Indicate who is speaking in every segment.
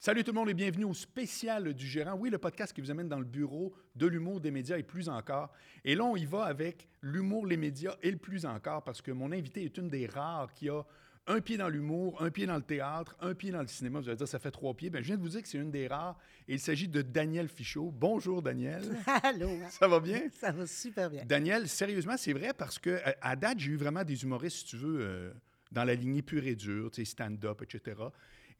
Speaker 1: Salut tout le monde et bienvenue au spécial du gérant. Oui, le podcast qui vous amène dans le bureau de l'humour des médias et plus encore. Et là, on y va avec l'humour, les médias et le plus encore parce que mon invité est une des rares qui a un pied dans l'humour, un pied dans le théâtre, un pied dans le cinéma. Vous allez dire, ça fait trois pieds. Bien, je viens de vous dire que c'est une des rares et il s'agit de Daniel Fichot. Bonjour, Daniel.
Speaker 2: Allô? hein?
Speaker 1: Ça va bien?
Speaker 2: Ça va super bien.
Speaker 1: Daniel, sérieusement, c'est vrai parce que à- à date, j'ai eu vraiment des humoristes, si tu veux, euh, dans la lignée pure et dure, tu sais, stand-up, etc.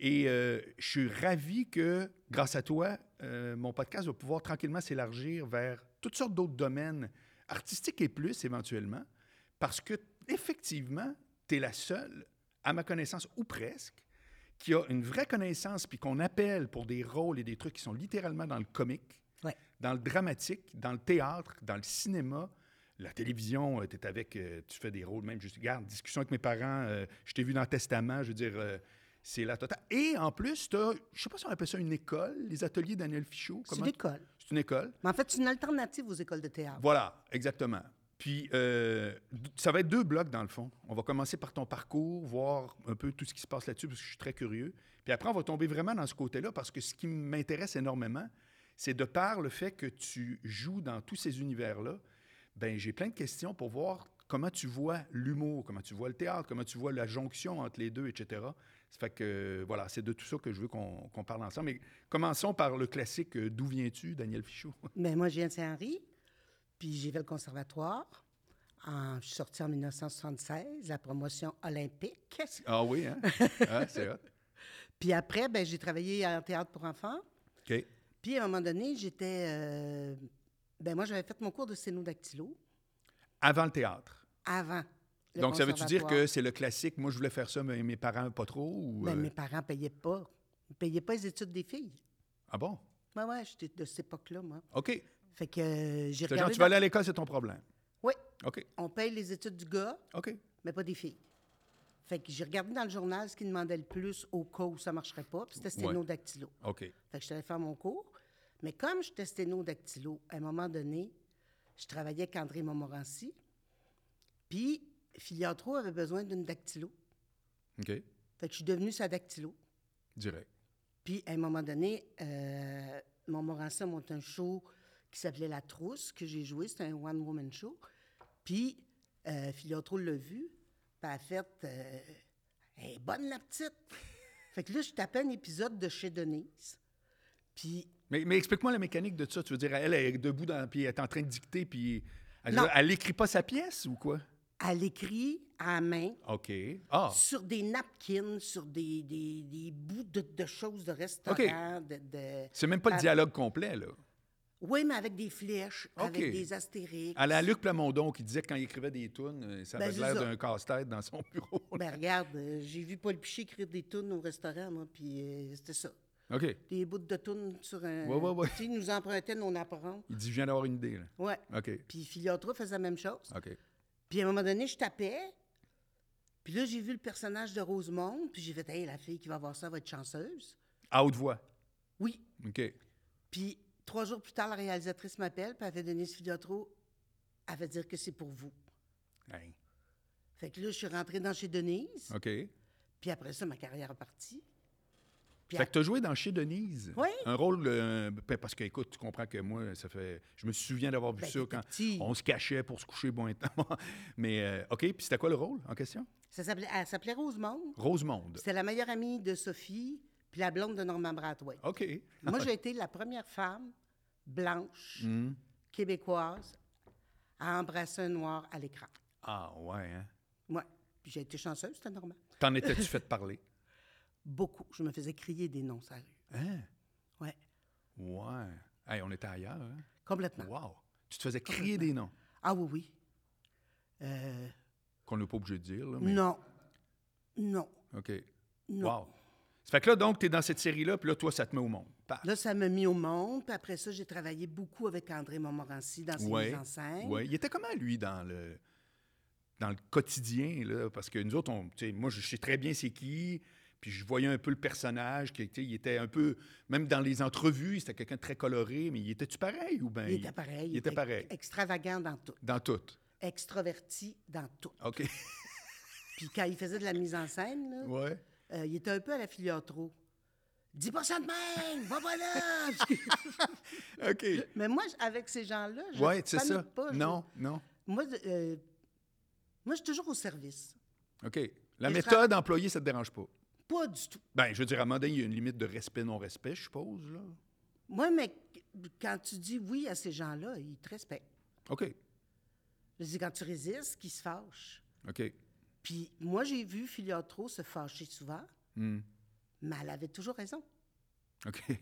Speaker 1: Et euh, je suis ravi que, grâce à toi, euh, mon podcast va pouvoir tranquillement s'élargir vers toutes sortes d'autres domaines artistiques et plus éventuellement, parce que, effectivement, tu es la seule, à ma connaissance, ou presque, qui a une vraie connaissance, puis qu'on appelle pour des rôles et des trucs qui sont littéralement dans le comique,
Speaker 2: Ouais.
Speaker 1: dans le dramatique, dans le théâtre, dans le cinéma, la télévision, tu es avec, euh, tu fais des rôles, même juste, regarde, discussion avec mes parents, euh, je t'ai vu dans Testament, je veux dire, euh, c'est la totale. Et en plus, tu je sais pas si on appelle ça une école, les ateliers Daniel Fichot.
Speaker 2: C'est
Speaker 1: comment-
Speaker 2: une école.
Speaker 1: C'est une école.
Speaker 2: Mais en fait, c'est une alternative aux écoles de théâtre.
Speaker 1: Voilà, exactement. Puis, euh, d- ça va être deux blocs, dans le fond. On va commencer par ton parcours, voir un peu tout ce qui se passe là-dessus, parce que je suis très curieux. Puis après, on va tomber vraiment dans ce côté-là, parce que ce qui m'intéresse énormément, c'est de par le fait que tu joues dans tous ces univers-là, ben j'ai plein de questions pour voir comment tu vois l'humour, comment tu vois le théâtre, comment tu vois la jonction entre les deux, etc. Ça fait que, voilà, c'est de tout ça que je veux qu'on qu'on parle ensemble. Mais commençons par le classique euh, « D'où viens-tu, Daniel Fichot?
Speaker 2: Mais moi, je viens de Saint-Henri, puis j'ai fait le conservatoire. En- je suis sortie en 1976, la promotion olympique. »
Speaker 1: Ah oui, hein? Ah, c'est hot.
Speaker 2: Puis après, ben, j'ai travaillé en théâtre pour enfants.
Speaker 1: OK.
Speaker 2: Puis à un moment donné, j'étais... euh, ben moi, j'avais fait mon cours de scénodactylo
Speaker 1: Avant le théâtre.
Speaker 2: avant le
Speaker 1: Donc, ça veut-tu dire
Speaker 2: conservatoire.
Speaker 1: que c'est le classique, moi, je voulais faire ça, mais mes parents, pas trop? Ou,
Speaker 2: Ben,
Speaker 1: euh,
Speaker 2: mes parents ne payaient pas. Ils ne payaient pas les études des filles.
Speaker 1: Ah bon?
Speaker 2: Ben ouais, j'étais de cette époque-là, moi.
Speaker 1: OK.
Speaker 2: Fait que euh, j'ai
Speaker 1: C'est genre,
Speaker 2: regardé...
Speaker 1: tu vas aller à l'école, c'est ton problème.
Speaker 2: Oui,
Speaker 1: OK.
Speaker 2: on paye les études du gars,
Speaker 1: OK.
Speaker 2: mais pas des filles. Fait que j'ai regardé dans le journal ce qui demandait le plus au cas où ça marcherait pas, puis c'était
Speaker 1: Ouais.
Speaker 2: sténodactylo.
Speaker 1: OK.
Speaker 2: Fait que je suis allée faire mon cours. Mais comme j'étais sténodactylo, à un moment donné, je travaillais avec André Montmorency, puis Filiatro avait besoin d'une dactylo.
Speaker 1: OK.
Speaker 2: Fait que je suis devenue sa dactylo.
Speaker 1: Direct.
Speaker 2: Puis, à un moment donné, euh, Montmorency a monté un show qui s'appelait La Trousse, que j'ai joué. C'était un one-woman show. Puis, euh, Filiatro l'a vu. Puis, elle a fait euh, Elle est bonne, la petite! » Fait que là, je tapais un épisode de chez Denise. Puis,
Speaker 1: Mais, mais explique-moi la mécanique de ça. Tu veux dire, elle, elle est debout, dans, puis elle est en train de dicter, puis elle,
Speaker 2: Non.
Speaker 1: elle écrit pas sa pièce ou quoi?
Speaker 2: elle écrit à la main
Speaker 1: OK. Ah,
Speaker 2: sur des napkins, sur des, des- des bouts de, de choses de restaurant, de- de-
Speaker 1: c'est même pas le dialogue complet, là.
Speaker 2: Oui, mais avec des flèches,
Speaker 1: OK.
Speaker 2: avec des astérix.
Speaker 1: À la Luc Plamondon, qui disait que quand il écrivait des tunes, euh, ça
Speaker 2: Ben,
Speaker 1: avait
Speaker 2: c'est
Speaker 1: l'air
Speaker 2: ça.
Speaker 1: d'un casse-tête dans son bureau.
Speaker 2: Ben regarde, euh, j'ai vu Paul Piché écrire des tunes au restaurant, moi, puis euh, c'était ça.
Speaker 1: OK.
Speaker 2: Des bouts de tunes sur un...
Speaker 1: Ouais, ouais, ouais.
Speaker 2: Tu sais, ils nous empruntaient nos apparents.
Speaker 1: Il dit, je viens d'avoir une idée, là.
Speaker 2: Ouais.
Speaker 1: OK.
Speaker 2: Puis Filiatro faisait la même chose.
Speaker 1: OK.
Speaker 2: Puis à un moment donné, je tapais. Puis là, j'ai vu le personnage de Rosemonde, puis j'ai fait « Hey, la fille qui va voir ça va être chanceuse.
Speaker 1: À haute voix. »
Speaker 2: Oui.
Speaker 1: OK.
Speaker 2: Puis trois jours plus tard, la réalisatrice m'appelle, puis elle fait « Denise Filiatro, elle va dire que c'est pour vous.
Speaker 1: Hey. »
Speaker 2: Fait que là, je suis rentrée dans chez Denise,
Speaker 1: OK.
Speaker 2: puis après ça, ma carrière est partie. Puis
Speaker 1: Fait que t'as joué dans Chez Denise.
Speaker 2: Oui.
Speaker 1: Un rôle. euh, ben, parce que, écoute, tu comprends que moi, ça fait. Je me souviens d'avoir vu
Speaker 2: Ben,
Speaker 1: ça
Speaker 2: t'étais
Speaker 1: quand
Speaker 2: petit.
Speaker 1: on se cachait pour se coucher bon et temps. Mais, euh, OK. Puis c'était quoi le rôle en question?
Speaker 2: Ça s'appelait- elle s'appelait Rosemonde.
Speaker 1: Rosemonde.
Speaker 2: C'était la meilleure amie de Sophie, puis la blonde de Norman Brathwaite.
Speaker 1: OK.
Speaker 2: Moi, j'ai été la première femme blanche,
Speaker 1: Hmm.
Speaker 2: québécoise, à embrasser un noir à l'écran.
Speaker 1: Ah, ouais, hein.
Speaker 2: Moi, puis j'ai été chanceuse, c'était normal.
Speaker 1: T'en étais-tu fait parler?
Speaker 2: Beaucoup. Je me faisais crier des noms, ça rue.
Speaker 1: Hein?
Speaker 2: Ouais,
Speaker 1: Ouais. Hey, on était ailleurs, hein?
Speaker 2: complètement.
Speaker 1: Wow. Tu te faisais crier des noms
Speaker 2: Ah oui, oui. Euh,
Speaker 1: qu'on n'est pas obligé de dire, là. Mais...
Speaker 2: Non. Non.
Speaker 1: OK.
Speaker 2: Non.
Speaker 1: Wow. Ça fait que là, donc, t'es dans cette série-là, puis là, toi, ça te met au monde. Paf.
Speaker 2: Là, ça m'a mis au monde. Puis après ça, j'ai travaillé beaucoup avec André Montmorency dans ses
Speaker 1: Ouais,
Speaker 2: mises en scène.
Speaker 1: ouais. Il était comment, lui, dans le, dans le quotidien? Là? Parce que nous autres, on, tu sais, moi, je sais très bien c'est qui. Puis je voyais un peu le personnage. Qui, était- il était un peu, même dans les entrevues, c'était quelqu'un de très coloré. Mais il était-tu pareil? Ou ben,
Speaker 2: Il était pareil.
Speaker 1: Il était pareil.
Speaker 2: Extravagant dans tout.
Speaker 1: Dans tout.
Speaker 2: extraverti dans tout.
Speaker 1: OK.
Speaker 2: Puis quand il faisait de la mise en scène, là,
Speaker 1: ouais.
Speaker 2: euh, il était un peu à la filiatro. Dis pas ça de même! Va pas là!
Speaker 1: OK.
Speaker 2: Mais moi, j- avec ces gens-là, je
Speaker 1: Oui,
Speaker 2: panique
Speaker 1: c'est ça.
Speaker 2: pas. je-
Speaker 1: non, non.
Speaker 2: Moi, de- euh, moi, je suis toujours au service.
Speaker 1: OK. La
Speaker 2: Mais je
Speaker 1: méthode employée, ça ne te dérange pas.
Speaker 2: Pas du tout.
Speaker 1: Ben, je veux dire, à un moment donné, il y a une limite de respect-non-respect, je suppose, là.
Speaker 2: Moi, mais qu- quand tu dis oui à ces gens-là, ils te respectent.
Speaker 1: OK.
Speaker 2: Je dis, quand tu résistes, qu'ils se fâchent.
Speaker 1: OK.
Speaker 2: Puis moi, j'ai vu Filiatro se fâcher souvent,
Speaker 1: Hmm.
Speaker 2: mais elle avait toujours raison.
Speaker 1: OK.
Speaker 2: Tu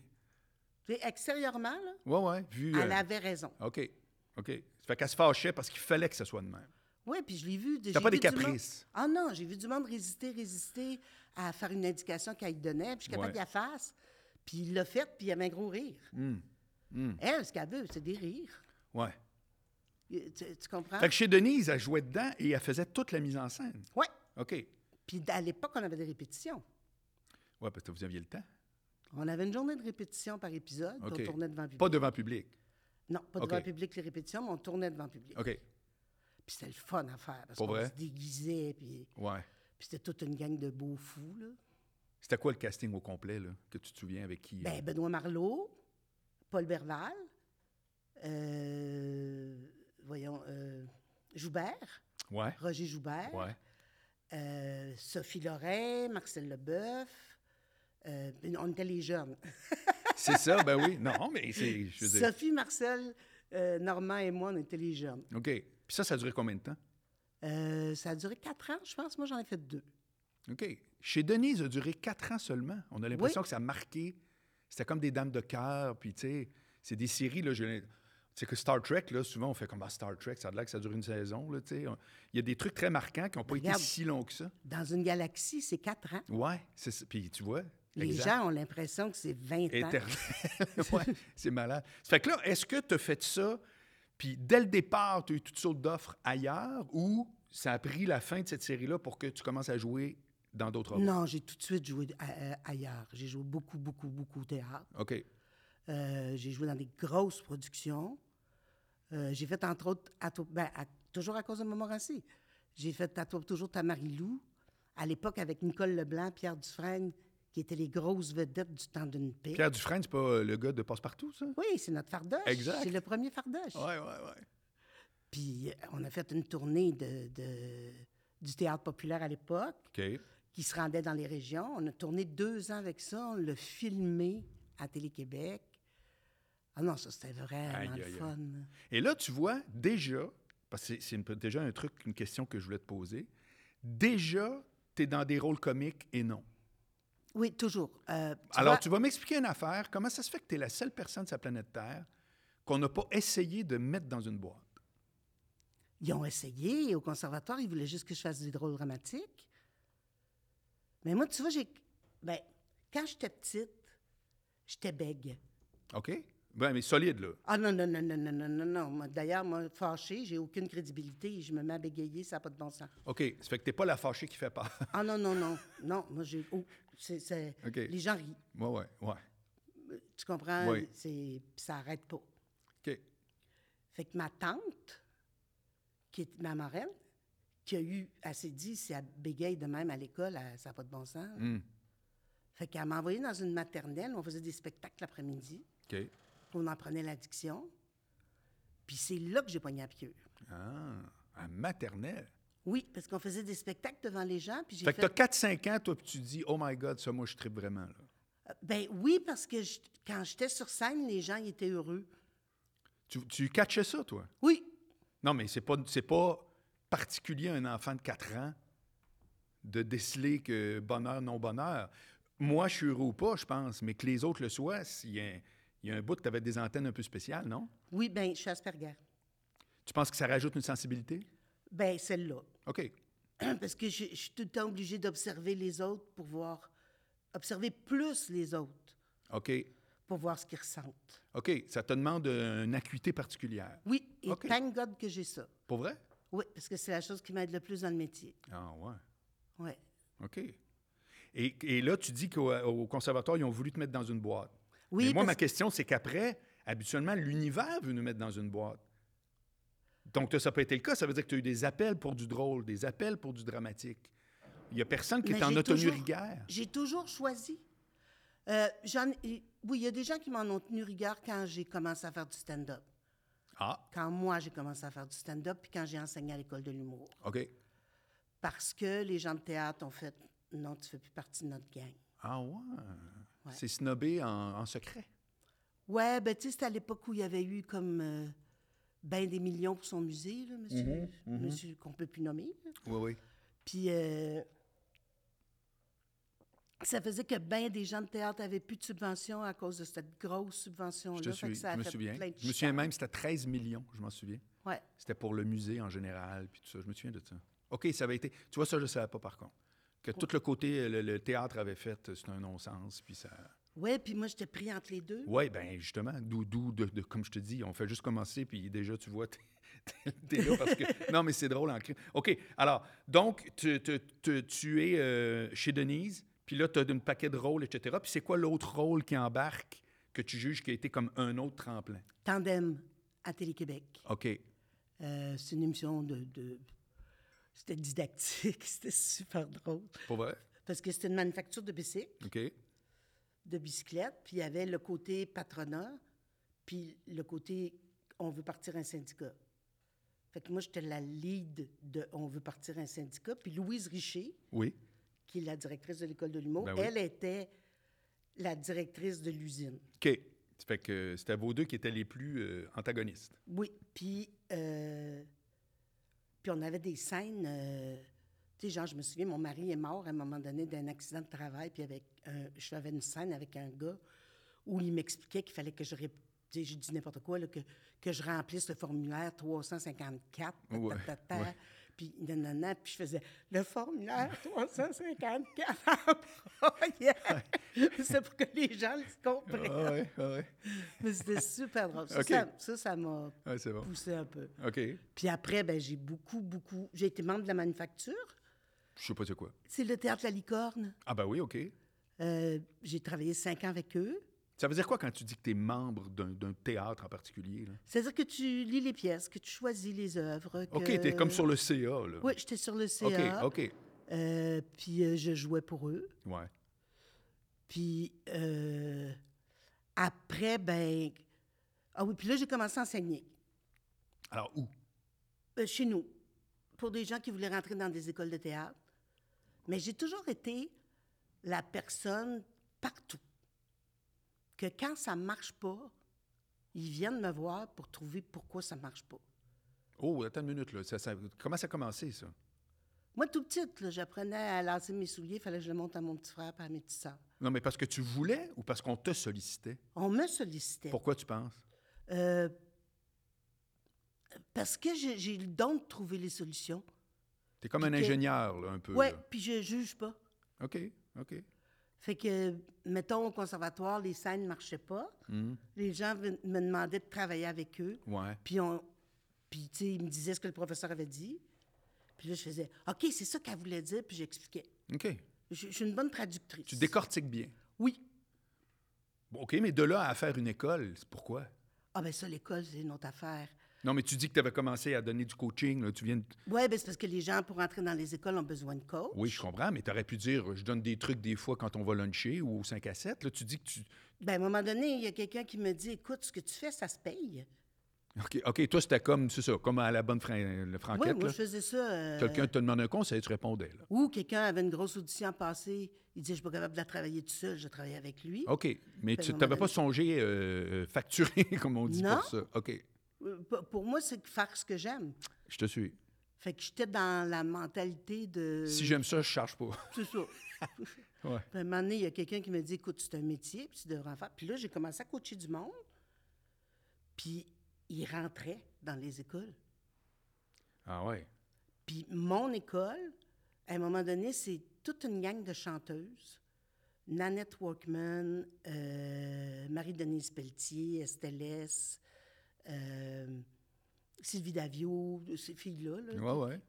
Speaker 2: sais, extérieurement, là,
Speaker 1: Ouais, ouais. Vu.
Speaker 2: elle
Speaker 1: euh,
Speaker 2: avait raison.
Speaker 1: OK. OK. Ça fait qu'elle se fâchait parce qu'il fallait que ce soit de même.
Speaker 2: Oui, puis je l'ai vu.
Speaker 1: T'as pas des
Speaker 2: caprices.
Speaker 1: caprices.
Speaker 2: Ah non, j'ai vu du monde résister, résister à faire une indication qu'elle lui donnait, puis je suis capable
Speaker 1: Ouais. Hmm.
Speaker 2: qu'il la fasse. Puis il l'a fait, puis il avait un gros rire. Elle, ce qu'elle veut, c'est des rires.
Speaker 1: Ouais.
Speaker 2: Euh, Tu, tu comprends?
Speaker 1: Fait que chez Denise, elle jouait dedans et elle faisait toute la mise en scène.
Speaker 2: Oui.
Speaker 1: OK.
Speaker 2: Puis à l'époque, on avait des répétitions.
Speaker 1: Ouais, parce que vous aviez le temps.
Speaker 2: On avait une journée de répétition par épisode, puis
Speaker 1: OK.
Speaker 2: on tournait devant public.
Speaker 1: Pas devant public.
Speaker 2: Non, pas devant
Speaker 1: OK.
Speaker 2: public les répétitions, mais on tournait devant public.
Speaker 1: OK.
Speaker 2: Puis c'était le fun à faire, parce
Speaker 1: Pas
Speaker 2: qu'on
Speaker 1: vrai?
Speaker 2: se déguisait, puis,
Speaker 1: Ouais.
Speaker 2: puis c'était toute une gang de beaux fous, là.
Speaker 1: C'était quoi le casting au complet, là, que tu te souviens avec qui? euh?
Speaker 2: Ben, Benoît Marleau, Paul Berval, euh, voyons, euh, Joubert,
Speaker 1: Ouais.
Speaker 2: Roger Joubert,
Speaker 1: Ouais.
Speaker 2: euh, Sophie Lorrain, Marcel Leboeuf. euh, ben, on était les jeunes.
Speaker 1: C'est ça, ben oui. Non, mais c'est. Je veux dire.
Speaker 2: Sophie, Marcel, euh, Normand et moi, on était les jeunes.
Speaker 1: OK. Puis ça, ça a duré combien de temps?
Speaker 2: Euh, ça a duré quatre ans, je pense. Moi, j'en ai fait deux.
Speaker 1: OK. Chez Denise, ça a duré quatre ans seulement. On a l'impression que ça a marqué. C'était comme des dames de cœur. Puis, tu sais, c'est des séries, là. j'ai l'im- C'est que Star Trek, là, souvent, on fait comme ah, Star Trek, ça a l'air que ça dure une saison, là, tu sais. On- Il y a des trucs très marquants qui n'ont pas
Speaker 2: Regarde.
Speaker 1: été si longs que ça.
Speaker 2: Dans une galaxie, c'est quatre ans.
Speaker 1: Ouais. c'est ça. Puis, tu vois.
Speaker 2: Les
Speaker 1: exact.
Speaker 2: gens hein? ont l'impression que c'est 20 ans.
Speaker 1: Éternel. ouais, c'est malade. Ça fait que là, est-ce que tu as fait ça, puis dès le départ, tu as eu toutes sortes d'offres ailleurs, ou ça a pris la fin de cette série-là pour que tu commences à jouer dans d'autres rôles?
Speaker 2: Non, j'ai tout de suite joué a- a- ailleurs. J'ai joué beaucoup, beaucoup, beaucoup au théâtre.
Speaker 1: OK.
Speaker 2: Euh, j'ai joué dans des grosses productions. Euh, j'ai fait, entre autres, à to- ben, à- toujours à cause de Montmorency, j'ai fait à toi, toujours ta Marie-Lou, à l'époque avec Nicole Leblanc, Pierre Dufresne, qui étaient les grosses vedettes du temps d'une paix.
Speaker 1: Pierre Dufresne, c'est pas euh, le gars de Passe-Partout, ça?
Speaker 2: Oui, c'est notre fardoche.
Speaker 1: Exact.
Speaker 2: C'est le premier fardoche.
Speaker 1: Ouais, ouais, ouais.
Speaker 2: Puis euh, on a fait une tournée de- de- du théâtre populaire à l'époque
Speaker 1: OK.
Speaker 2: qui se rendait dans les régions. On a tourné deux ans avec ça. On l'a filmé à Télé-Québec. Ah non, ça, c'était vraiment
Speaker 1: Aïe,
Speaker 2: le
Speaker 1: aïe, aïe.
Speaker 2: fun.
Speaker 1: Et là, tu vois, déjà, parce que c'est- c'est une- déjà un truc, une question que je voulais te poser, déjà, tu es dans des rôles comiques et non.
Speaker 2: Oui, toujours. Euh, tu
Speaker 1: Alors,
Speaker 2: vois,
Speaker 1: tu vas m'expliquer une affaire. Comment ça se fait que tu es la seule personne de sa planète Terre qu'on n'a pas essayé de mettre dans une boîte?
Speaker 2: Ils ont essayé au conservatoire. Ils voulaient juste que je fasse des drôles dramatiques. Mais moi, tu vois, j'ai... Ben, quand j'étais petite, j'étais bègue.
Speaker 1: OK? Ben, mais solide, là.
Speaker 2: Ah non, non, non, non, non, non, non, non. Moi, D'ailleurs, moi, fâchée, j'ai aucune crédibilité. Je me mets à bégayer, ça n'a pas de bon sens.
Speaker 1: OK. Ça fait que t'es pas la fâchée qui fait peur.
Speaker 2: Ah non, non, non. Non, moi, j'ai... oh, c'est- c'est-
Speaker 1: OK.
Speaker 2: Les gens rient.
Speaker 1: ouais, ouais, ouais.
Speaker 2: Tu comprends?
Speaker 1: Oui.
Speaker 2: C'est, puis ça arrête pas.
Speaker 1: OK.
Speaker 2: Fait que ma tante, qui est ma marraine, qui a eu, elle s'est dit, si elle bégaye de même à l'école, elle- ça n'a pas de bon sens.
Speaker 1: Hmm.
Speaker 2: Fait qu'elle m'a envoyée dans une maternelle, où on faisait des spectacles l'après-midi,
Speaker 1: OK.
Speaker 2: on en prenait l'addiction. Puis c'est là que j'ai pogné la piqûre.
Speaker 1: Ah, à maternelle.
Speaker 2: Oui, parce qu'on faisait des spectacles devant les gens, puis j'ai
Speaker 1: Fait
Speaker 2: fait...
Speaker 1: que t'as 4-5 ans, toi, puis tu dis, oh my God, ça, moi, je tripe vraiment, là.
Speaker 2: Euh, Ben oui, parce que je- quand j'étais sur scène, les gens, ils étaient heureux.
Speaker 1: Tu, tu catchais ça, toi?
Speaker 2: Oui,
Speaker 1: Non, mais c'est pas, c'est pas particulier à un enfant de 4 ans de déceler que bonheur, non-bonheur. Moi, je suis heureux ou pas, je pense, mais que les autres le soient, s'il y a, il y a un bout, t'avais des antennes un peu spéciales, non?
Speaker 2: oui, ben je suis Asperger.
Speaker 1: Tu penses que ça rajoute une sensibilité?
Speaker 2: Ben celle-là.
Speaker 1: OK.
Speaker 2: parce que je, je suis tout le temps obligée d'observer les autres pour voir, observer plus les autres
Speaker 1: OK.
Speaker 2: pour voir ce qu'ils ressentent.
Speaker 1: OK, ça te demande euh, une acuité particulière.
Speaker 2: Oui, et
Speaker 1: OK.
Speaker 2: thank God que j'ai ça.
Speaker 1: Pour vrai?
Speaker 2: Oui, parce que c'est la chose qui m'aide le plus dans le métier.
Speaker 1: Ah ouais,
Speaker 2: Oui.
Speaker 1: OK. Et, et là, tu dis qu'au au conservatoire, ils ont voulu te mettre dans une boîte.
Speaker 2: Oui,
Speaker 1: Mais moi,
Speaker 2: parce
Speaker 1: ma question, c'est qu'après, habituellement, l'univers veut nous mettre dans une boîte. Donc, toi, ça peut être le cas. Ça veut dire que tu as eu des appels pour du drôle, des appels pour du dramatique. Il n'y a personne qui
Speaker 2: Mais
Speaker 1: est en
Speaker 2: j'ai
Speaker 1: autonome
Speaker 2: toujours-
Speaker 1: rigueur.
Speaker 2: j'ai toujours choisi. Euh, j'en- oui, il y a des gens qui m'en ont tenu rigueur quand j'ai commencé à faire du stand-up.
Speaker 1: Ah,
Speaker 2: Quand moi, j'ai commencé à faire du stand-up, puis quand j'ai enseigné à l'école de l'humour.
Speaker 1: OK.
Speaker 2: Parce que les gens de théâtre ont fait « Non, tu fais plus partie de notre gang
Speaker 1: Ah ouais.
Speaker 2: Ouais.
Speaker 1: C'est snobé en, en secret. ».
Speaker 2: Ouais, ben tu sais, c'était à l'époque où il y avait eu comme euh, ben des millions pour son musée, là, monsieur,
Speaker 1: Mhm,
Speaker 2: monsieur qu'on peut plus nommer. là.
Speaker 1: Oui, oui.
Speaker 2: Puis euh, ça faisait que ben des gens de théâtre avaient plus de subventions à cause de cette grosse subvention-là.
Speaker 1: Je te
Speaker 2: Fait que
Speaker 1: suis,
Speaker 2: ça a
Speaker 1: je me
Speaker 2: fait
Speaker 1: souviens.
Speaker 2: plein de
Speaker 1: Je me souviens
Speaker 2: chicanes.
Speaker 1: même, c'était 13 millions, je m'en souviens.
Speaker 2: Ouais.
Speaker 1: C'était pour le musée en général, puis tout ça. Je me souviens de ça. OK, ça avait été. Tu vois, ça, je ne savais pas, par contre. Que tout le côté, le, le théâtre avait fait, euh, c'est un non-sens, puis ça.
Speaker 2: Ouais, puis moi, j'étais pris entre les deux.
Speaker 1: Oui, ben justement, d'où, d'où de, de- comme je te dis, on fait juste commencer, puis déjà, tu vois, t'es, t'es- t'es là parce que. non, mais c'est drôle en crime. OK, alors, donc, tu, tu- tu- tu es euh, chez Denise, puis là, tu as un paquet de rôles, etc. Puis c'est quoi l'autre rôle qui embarque que tu juges qui a été comme un autre tremplin?
Speaker 2: Tandem à Télé-Québec.
Speaker 1: OK.
Speaker 2: Euh, c'est une émission de... de- C'était didactique, c'était super drôle.
Speaker 1: Pour vrai?
Speaker 2: Parce que c'était une manufacture de bicycles.
Speaker 1: OK.
Speaker 2: de bicyclette, puis il y avait le côté patronat, puis le côté on veut partir un syndicat. Fait que moi, j'étais la lead de on veut partir un syndicat, puis Louise Richer,
Speaker 1: Oui.
Speaker 2: qui est la directrice de l'école de l'humour,
Speaker 1: Ben oui.
Speaker 2: elle était la directrice de l'usine.
Speaker 1: OK. Ça fait que c'était vos deux qui étaient les plus euh, antagonistes.
Speaker 2: Oui, puis euh, puis on avait des scènes. euh, tu sais, genre, je me souviens, mon mari est mort à un moment donné d'un accident de travail, puis avec un, je faisais une scène avec un gars où il m'expliquait qu'il fallait que je rép- tu sais, j'ai dit n'importe quoi, là, que, que je remplisse le formulaire 354. ta, ta,
Speaker 1: Ouais,
Speaker 2: ta, ta,
Speaker 1: ouais.
Speaker 2: Puis, nanana, puis je faisais le formulaire 354. Oh, yeah! C'est pour que les gens le comprennent.
Speaker 1: Ah ouais, ouais.
Speaker 2: Mais c'était super drôle. Ça,
Speaker 1: OK.
Speaker 2: ça- ça, ça m'a
Speaker 1: Ouais, c'est bon.
Speaker 2: poussé un peu.
Speaker 1: OK.
Speaker 2: Puis après, ben, j'ai beaucoup, beaucoup. J'ai été membre de la manufacture.
Speaker 1: Je sais pas c'est quoi.
Speaker 2: C'est le théâtre La Licorne.
Speaker 1: Ah, ben oui, OK.
Speaker 2: Euh, j'ai travaillé cinq ans avec eux.
Speaker 1: Ça veut dire quoi quand tu dis que tu es membre d'un, d'un théâtre en particulier? Là?
Speaker 2: C'est-à-dire que tu lis les pièces, que tu choisis les œuvres.
Speaker 1: OK,
Speaker 2: que-
Speaker 1: t'es comme sur le CA, là.
Speaker 2: Oui, j'étais sur le CA.
Speaker 1: OK, OK.
Speaker 2: Euh, puis euh, je jouais pour eux.
Speaker 1: Ouais.
Speaker 2: Puis euh, après, ben. Ah oui, puis là, j'ai commencé à enseigner
Speaker 1: Alors, où?
Speaker 2: euh, chez nous, pour des gens qui voulaient rentrer dans des écoles de théâtre. Mais j'ai toujours été la personne partout. Que quand ça marche pas, ils viennent me voir pour trouver pourquoi ça marche pas.
Speaker 1: Oh, attends une minute, là. Ça, ça- Comment ça a commencé, ça?
Speaker 2: Moi, tout petite, là, j'apprenais à lancer mes souliers, il fallait que je le monte à mon petit frère par mes petits sœurs.
Speaker 1: Non, mais parce que tu voulais ou parce qu'on te sollicitait?
Speaker 2: On me sollicitait.
Speaker 1: Pourquoi tu penses?
Speaker 2: Euh, parce que j'ai j'ai le don de trouver les solutions.
Speaker 1: T'es comme un
Speaker 2: Puis que-
Speaker 1: ingénieur, là, un peu.
Speaker 2: Ouais,
Speaker 1: là.
Speaker 2: puis je juge pas.
Speaker 1: OK, OK.
Speaker 2: Fait que, mettons, au conservatoire, les scènes ne marchaient pas.
Speaker 1: Hmm,
Speaker 2: Les gens ven- me demandaient de travailler avec eux.
Speaker 1: Ouais.
Speaker 2: Puis, on, puis tu sais, ils me disaient ce que le professeur avait dit. Puis là, je faisais OK, c'est ça qu'elle voulait dire, puis j'expliquais.
Speaker 1: OK.
Speaker 2: Je, je suis une bonne traductrice.
Speaker 1: Tu décortiques bien.
Speaker 2: Oui.
Speaker 1: Bon, OK, mais de là à faire une école, c'est pourquoi?
Speaker 2: Ah, ben ça, l'école, c'est une autre affaire.
Speaker 1: Non, mais tu dis que tu avais commencé à donner du coaching, là. Tu viens de...
Speaker 2: Oui, ben c'est parce que les gens, pour entrer dans les écoles, ont besoin de coach.
Speaker 1: Oui, je comprends, mais tu aurais pu dire, je donne des trucs des fois quand on va luncher ou au 5 à 7. Là, tu dis que tu...
Speaker 2: Ben, à un moment donné, il y a quelqu'un qui me dit Écoute, ce que tu fais, ça se paye.
Speaker 1: OK, OK, toi, c'était comme, c'est ça, comme à la bonne fran... le franquette,
Speaker 2: Oui, moi,
Speaker 1: là.
Speaker 2: je faisais ça. euh,
Speaker 1: Quelqu'un te demande un conseil, tu répondais. Là.
Speaker 2: Ou quelqu'un avait une grosse audition passée, il disait Je suis pas capable de la travailler tout seul, je travaille avec lui.
Speaker 1: OK, mais
Speaker 2: Fait
Speaker 1: tu
Speaker 2: que
Speaker 1: n'avais pas
Speaker 2: madame-
Speaker 1: songé euh, euh, facturer, comme on dit
Speaker 2: Ben, Non.
Speaker 1: pour ça. OK,
Speaker 2: Euh, pour- Pour moi, c'est faire ce que j'aime.
Speaker 1: je te suis.
Speaker 2: Fait que j'étais dans la mentalité de.
Speaker 1: Si j'aime ça, je charge pas.
Speaker 2: C'est ça.
Speaker 1: Ouais.
Speaker 2: Puis à un moment donné, il y a quelqu'un qui me dit Écoute, c'est un métier, puis tu devrais en faire. Puis là, j'ai commencé à coacher du monde. Puis ils rentraient dans les écoles.
Speaker 1: Ah ouais.
Speaker 2: Puis mon école, à un moment donné, c'est toute une gang de chanteuses. Nanette Walkman, euh, Marie-Denise Pelletier, Estelle S, euh, Sylvie Davio, ces filles-là, là,
Speaker 1: Ouais, ouais.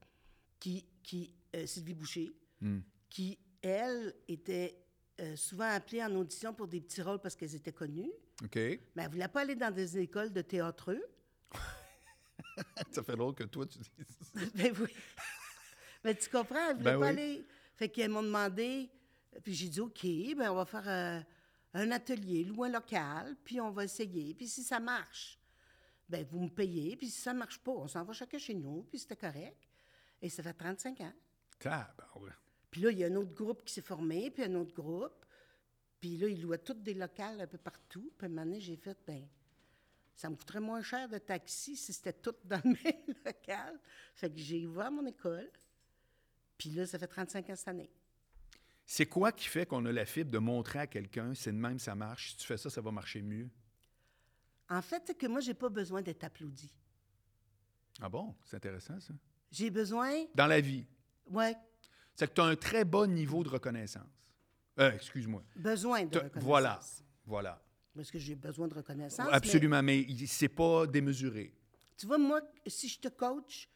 Speaker 2: qui, qui euh, Sylvie Boucher,
Speaker 1: Hmm.
Speaker 2: qui, elles, étaient euh, souvent appelées en audition pour des petits rôles parce qu'elles étaient connues,
Speaker 1: OK.
Speaker 2: mais elles ne voulaient pas aller dans des écoles de théâtreux.
Speaker 1: ça fait drôle que toi, tu dis ça.
Speaker 2: ben oui. Mais tu comprends, elles ne voulaient
Speaker 1: Ben
Speaker 2: pas
Speaker 1: oui.
Speaker 2: aller. Fait qu'elles m'ont demandé, puis j'ai dit, OK, ben on va faire euh, un atelier, louer un local, puis on va essayer. Puis si ça marche, ben vous me payez. Puis si ça marche pas, on s'en va chacun chez nous, puis c'était correct. Et ça fait 35 ans.
Speaker 1: Tabarouette.
Speaker 2: Puis là, il y a un autre groupe qui s'est formé, puis un autre groupe. Puis là, ils louaient tous des locales un peu partout. Puis à un moment donné, j'ai fait, ben ça me coûterait moins cher de taxi si c'était tout dans le même local. Fait que j'ai ouvert mon école. Puis là, ça fait 35 ans cette année.
Speaker 1: C'est quoi qui fait qu'on a la fibre de montrer à quelqu'un, c'est de même, ça marche, si tu fais ça, ça va marcher mieux?
Speaker 2: En fait, c'est que moi, j'ai pas besoin d'être applaudi.
Speaker 1: Ah bon? C'est intéressant, ça.
Speaker 2: J'ai besoin,
Speaker 1: Dans la vie,
Speaker 2: ouais,
Speaker 1: c'est que tu as un très bon niveau de reconnaissance. Euh, excuse-moi.
Speaker 2: besoin de
Speaker 1: T'as-
Speaker 2: reconnaissance.
Speaker 1: Voilà, voilà.
Speaker 2: Parce que j'ai besoin de reconnaissance. mais
Speaker 1: Absolument, mais, il- c'est pas démesuré.
Speaker 2: tu vois, moi, si je te coach,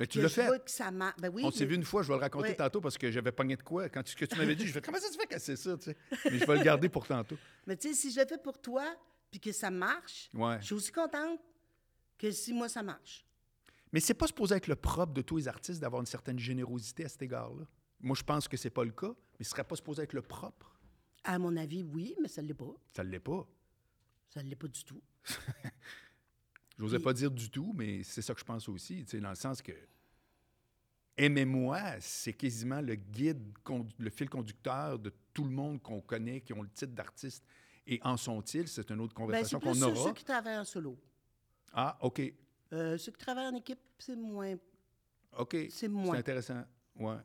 Speaker 1: Mais tu
Speaker 2: que
Speaker 1: l'as
Speaker 2: je
Speaker 1: fait.
Speaker 2: vois que ça marche. Ben oui,
Speaker 1: On s'est
Speaker 2: mais-
Speaker 1: vu une fois, je vais le raconter
Speaker 2: Ouais.
Speaker 1: tantôt parce que j'avais pogné de quoi. Quand tu, ce que tu m'avais dit, je fais comment ça se fait que c'est ça, tu sais. Mais je vais le garder pour tantôt.
Speaker 2: Mais tu sais, si je le fais pour toi, puis que ça marche,
Speaker 1: Ouais.
Speaker 2: je suis aussi contente que si moi, ça marche.
Speaker 1: Mais c'est pas supposé être le propre de tous les artistes d'avoir une certaine générosité à cet égard-là. Moi, je pense que c'est pas le cas, mais ce serait pas supposé être le propre.
Speaker 2: À mon avis, oui, mais ça ne l'est pas.
Speaker 1: Ça l'est pas.
Speaker 2: Ça ne l'est pas du tout.
Speaker 1: J'osais
Speaker 2: Puis-
Speaker 1: pas dire du tout, mais c'est ça que je pense aussi, tu sais, dans le sens que Aimez-moi, c'est quasiment le guide, con- le fil conducteur de tout le monde qu'on connaît, qui ont le titre d'artiste. Et en sont-ils? C'est une autre
Speaker 2: Ben, c'est
Speaker 1: conversation
Speaker 2: plus
Speaker 1: qu'on
Speaker 2: ceux,
Speaker 1: aura.
Speaker 2: ceux qui travaillent en solo.
Speaker 1: Ah, OK.
Speaker 2: Euh, ceux qui travaillent en équipe, c'est moins.
Speaker 1: OK.
Speaker 2: C'est moins.
Speaker 1: intéressant. Ouais.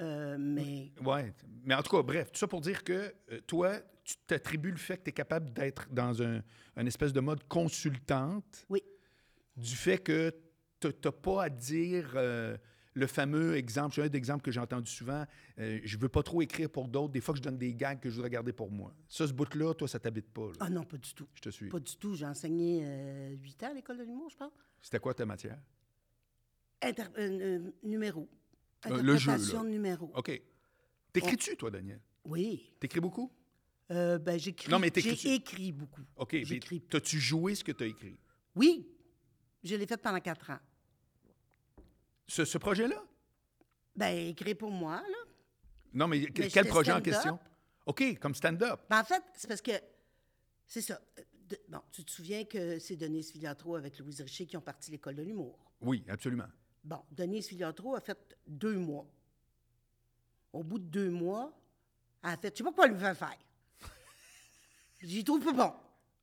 Speaker 2: euh, mais
Speaker 1: Ouais. Mais en tout cas, bref, tout ça pour dire que euh, toi, tu t'attribues le fait que tu es capable d'être dans un, une espèce de mode consultante.
Speaker 2: Oui.
Speaker 1: Du fait que tu n'as pas à dire euh, le fameux exemple. J'ai un exemple que j'ai entendu souvent. euh, je veux pas trop écrire pour d'autres. Des fois, que je donne des gags que je voudrais garder pour moi. Ça, ce bout-là, toi, ça t'habite pas. là.
Speaker 2: Ah non, pas du tout.
Speaker 1: Je te suis.
Speaker 2: Pas du tout. J'ai enseigné euh, huit ans à l'école de l'humour, je pense.
Speaker 1: C'était quoi ta matière?
Speaker 2: Inter- euh, euh, numéro.
Speaker 1: Euh, le jeu, là. Ah.
Speaker 2: Interprétation de numéro.
Speaker 1: OK. T'écris-tu, toi, Daniel?
Speaker 2: Oui.
Speaker 1: T'écris beaucoup?
Speaker 2: Euh, ben, j'écris.
Speaker 1: Non, mais t'écris-
Speaker 2: J'ai écrit beaucoup.
Speaker 1: OK. mais
Speaker 2: J'écris.
Speaker 1: T'as-tu joué ce que t'as écrit?
Speaker 2: Oui. Je l'ai fait pendant quatre ans.
Speaker 1: Ce- ce projet-là?
Speaker 2: Ben, écrit pour moi, là.
Speaker 1: Non, mais que-
Speaker 2: Mais
Speaker 1: quel
Speaker 2: j'étais
Speaker 1: projet en
Speaker 2: stand-up.
Speaker 1: question? OK, comme stand-up.
Speaker 2: Ben, en fait, c'est parce que. C'est ça. Euh, de- bon, tu te souviens que c'est Denise Filiatro avec Louise Richer qui ont parti l'école de l'humour.
Speaker 1: Oui, absolument.
Speaker 2: Bon, Denise Filiatro a fait deux mois. Au bout de deux mois, elle a fait Je sais pas quoi elle veut faire. J'y trouve pas bon.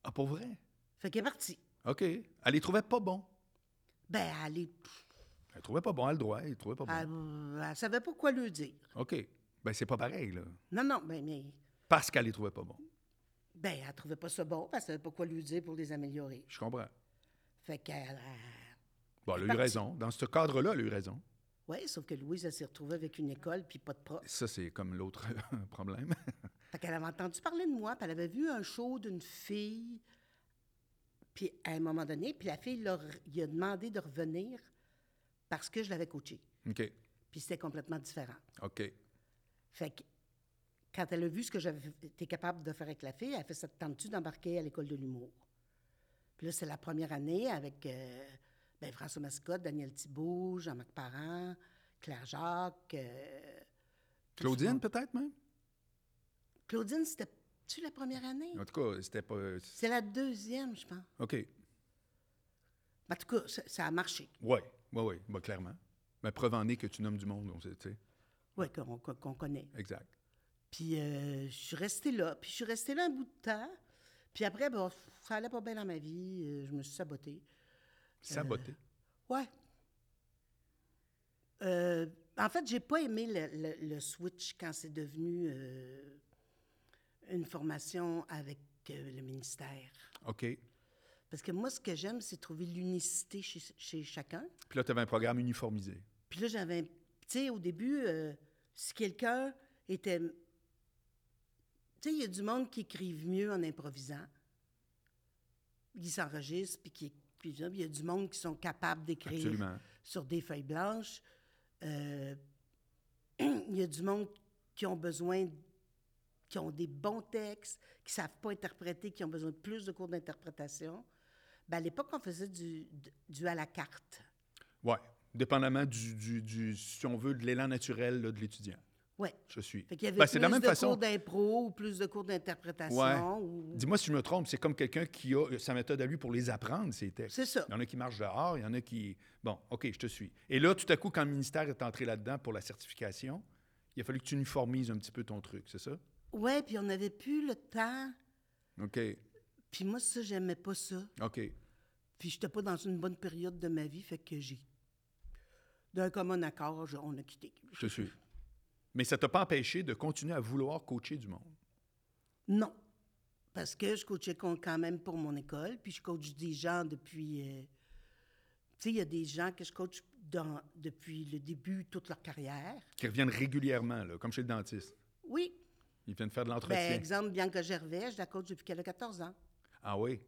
Speaker 1: Ah, pour vrai?
Speaker 2: Fait qu'elle est partie.
Speaker 1: OK. Elle les trouvait pas bons.
Speaker 2: Ben, elle, est- pff,
Speaker 1: Elle les trouvait pas bons, elle le droit, elle les trouvait pas bons.
Speaker 2: elle, elle savait pas quoi lui dire.
Speaker 1: OK. Ben, c'est pas pareil, là.
Speaker 2: Non, non, ben, mais.
Speaker 1: Parce qu'elle les trouvait pas bons.
Speaker 2: Ben, elle trouvait pas ça bon, parce qu'elle savait pas quoi lui dire pour les améliorer.
Speaker 1: Je comprends.
Speaker 2: Fait qu'elle. elle-
Speaker 1: Bon, elle a eu
Speaker 2: Parti.
Speaker 1: raison. Dans ce cadre-là, elle a eu raison.
Speaker 2: Oui, sauf que Louise, elle s'est retrouvée avec une école puis pas de prof.
Speaker 1: Ça, c'est comme l'autre problème.
Speaker 2: Fait qu'elle avait entendu parler de moi, puis elle avait vu un show d'une fille, puis à un moment donné, puis la fille leur, lui a demandé de revenir parce que je l'avais coachée.
Speaker 1: OK.
Speaker 2: Puis c'était complètement différent.
Speaker 1: OK.
Speaker 2: Fait que quand elle a vu ce que j'avais été capable de faire avec la fille, elle a fait cette tente d'embarquer à l'école de l'humour. Puis là, c'est la première année avec euh, ben, François Mascotte, Daniel Thibault, Jean-Marc Parent, Claire Jacques. euh, tout ce
Speaker 1: Claudine,
Speaker 2: monde.
Speaker 1: peut-être même?
Speaker 2: Claudine, c'était-tu la première année?
Speaker 1: En tout cas, c'était pas.
Speaker 2: C'est la deuxième, je pense.
Speaker 1: OK.
Speaker 2: En tout cas, ça, ça a marché.
Speaker 1: Ouais. Ouais, ouais. Bah, clairement. Mais preuve en est que tu nommes du monde, on sait, tu sais.
Speaker 2: Oui, qu'on qu'on- qu'on connaît.
Speaker 1: Exact.
Speaker 2: Puis euh, je suis restée là. Puis je suis restée là un bout de temps. Puis après, ben, ça allait pas bien dans ma vie. euh, Je me suis sabotée.
Speaker 1: Saboter.
Speaker 2: Ouais. Euh, en fait, j'ai pas aimé le, le- le switch quand c'est devenu euh, une formation avec euh, le ministère.
Speaker 1: OK. Puis
Speaker 2: Parce que moi, ce que j'aime, c'est trouver l'unicité chez, chez chacun.
Speaker 1: là, tu avais un programme uniformisé.
Speaker 2: Puis là, j'avais. un- Tu sais, au début, euh, si quelqu'un était. Tu sais, il y a du monde qui écrive mieux en improvisant. Ils s'enregistrent, puis qui. puis Il y a du monde qui sont capables d'écrire
Speaker 1: Absolument.
Speaker 2: sur des feuilles blanches. Euh, Il y a du monde qui ont besoin, qui ont des bons textes, qui savent pas interpréter, qui ont besoin de plus de cours d'interprétation. Ben, à l'époque, on faisait du- du à la carte.
Speaker 1: Oui, dépendamment du, du- du- si on veut, de l'élan naturel là, de l'étudiant.
Speaker 2: Ouais.
Speaker 1: Je suis.
Speaker 2: Fait qu'il y avait
Speaker 1: Ben,
Speaker 2: plus
Speaker 1: c'est de la même
Speaker 2: de cours
Speaker 1: façon.
Speaker 2: d'impro ou plus de cours d'interprétation. ou-
Speaker 1: Dis-moi si je me trompe, c'est comme quelqu'un qui a sa méthode à lui pour les apprendre, ces textes.
Speaker 2: C'est ça.
Speaker 1: Il y en a qui marchent dehors, il y en a qui. Bon, OK, je te suis. Et là, tout à coup, quand le ministère est entré là-dedans pour la certification, il a fallu que tu uniformises un petit peu ton truc, c'est ça?
Speaker 2: Ouais, puis on n'avait plus le temps.
Speaker 1: OK.
Speaker 2: Puis moi, ça, j'aimais pas ça.
Speaker 1: OK.
Speaker 2: Puis j'étais pas dans une bonne période de ma vie, fait que j'ai... D'un commun accord, je- on a quitté.
Speaker 1: Je te suis. Mais ça t'a pas empêché de continuer à vouloir coacher du monde.
Speaker 2: Non. Parce que je coachais con- quand même pour mon école, puis je coach des gens depuis... euh, Tu sais, il y a des gens que je coach dans- depuis le début, toute leur carrière.
Speaker 1: Qui reviennent régulièrement, là, comme chez le dentiste.
Speaker 2: Oui.
Speaker 1: Ils viennent faire de
Speaker 2: Par
Speaker 1: l'entretien.
Speaker 2: exemple, Bianca Gervais, je la coach depuis qu'elle a 14 ans.
Speaker 1: ah oui.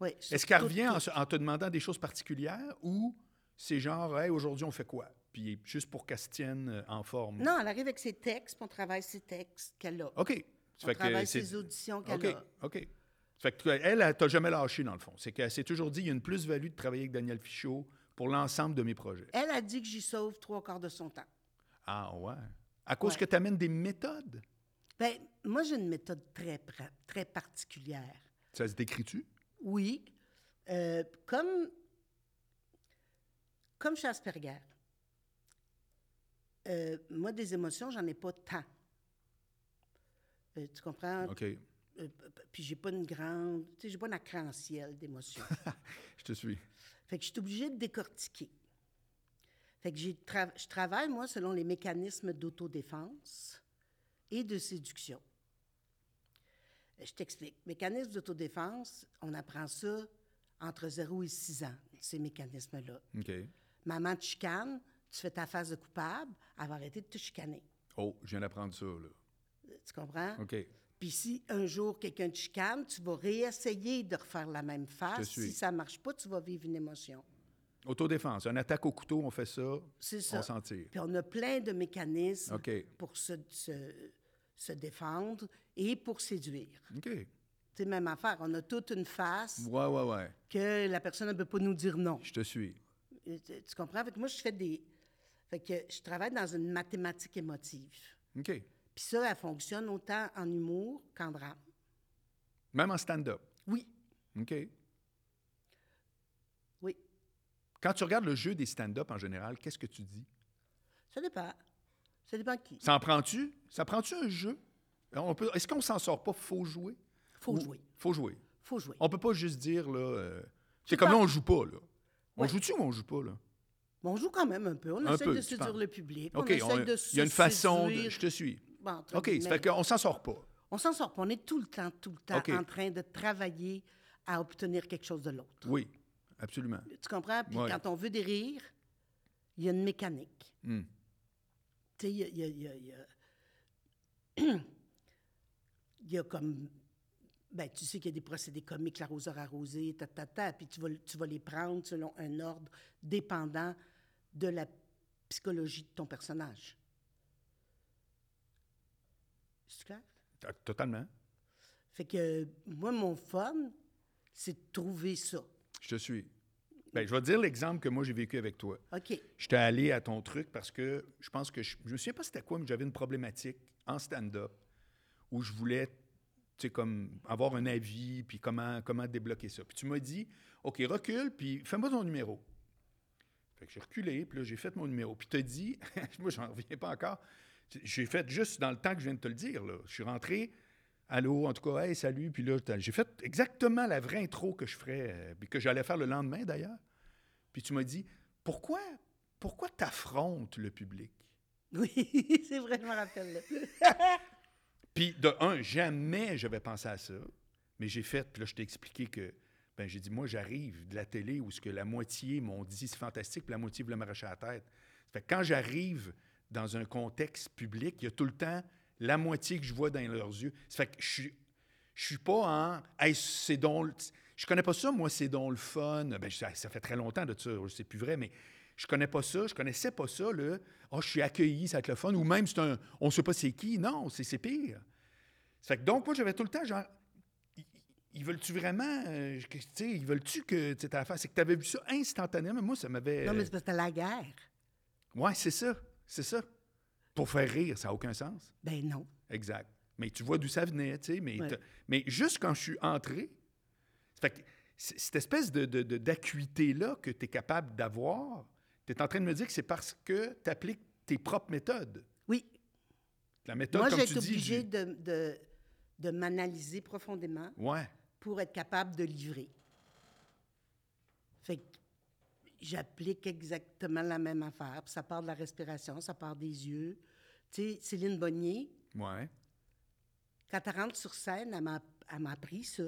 Speaker 2: Oui.
Speaker 1: Est-ce qu'elle revient en, se- en te demandant des choses particulières ou c'est genre, hey, aujourd'hui, on fait quoi? Puis juste pour qu'elle se tienne euh, en forme.
Speaker 2: Non, elle arrive avec ses textes, puis on travaille ses textes qu'elle a.
Speaker 1: OK. Ça
Speaker 2: On
Speaker 1: fait que
Speaker 2: travaille
Speaker 1: c'est-
Speaker 2: ses auditions qu'elle
Speaker 1: OK.
Speaker 2: a.
Speaker 1: OK. Ça fait que elle, elle, elle t'a jamais lâché, dans le fond. C'est qu'elle s'est toujours dit, il y a une plus-value de travailler avec Daniel Fichot pour l'ensemble de mes projets.
Speaker 2: Elle a dit que j'y sauve trois quarts de son temps.
Speaker 1: Ah ouais. À cause
Speaker 2: Ouais.
Speaker 1: que tu amènes des méthodes.
Speaker 2: Ben, moi, j'ai une méthode très, pra- très particulière.
Speaker 1: Ça se décrit-tu?
Speaker 2: Oui, euh, comme, comme chez Asperger, euh, moi, des émotions, j'en ai pas tant. Euh, tu comprends?
Speaker 1: OK.
Speaker 2: Euh, p- p- puis j'ai pas une grande, tu sais, j'ai pas une accrancielle d'émotions.
Speaker 1: Je te suis.
Speaker 2: Fait que je suis obligée de décortiquer. Fait que j'ai tra- je travaille, moi, selon les mécanismes d'autodéfense et de séduction. Je t'explique. Mécanisme d'autodéfense, on apprend ça entre 0 et 6 ans, ces mécanismes-là.
Speaker 1: OK.
Speaker 2: Maman te chicane, tu fais ta phase de coupable, elle va arrêter de te chicaner.
Speaker 1: Oh, je viens d'apprendre ça, là.
Speaker 2: Euh, Tu comprends?
Speaker 1: OK.
Speaker 2: Puis si un jour quelqu'un te chicane, tu vas réessayer de refaire la même phase.
Speaker 1: suis.
Speaker 2: Si ça ne marche pas, tu vas vivre une émotion.
Speaker 1: Autodéfense. Une attaque au couteau, on fait ça.
Speaker 2: C'est ça.
Speaker 1: On s'en tire.
Speaker 2: Puis on a plein de mécanismes
Speaker 1: OK.
Speaker 2: pour se, se- se défendre et pour séduire.
Speaker 1: OK. Ouais,
Speaker 2: C'est même affaire. On a toute une face
Speaker 1: ouais, ouais.
Speaker 2: que la personne ne peut pas nous dire non.
Speaker 1: Je te suis.
Speaker 2: Euh, Tu tu comprends? Fait que moi, je fais des. Fait que je travaille dans une mathématique émotive.
Speaker 1: OK.
Speaker 2: Puis ça, elle fonctionne autant en humour qu'en drame.
Speaker 1: Même en stand-up.
Speaker 2: Oui,
Speaker 1: OK.
Speaker 2: oui.
Speaker 1: Quand tu regardes le jeu des stand-up en général, qu'est-ce que tu dis?
Speaker 2: Ça dépend. Ça dépend qui.
Speaker 1: Ça en prend-tu? Ça prend-tu un jeu? Euh, On peut... Est-ce qu'on s'en sort pas? Faut jouer?
Speaker 2: Faut
Speaker 1: Ou-
Speaker 2: jouer.
Speaker 1: Faut jouer.
Speaker 2: Faut jouer.
Speaker 1: On peut pas juste dire, là... euh, C'est
Speaker 2: sais
Speaker 1: comme
Speaker 2: pas.
Speaker 1: là, on joue pas, là. On
Speaker 2: Ouais.
Speaker 1: joue-tu ou on joue pas, là?
Speaker 2: Mais on joue quand même un peu. On
Speaker 1: Un
Speaker 2: essaie
Speaker 1: peu,
Speaker 2: de
Speaker 1: tu
Speaker 2: séduire
Speaker 1: parles.
Speaker 2: le public.
Speaker 1: OK.
Speaker 2: on
Speaker 1: on-
Speaker 2: essaie
Speaker 1: Il
Speaker 2: de
Speaker 1: y a une
Speaker 2: se
Speaker 1: façon de...
Speaker 2: séduire.
Speaker 1: Je te suis.
Speaker 2: Bon, entre
Speaker 1: OK. Ça
Speaker 2: guillemets.
Speaker 1: fait qu'on s'en sort pas.
Speaker 2: On s'en sort pas. On est tout le temps, tout le temps
Speaker 1: OK.
Speaker 2: en train de travailler à obtenir quelque chose de l'autre.
Speaker 1: Oui. Absolument.
Speaker 2: Tu comprends? Puis
Speaker 1: Ouais.
Speaker 2: quand on veut des rires, il y a une mécanique.
Speaker 1: Hmm.
Speaker 2: Tu sais, il y a- il y a- il y a- il y a... il y a comme... Ben, tu sais qu'il y a des procédés comiques, l'arroseur arrosé, ta, ta, ta, puis tu vas, tu vas les prendre selon un ordre dépendant de la psychologie de ton personnage. C'est clair?
Speaker 1: T- Totalement.
Speaker 2: Fait que moi, mon fun, c'est de trouver ça.
Speaker 1: Je te suis. Ben, je vais te dire l'exemple que moi j'ai vécu avec toi.
Speaker 2: OK.
Speaker 1: J'étais allé à ton truc parce que je pense que je, je me souviens pas c'était quoi, mais j'avais une problématique en stand-up où je voulais, tu sais, comme avoir un avis puis comment comment débloquer ça. Puis tu m'as dit, ok, recule puis fais-moi ton numéro. Fait que j'ai reculé puis là j'ai fait mon numéro. Puis t'as dit, moi j'en reviens pas encore. J'ai fait juste dans le temps que je viens de te le dire là. Je suis rentré. Allô, en tout cas, hey, salut. Puis là, t'as- j'ai fait exactement la vraie intro que je ferais, euh, puis que j'allais faire le lendemain d'ailleurs. Puis tu m'as dit, pourquoi, pourquoi t'affrontes le public?
Speaker 2: Oui, c'est vrai, je me rappelle. là.
Speaker 1: Euh. Puis de un, jamais j'avais pensé à ça, mais j'ai fait, puis là, je t'ai expliqué que, ben j'ai dit, moi, j'arrive de la télé où ce que la moitié m'ont dit, c'est fantastique, puis la moitié voulait m'arracher la tête. Fait que quand j'arrive dans un contexte public, il y a tout le temps la moitié que je vois dans leurs yeux. Ça fait que je suis, je suis pas en, hey, c'est donc, le- je connais pas ça, moi, c'est donc le fun. Ben, ça, ça fait très longtemps de ça, c'est plus vrai, mais je connais pas ça, je connaissais pas ça, là. Oh, je suis accueilli, ça va être le fun, ou même c'est un, on sait pas c'est qui. Non, c'est c'est pire. Ça fait que donc, moi, j'avais tout le temps, genre, ils- ils veulent-tu vraiment, euh, que- tu sais, ils veulent-tu que, tu sais, ta affaire, c'est que tu avais vu ça instantanément. Moi, ça m'avait.
Speaker 2: Non, mais c'est parce que c'était la guerre.
Speaker 1: Ouais, c'est ça. C'est ça. pour faire rire, ça n'a aucun sens.
Speaker 2: Ben non.
Speaker 1: Exact. Mais tu vois d'où ça venait, tu sais. Mais,
Speaker 2: Ouais.
Speaker 1: t'as- mais juste quand je suis entré, fait que c- cette espèce de, de- de- d'acuité-là que tu es capable d'avoir, tu es en train de me dire que c'est parce que tu appliques tes propres méthodes.
Speaker 2: Oui.
Speaker 1: La méthode,
Speaker 2: Moi,
Speaker 1: comme
Speaker 2: j'ai
Speaker 1: tu
Speaker 2: été
Speaker 1: dis...
Speaker 2: obligée
Speaker 1: du-
Speaker 2: de, de, de m'analyser profondément
Speaker 1: Ouais.
Speaker 2: pour être capable de livrer. Fait que j'applique exactement la même affaire. Puis ça part de la respiration, ça part des yeux. Tu sais, Céline Bonnier,
Speaker 1: Ouais.
Speaker 2: quand elle rentre sur scène, elle m'a- elle m'a appris ça.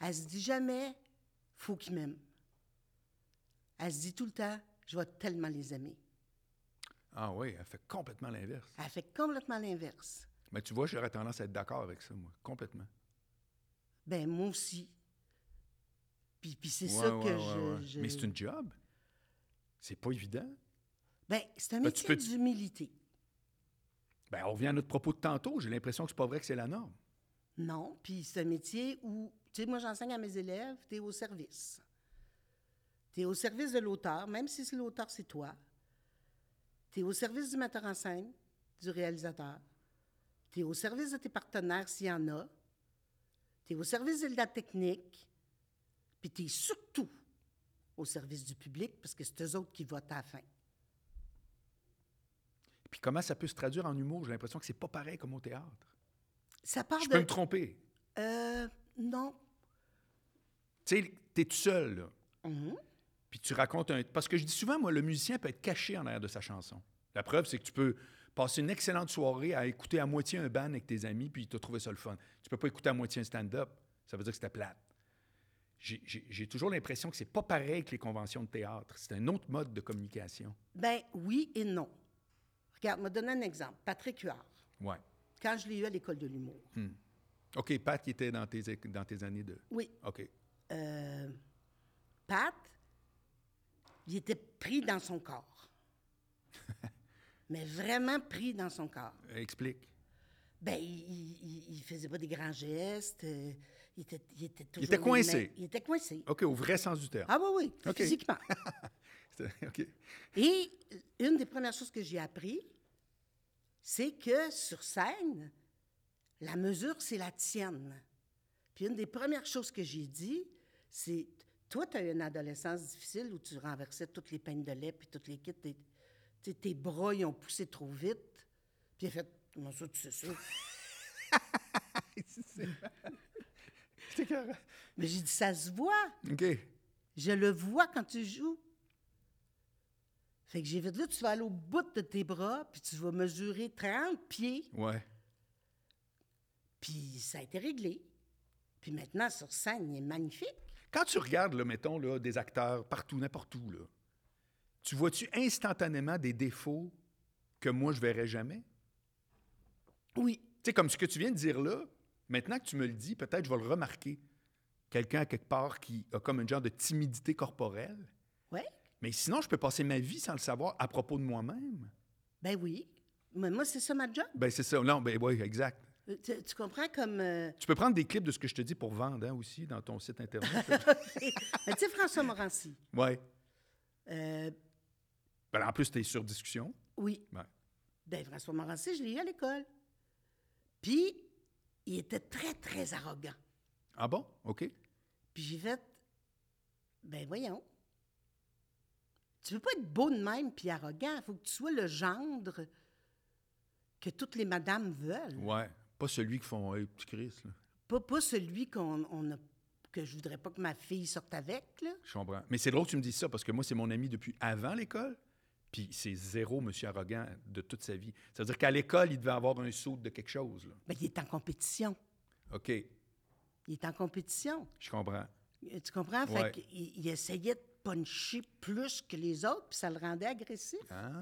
Speaker 2: Elle se dit jamais, faut qu'ils m'aiment. Elle se dit tout le temps, je vais tellement les aimer.
Speaker 1: Ah oui, elle fait complètement l'inverse.
Speaker 2: Elle fait complètement l'inverse.
Speaker 1: Mais tu vois, j'aurais tendance à être d'accord avec ça, moi. Complètement.
Speaker 2: Ben moi aussi. Puis, puis c'est
Speaker 1: Ouais,
Speaker 2: ça
Speaker 1: ouais,
Speaker 2: que
Speaker 1: ouais,
Speaker 2: je,
Speaker 1: ouais.
Speaker 2: je-
Speaker 1: Mais c'est une job. C'est pas évident.
Speaker 2: Ben, c'est un
Speaker 1: Ben, tu
Speaker 2: métier
Speaker 1: peux-
Speaker 2: d'humilité.
Speaker 1: Ben, on revient à notre propos de tantôt. J'ai l'impression que c'est pas vrai que c'est la norme.
Speaker 2: Non, puis c'est un métier où, tu sais, moi j'enseigne à mes élèves, tu es au service. Tu es au service de l'auteur, même si c'est l'auteur, c'est toi. Tu es au service du metteur en scène, du réalisateur. Tu es au service de tes partenaires s'il y en a. Tu es au service de la technique. Puis tu es surtout au service du public parce que c'est eux autres qui votent à la fin.
Speaker 1: Puis comment ça peut se traduire en humour? J'ai l'impression que c'est pas pareil comme au théâtre.
Speaker 2: Ça part
Speaker 1: Je
Speaker 2: de.
Speaker 1: peux me tromper.
Speaker 2: Euh, non.
Speaker 1: Tu sais, t'es tout seul, là.
Speaker 2: Mhm.
Speaker 1: Puis tu racontes un. Parce que je dis souvent, moi, le musicien peut être caché en arrière de sa chanson. La preuve, c'est que tu peux passer une excellente soirée à écouter à moitié un band avec tes amis, puis tu as trouvé ça le fun. Tu peux pas écouter à moitié un stand-up. Ça veut dire que c'était plate. J'ai- J'ai j'ai toujours l'impression que c'est pas pareil que les conventions de théâtre. C'est un autre mode de communication.
Speaker 2: Ben oui et non. Regarde, me donner un exemple. Patrick Huard,
Speaker 1: Ouais.
Speaker 2: quand je l'ai eu à l'école de l'humour.
Speaker 1: OK, Pat, qui était dans tes, éc- dans tes années de.
Speaker 2: Oui,
Speaker 1: OK.
Speaker 2: euh, Pat, il était pris dans son corps. Mais vraiment pris dans son corps.
Speaker 1: Euh, Explique.
Speaker 2: Ben, il, il- il- il faisait pas des grands gestes. euh, il, était, il était toujours.
Speaker 1: était
Speaker 2: les
Speaker 1: coincé.
Speaker 2: mains- Il était coincé.
Speaker 1: OK, au vrai sens du terme.
Speaker 2: Ah oui, oui,
Speaker 1: OK.
Speaker 2: physiquement.
Speaker 1: C'était- OK.
Speaker 2: Et une des premières choses que j'ai appris, c'est que sur scène, la mesure, c'est la tienne. Puis une des premières choses que j'ai dit, c'est Toi, tu as eu une adolescence difficile où tu renversais toutes les peignes de lait puis toutes les kits. Tes, tu sais, tes bras, ils ont poussé trop vite. Puis il a fait Non, ça, tu sais ça.
Speaker 1: C'était carré.
Speaker 2: Mais j'ai dit Ça se voit.
Speaker 1: OK.
Speaker 2: Je le vois quand tu joues. Fait que j'ai vite là, tu vas aller au bout de tes bras, puis tu vas mesurer 30 pieds.
Speaker 1: Ouais.
Speaker 2: Puis ça a été réglé. Puis maintenant, sur scène, il est magnifique.
Speaker 1: Quand tu regardes, là, mettons, là, des acteurs partout, n'importe où, là, tu vois-tu instantanément des défauts que moi, je verrais jamais?
Speaker 2: Oui.
Speaker 1: Tu sais, comme ce que tu viens de dire là, maintenant que tu me le dis, peut-être je vais le remarquer. Quelqu'un, à quelque part, qui a comme un genre de timidité corporelle.
Speaker 2: Ouais.
Speaker 1: Mais sinon, je peux passer ma vie sans le savoir à propos de moi-même.
Speaker 2: Ben oui. Mais moi, c'est ça ma job.
Speaker 1: Ben, c'est ça. Non, ben oui, exact.
Speaker 2: Euh, Tu, tu comprends comme. euh,
Speaker 1: Tu peux prendre des clips de ce que je te dis pour vendre hein, aussi dans ton site Internet.
Speaker 2: Mais tu sais, François Morancy.
Speaker 1: oui.
Speaker 2: euh,
Speaker 1: Ben, en plus, tu es sur discussion.
Speaker 2: oui.
Speaker 1: Ouais.
Speaker 2: Ben, François Morancy, je l'ai eu à l'école. Puis, il était très, très arrogant.
Speaker 1: Ah bon? OK.
Speaker 2: Puis j'ai fait. Ben voyons. Tu veux pas être beau de même puis arrogant. faut que tu sois le gendre que toutes les madames veulent.
Speaker 1: Ouais. Pas celui qui font Hey, petit Chris, là.
Speaker 2: Pas, pas celui qu'on on a- que je voudrais pas que ma fille sorte avec, là.
Speaker 1: Je comprends. Mais c'est drôle que tu me dises ça parce que moi, c'est mon ami depuis avant l'école. Puis c'est zéro monsieur arrogant de toute sa vie. Ça veut dire qu'à l'école, il devait avoir un saut de quelque chose. là.
Speaker 2: Ben, il est en compétition.
Speaker 1: OK,
Speaker 2: Il est en compétition.
Speaker 1: je comprends.
Speaker 2: Euh, Tu comprends?
Speaker 1: Ouais.
Speaker 2: Fait qu'il il essayait de puncher plus que les autres, puis ça le rendait agressif.
Speaker 1: Ah,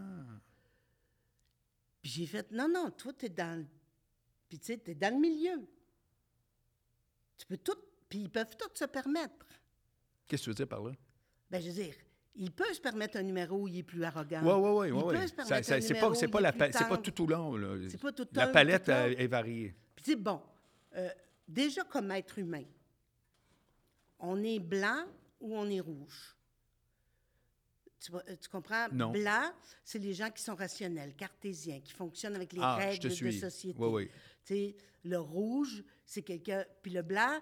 Speaker 2: Puis j'ai fait, non, non, toi, t'es dans le... Puis tu sais, t'es dans le milieu. Tu peux tout... Puis ils peuvent tout se permettre.
Speaker 1: qu'est-ce que tu veux dire par là?
Speaker 2: Ben, je veux dire, ils peuvent se permettre un numéro où il est plus arrogant.
Speaker 1: Oui, oui, oui.
Speaker 2: Ils
Speaker 1: oui,
Speaker 2: peuvent Ah. se
Speaker 1: oui.
Speaker 2: permettre
Speaker 1: c'est pas,
Speaker 2: un numéro
Speaker 1: c'est
Speaker 2: où
Speaker 1: pas,
Speaker 2: il est
Speaker 1: la
Speaker 2: plus
Speaker 1: pa- c'est pas
Speaker 2: tendre.
Speaker 1: tout au long. là.
Speaker 2: C'est pas tout
Speaker 1: la
Speaker 2: un,
Speaker 1: palette euh,
Speaker 2: tout un.
Speaker 1: elle, est variée.
Speaker 2: Puis tu sais, bon, euh, déjà comme être humain, on est blanc ou on est rouge. Tu, vois, euh, tu comprends?
Speaker 1: Non.
Speaker 2: Blanc, c'est les gens qui sont rationnels, cartésiens, qui fonctionnent avec les
Speaker 1: ah, je te
Speaker 2: règles de
Speaker 1: suis.
Speaker 2: société.
Speaker 1: Oui, oui.
Speaker 2: Tu sais, le rouge, c'est quelqu'un. Puis le blanc,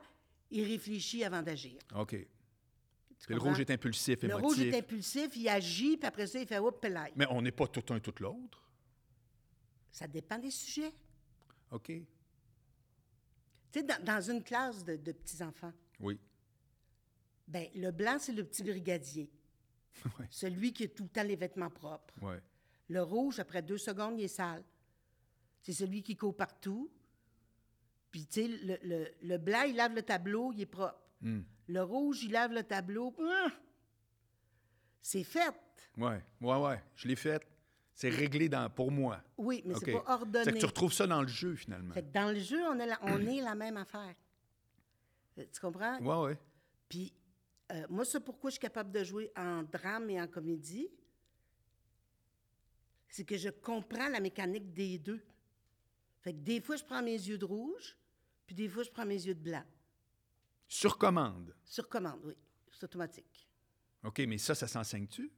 Speaker 2: il réfléchit avant d'agir.
Speaker 1: OK.
Speaker 2: Tu
Speaker 1: Puis le
Speaker 2: comprends?
Speaker 1: rouge est impulsif,
Speaker 2: Le
Speaker 1: émotif.
Speaker 2: rouge est impulsif, il agit, puis après ça, il fait oups, pelaille.
Speaker 1: Mais on n'est pas tout un tout l'autre.
Speaker 2: Ça dépend des sujets.
Speaker 1: OK.
Speaker 2: Tu sais, dans, dans une classe de, de petits-enfants,
Speaker 1: Oui.
Speaker 2: ben le blanc, c'est le petit brigadier.
Speaker 1: Ouais.
Speaker 2: Celui qui a tout le temps les vêtements propres.
Speaker 1: Oui.
Speaker 2: Le rouge, après deux secondes, il est sale. C'est celui qui court partout. Puis, tu sais, le, le- le blanc, il lave le tableau, il est propre.
Speaker 1: Hum.
Speaker 2: Le rouge, il lave le tableau. hum, C'est fait.
Speaker 1: Oui, oui, oui. Je l'ai faite. C'est réglé dans, pour moi.
Speaker 2: Oui, mais c'est
Speaker 1: OK.
Speaker 2: pas ordonné.
Speaker 1: C'est que tu retrouves ça dans le jeu, finalement.
Speaker 2: Fait que dans le jeu, on est la, on est la même affaire. Euh, Tu comprends?
Speaker 1: Oui, oui.
Speaker 2: Puis, euh, moi, c'est pourquoi je suis capable de jouer en drame et en comédie. C'est que je comprends la mécanique des deux. Fait que des fois, je prends mes yeux de rouge, puis des fois, je prends mes yeux de blanc.
Speaker 1: Sur commande.
Speaker 2: Sur commande, oui. C'est automatique.
Speaker 1: OK, mais ça, ça s'enseigne-tu?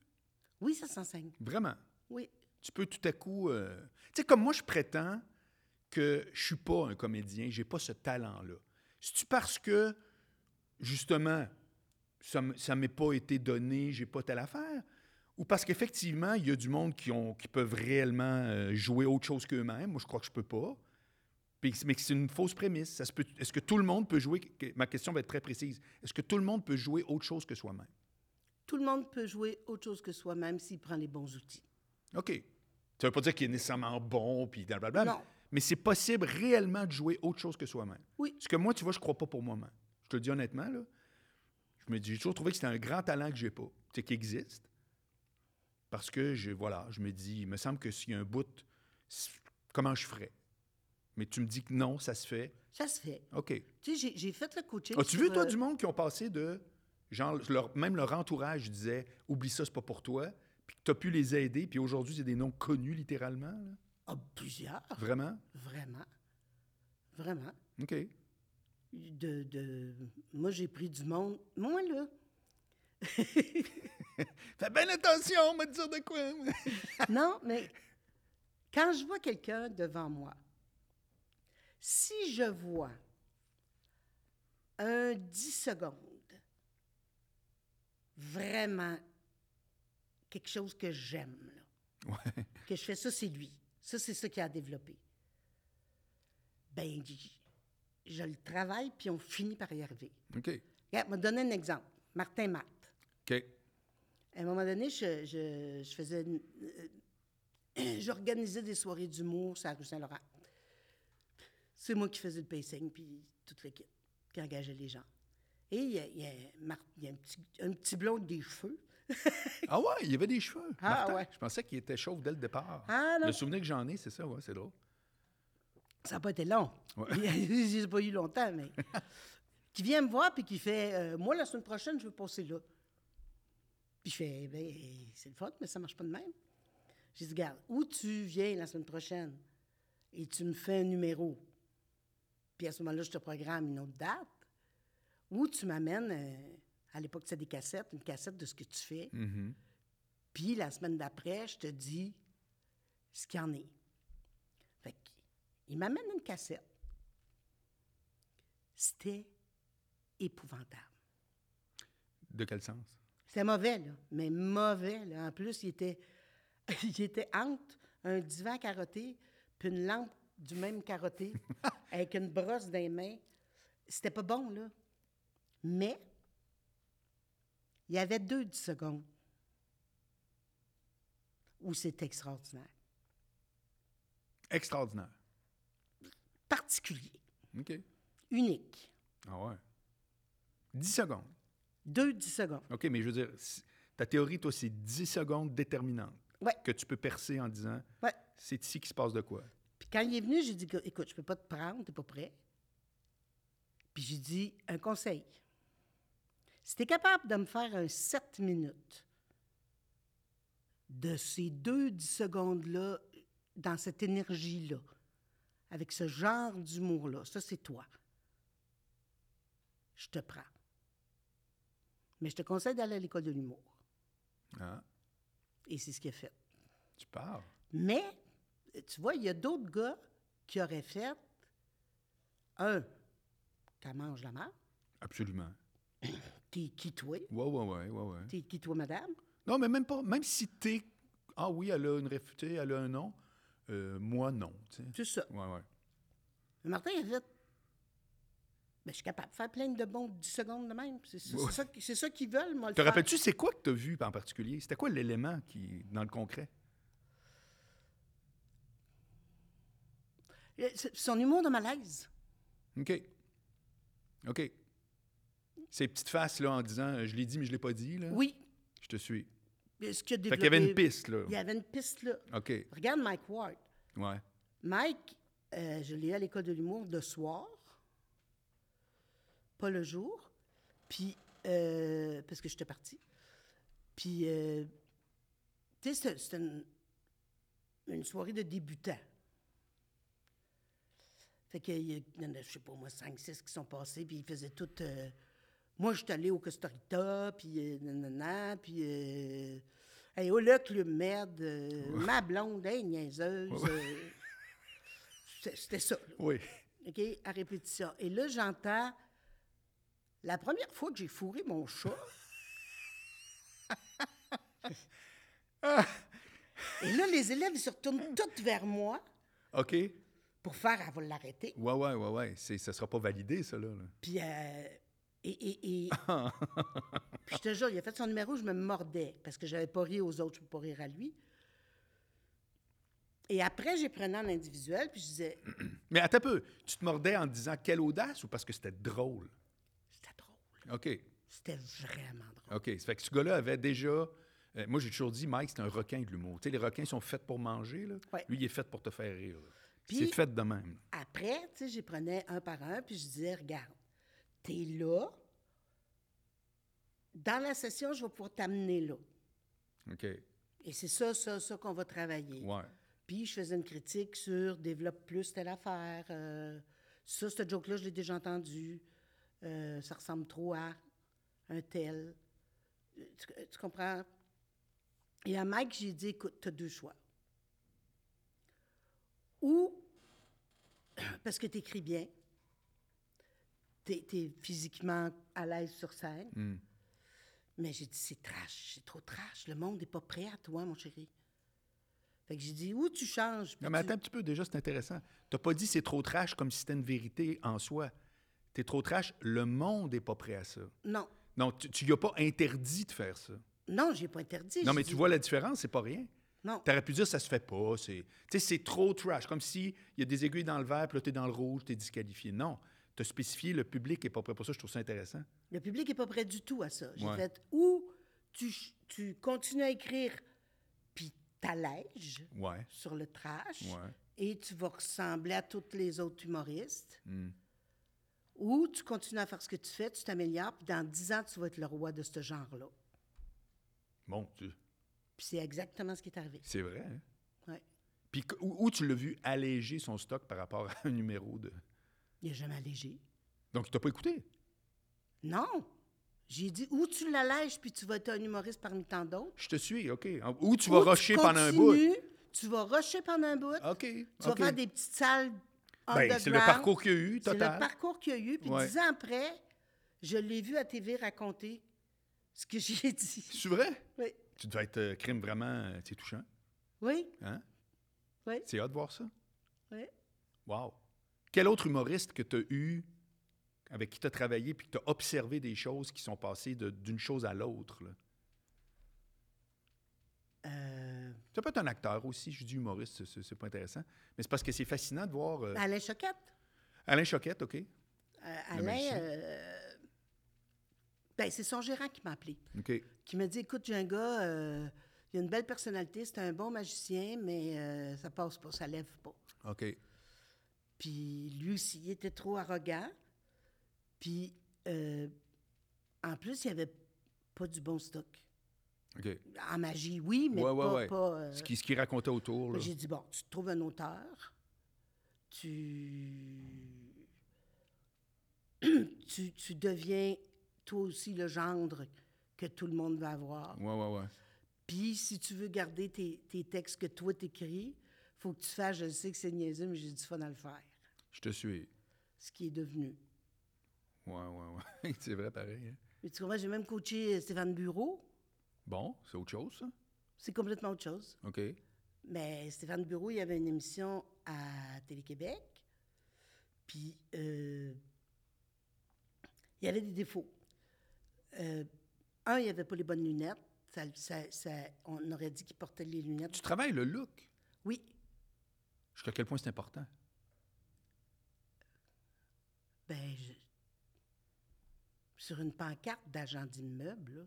Speaker 2: Oui, ça s'enseigne.
Speaker 1: Vraiment?
Speaker 2: Oui.
Speaker 1: Tu peux tout à coup. euh, Tu sais, comme moi, je prétends que je suis pas un comédien, j'ai pas ce talent-là. C'est-tu parce que, justement, ça m- ça m'est pas été donné, j'ai pas telle affaire? Ou parce qu'effectivement, il y a du monde qui, ont, qui peuvent réellement euh, jouer autre chose qu'eux-mêmes. Moi, je crois que je peux pas. Puis- mais que c'est une fausse prémisse. Ça se peut- Est-ce que tout le monde peut jouer. que- Ma question va être très précise. Est-ce que tout le monde peut jouer autre chose que soi-même?
Speaker 2: Tout le monde peut jouer autre chose que soi-même s'il prend les bons outils.
Speaker 1: OK. Ça veut pas dire qu'il est nécessairement bon, puis blablabla.
Speaker 2: Non.
Speaker 1: Ah, Mais c'est possible réellement de jouer autre chose que soi-même.
Speaker 2: Oui.
Speaker 1: Ce que moi, tu vois, je crois pas pour moi-même. Je te le dis honnêtement, là. Je me dis, j'ai toujours trouvé que c'était un grand talent que j'ai pas, tu sais, qui existe. Parce que, je, voilà, je me dis, il me semble que s'il y a un bout, s- comment je ferais? Mais tu me dis que non, ça se fait.
Speaker 2: Ça se fait.
Speaker 1: OK.
Speaker 2: Tu sais, j'ai- j'ai fait le coaching.
Speaker 1: As-tu
Speaker 2: sur,
Speaker 1: vu, toi,
Speaker 2: euh,
Speaker 1: du monde qui ont passé de. Genre, leur- même leur entourage disait, oublie ça, c'est pas pour toi, puis que tu as pu les aider, puis aujourd'hui, c'est des noms connus littéralement, là?
Speaker 2: Ah, plusieurs.
Speaker 1: Vraiment?
Speaker 2: Vraiment. Vraiment.
Speaker 1: OK.
Speaker 2: de, de- Moi, j'ai pris du monde. Moi, là.
Speaker 1: Fais bien attention, on va te dire de quoi. moi.
Speaker 2: non, mais quand je vois quelqu'un devant moi, si je vois un 10 secondes, vraiment quelque chose que j'aime, là,
Speaker 1: Ouais.
Speaker 2: que je fais ça, c'est lui. Ça, c'est ça qu'il a développé. Ben, j- je le travaille, puis on finit par y arriver.
Speaker 1: OK.
Speaker 2: Regarde, je vais te donner un exemple. Martin Matt.
Speaker 1: OK.
Speaker 2: À un moment donné, je, je- je faisais. une- euh, J'organisais des soirées d'humour sur la rue Saint-Laurent. C'est moi qui faisais le pacing, puis toute l'équipe, qui engageait les gens. Et il y a, il y a Mar- il y a un, petit, un petit blond avec des cheveux.
Speaker 1: Ah ouais, il y avait des cheveux.
Speaker 2: Ah
Speaker 1: Martin,
Speaker 2: ouais.
Speaker 1: Je pensais qu'il était chauve dès le départ.
Speaker 2: Ah non.
Speaker 1: Le souvenir que j'en ai, c'est ça, ouais, c'est drôle.
Speaker 2: Ça n'a pas été long.
Speaker 1: Ouais.
Speaker 2: Je n'ai pas eu longtemps, mais. qui vient me voir, puis qui fait euh, Moi, la semaine prochaine, je veux passer là. Puis je fais ben, C'est le fun, mais ça marche pas de même. J'ai dit Regarde, où tu viens la semaine prochaine et tu me fais un numéro. Puis à ce moment-là, je te programme une autre date. Ou tu m'amènes, euh, à l'époque, c'était des cassettes, une cassette de ce que tu fais.
Speaker 1: Mhm.
Speaker 2: Puis la semaine d'après, je te dis ce qu'il y en est. Fait que, il m'amène une cassette. C'était épouvantable.
Speaker 1: De quel sens?
Speaker 2: C'était mauvais, là, mais mauvais. là. En plus, il était, il était entre un divan carotté puis une lampe du même carotté avec une brosse dans les mains. C'était pas bon, là. Mais il y avait deux 10 secondes où c'était extraordinaire.
Speaker 1: Extraordinaire.
Speaker 2: Particulier,
Speaker 1: OK.
Speaker 2: unique.
Speaker 1: Ah ouais. 10 secondes.
Speaker 2: Deux 10 secondes.
Speaker 1: OK, mais je veux dire, si- ta théorie, toi, c'est 10 secondes déterminantes
Speaker 2: Ouais.
Speaker 1: que tu peux percer en disant
Speaker 2: Ouais.
Speaker 1: c'est ici qu'il se passe de quoi.
Speaker 2: Puis quand il est venu, j'ai dit écoute, je peux pas te prendre, t'es pas prêt. Puis j'ai dit un conseil. Si t'es capable de me faire un 7 minutes de ces deux 10 secondes-là, dans cette énergie-là, avec ce genre d'humour-là, ça c'est toi. Je te prends. Mais je te conseille d'aller à l'école de l'humour.
Speaker 1: Ah.
Speaker 2: Et c'est ce qu'il a fait.
Speaker 1: Tu parles.
Speaker 2: Mais, tu vois, il y a d'autres gars qui auraient fait un, t'as mange la marde,
Speaker 1: Absolument.
Speaker 2: t'es qui toi,
Speaker 1: Ouais, ouais, ouais, ouais, ouais.
Speaker 2: t'es qui toi, madame.
Speaker 1: Non, mais même pas. Même si t'es. Ah oui, elle a une réputée, elle a un nom. euh, moi, non. tu sais.
Speaker 2: C'est ça.
Speaker 1: Ouais, ouais.
Speaker 2: Mais Martin, il a fait. Ben, je suis capable de faire plein de bons 10 secondes de même. C'est c'est-
Speaker 1: Ouais.
Speaker 2: c'est ça, qui- c'est ça qu'ils veulent, moi, le
Speaker 1: Te
Speaker 2: faire.
Speaker 1: rappelles-tu, c'est quoi que t'as vu en particulier? C'était quoi l'élément qui, dans le concret?
Speaker 2: Euh, c'est- Son humour de malaise.
Speaker 1: OK. OK. Ces petites faces, là, en disant euh, je l'ai dit, mais je l'ai pas dit, là.
Speaker 2: Oui.
Speaker 1: Je te suis.
Speaker 2: Mais Ce qu'il a
Speaker 1: Fait qu'il y avait une
Speaker 2: développé-
Speaker 1: piste, là.
Speaker 2: Il y avait une piste, là.
Speaker 1: OK.
Speaker 2: Regarde Mike Ward.
Speaker 1: Ouais.
Speaker 2: Mike, euh, je l'ai eu à l'école de l'humour de soir, pas le jour, puis euh, parce que j'étais partie. Puis, euh, tu sais, c'était- c'était une, une soirée de débutants. Fait qu'il y, a- il y en a, je sais pas, moi, 5, 6 qui sont passés, puis ils faisaient tout. euh, moi, j'étais allé au Costa Rica, puis euh, nanana, puis. Euh, hey, oh là, Club Med, euh, ma blonde, hey, niaiseuse. euh, c'était- c'était ça, là,
Speaker 1: Oui.
Speaker 2: OK, à répétition. Et là, j'entends. La première fois que j'ai fourré mon chat. Et là, les élèves, ils se retournent tous vers moi
Speaker 1: OK. Ouais,
Speaker 2: pour faire, elle va l'arrêter.
Speaker 1: ouais, ouais, ouais. C'est, ça sera pas validé, ça, là. là.
Speaker 2: Puis, euh, et, et, et- Puis je te jure, il a fait son numéro, je me mordais parce que j'avais pas ri aux autres, je peux pas rire à lui. Et après, j'ai prenais en individuel, puis je disais,
Speaker 1: Mais attends un peu. Tu te mordais en disant quelle audace ou parce que c'était drôle?
Speaker 2: c'était drôle.
Speaker 1: OK.
Speaker 2: C'était vraiment drôle.
Speaker 1: OK. Ça fait que ce gars-là avait déjà. euh, moi, j'ai toujours dit, Mike, c'est un requin de l'humour. Tu sais, les requins sont faits pour manger, là.
Speaker 2: Ouais.
Speaker 1: Lui, il est fait pour te faire rire. là.
Speaker 2: Puis-
Speaker 1: C'est fait de même.
Speaker 2: Après, tu sais, j'y prenais un par un, puis je disais, regarde, t'es là. Dans la session, je vais pouvoir t'amener là.
Speaker 1: OK.
Speaker 2: Et c'est ça, ça, ça qu'on va travailler.
Speaker 1: Ouais.
Speaker 2: Puis je faisais une critique sur développe plus telle affaire. euh, ça, ce joke-là, je l'ai déjà entendu. euh, ça ressemble trop à un tel. Euh, Tu, tu comprends? Et à Mike, j'ai dit écoute, tu as deux choix. Ou, parce que tu écris bien, tu es, physiquement à l'aise sur scène,
Speaker 1: Hmm.
Speaker 2: mais j'ai dit, c'est trash, c'est trop trash. Le monde n'est pas prêt à toi, mon chéri. Fait que j'ai dit, où tu changes? puis
Speaker 1: Non, mais
Speaker 2: tu-
Speaker 1: attends un petit peu, déjà, c'est intéressant. T'as pas dit c'est trop trash comme si c'était une vérité en soi. T'es trop trash, le monde est pas prêt à ça.
Speaker 2: Non,
Speaker 1: Non, tu, tu lui as pas interdit de faire ça.
Speaker 2: non, j'ai pas interdit.
Speaker 1: Non,
Speaker 2: j'ai
Speaker 1: mais
Speaker 2: dit-
Speaker 1: tu vois la différence, c'est pas rien.
Speaker 2: Non,
Speaker 1: T'aurais pu dire ça se fait pas, c'est... Tu sais, c'est trop trash, comme si il y a des aiguilles dans le vert, puis là, t'es dans le rouge, t'es disqualifié. Non, t'as spécifié, le public est pas prêt pour ça, je trouve ça intéressant.
Speaker 2: le public est pas prêt du tout à ça. J'ai
Speaker 1: Ouais.
Speaker 2: fait, ou tu, ch- tu continues à écrire, puis t'allèges
Speaker 1: Ouais,
Speaker 2: sur le trash,
Speaker 1: ouais.
Speaker 2: et tu vas ressembler à tous les autres humoristes,
Speaker 1: Hmm.
Speaker 2: ou tu continues à faire ce que tu fais, tu t'améliores, puis dans dix ans, tu vas être le roi de ce genre-là.
Speaker 1: Bon, tu-
Speaker 2: Puis c'est exactement ce qui est arrivé.
Speaker 1: c'est vrai, hein?
Speaker 2: Ouais.
Speaker 1: Puis que- où, où tu l'as vu alléger son stock par rapport à un numéro de...
Speaker 2: Il a jamais allégé.
Speaker 1: Donc, tu t'as pas écouté.
Speaker 2: Non. J'ai dit, ou tu l'allèges, puis tu vas être un humoriste parmi tant d'autres.
Speaker 1: Je te suis, OK. En- Ou tu
Speaker 2: ou
Speaker 1: vas rusher pendant un bout.
Speaker 2: continues, Tu vas rusher pendant un bout.
Speaker 1: OK.
Speaker 2: Tu vas faire des petites salles
Speaker 1: ben,
Speaker 2: underground.
Speaker 1: C'est le parcours qu'il y a eu,
Speaker 2: C'est
Speaker 1: total.
Speaker 2: le parcours qu'il y a eu. Puis
Speaker 1: Ouais.
Speaker 2: dix ans après, je l'ai vu à TV raconter ce que j'ai dit.
Speaker 1: C'est vrai?
Speaker 2: Oui,
Speaker 1: Tu devais être euh, crime vraiment, euh, c'est touchant.
Speaker 2: oui,
Speaker 1: Hein?
Speaker 2: oui.
Speaker 1: C'est hâte de voir ça.
Speaker 2: oui.
Speaker 1: Wow. Quel autre humoriste que tu as eu, avec qui tu as travaillé, puis que tu as observé des choses qui sont passées de- d'une chose à l'autre? là?
Speaker 2: Euh,
Speaker 1: Ça peut être un acteur aussi, je dis humoriste, c'est- c'est c'est pas intéressant. Mais c'est parce que c'est fascinant de voir euh,
Speaker 2: Alain Choquette.
Speaker 1: Alain Choquette, OK?
Speaker 2: Euh,
Speaker 1: Le
Speaker 2: Alain,
Speaker 1: magicien.
Speaker 2: euh, ben, c'est son gérant qui m'a appelé.
Speaker 1: OK.
Speaker 2: qui me dit Écoute, j'ai un gars, euh, il a une belle personnalité, c'est un bon magicien, mais euh, ça passe pas, ça lève pas.
Speaker 1: OK.
Speaker 2: Puis lui aussi, il était trop arrogant. Puis euh, en plus, il n'y avait pas du bon stock.
Speaker 1: OK.
Speaker 2: En magie, oui, mais
Speaker 1: Ouais, ouais,
Speaker 2: pas.
Speaker 1: ouais.
Speaker 2: pas, euh,
Speaker 1: Ce qu'il ce qu'il racontait autour, là.
Speaker 2: j'ai dit Bon, tu te trouves un auteur, tu. tu, tu deviens toi aussi le gendre que tout le monde va avoir.
Speaker 1: Ouais, ouais, ouais.
Speaker 2: Puis si tu veux garder tes, tes textes que toi t'écris, faut que tu fasses, je sais que c'est niaiseux, mais j'ai du fun à le faire,
Speaker 1: Je te suis.
Speaker 2: ce qui est devenu.
Speaker 1: Ouais, ouais, ouais. c'est vrai, pareil. hein.
Speaker 2: Mais tu comprends, j'ai même coaché euh, Stéphane Bureau.
Speaker 1: Bon, c'est autre chose, ça.
Speaker 2: C'est complètement autre chose.
Speaker 1: OK.
Speaker 2: Mais Ben, Stéphane Bureau, il y avait une émission à Télé-Québec. Puis, euh, il y avait des défauts. Euh, un, il n'y avait pas les bonnes lunettes. Ça- ça- ça- on aurait dit qu'il portait les lunettes.
Speaker 1: Tu travailles le look.
Speaker 2: Oui,
Speaker 1: Jusqu'à quel point c'est important?
Speaker 2: ben je- sur une pancarte d'agent d'immeuble, là,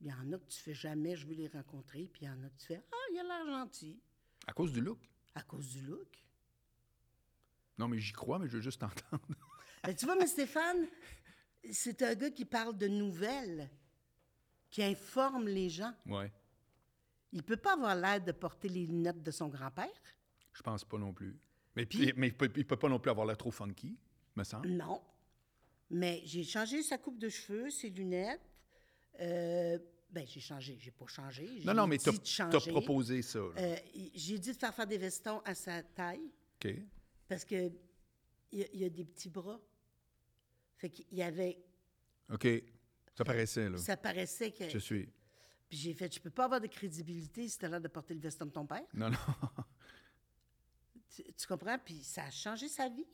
Speaker 2: il y en a que tu fais jamais, je veux les rencontrer, puis il y en a que tu fais, ah, il a l'air gentil,
Speaker 1: À cause du look.
Speaker 2: à cause du look.
Speaker 1: Non, mais j'y crois, mais je veux juste t'entendre.
Speaker 2: Ben, tu vois, mais Stéphane, c'est un gars qui parle de nouvelles, qui informe les gens.
Speaker 1: ouais.
Speaker 2: Il peut pas avoir l'air de porter les lunettes de son grand-père.
Speaker 1: Je pense pas non plus. Mais,
Speaker 2: Puis-
Speaker 1: mais il, peut, il peut pas non plus avoir l'air trop funky, me semble.
Speaker 2: Non. Mais j'ai changé sa coupe de cheveux, ses lunettes. Euh, ben, j'ai changé. J'ai pas changé.
Speaker 1: Non,
Speaker 2: J'ai
Speaker 1: non, mais
Speaker 2: dit
Speaker 1: t'as
Speaker 2: de
Speaker 1: t'as
Speaker 2: changer.
Speaker 1: proposé ça. là.
Speaker 2: Euh, il- j'ai dit de faire faire des vestons à sa taille
Speaker 1: OK.
Speaker 2: parce que il y a- il y, a des petits bras. Fait qu'il y avait...
Speaker 1: OK. Ça paraissait, là.
Speaker 2: Ça paraissait que...
Speaker 1: Je suis.
Speaker 2: Puis j'ai fait, je peux pas avoir de crédibilité si t'as l'air de porter le veston de ton père.
Speaker 1: Non, non.
Speaker 2: Tu, tu comprends? Puis ça a changé sa vie.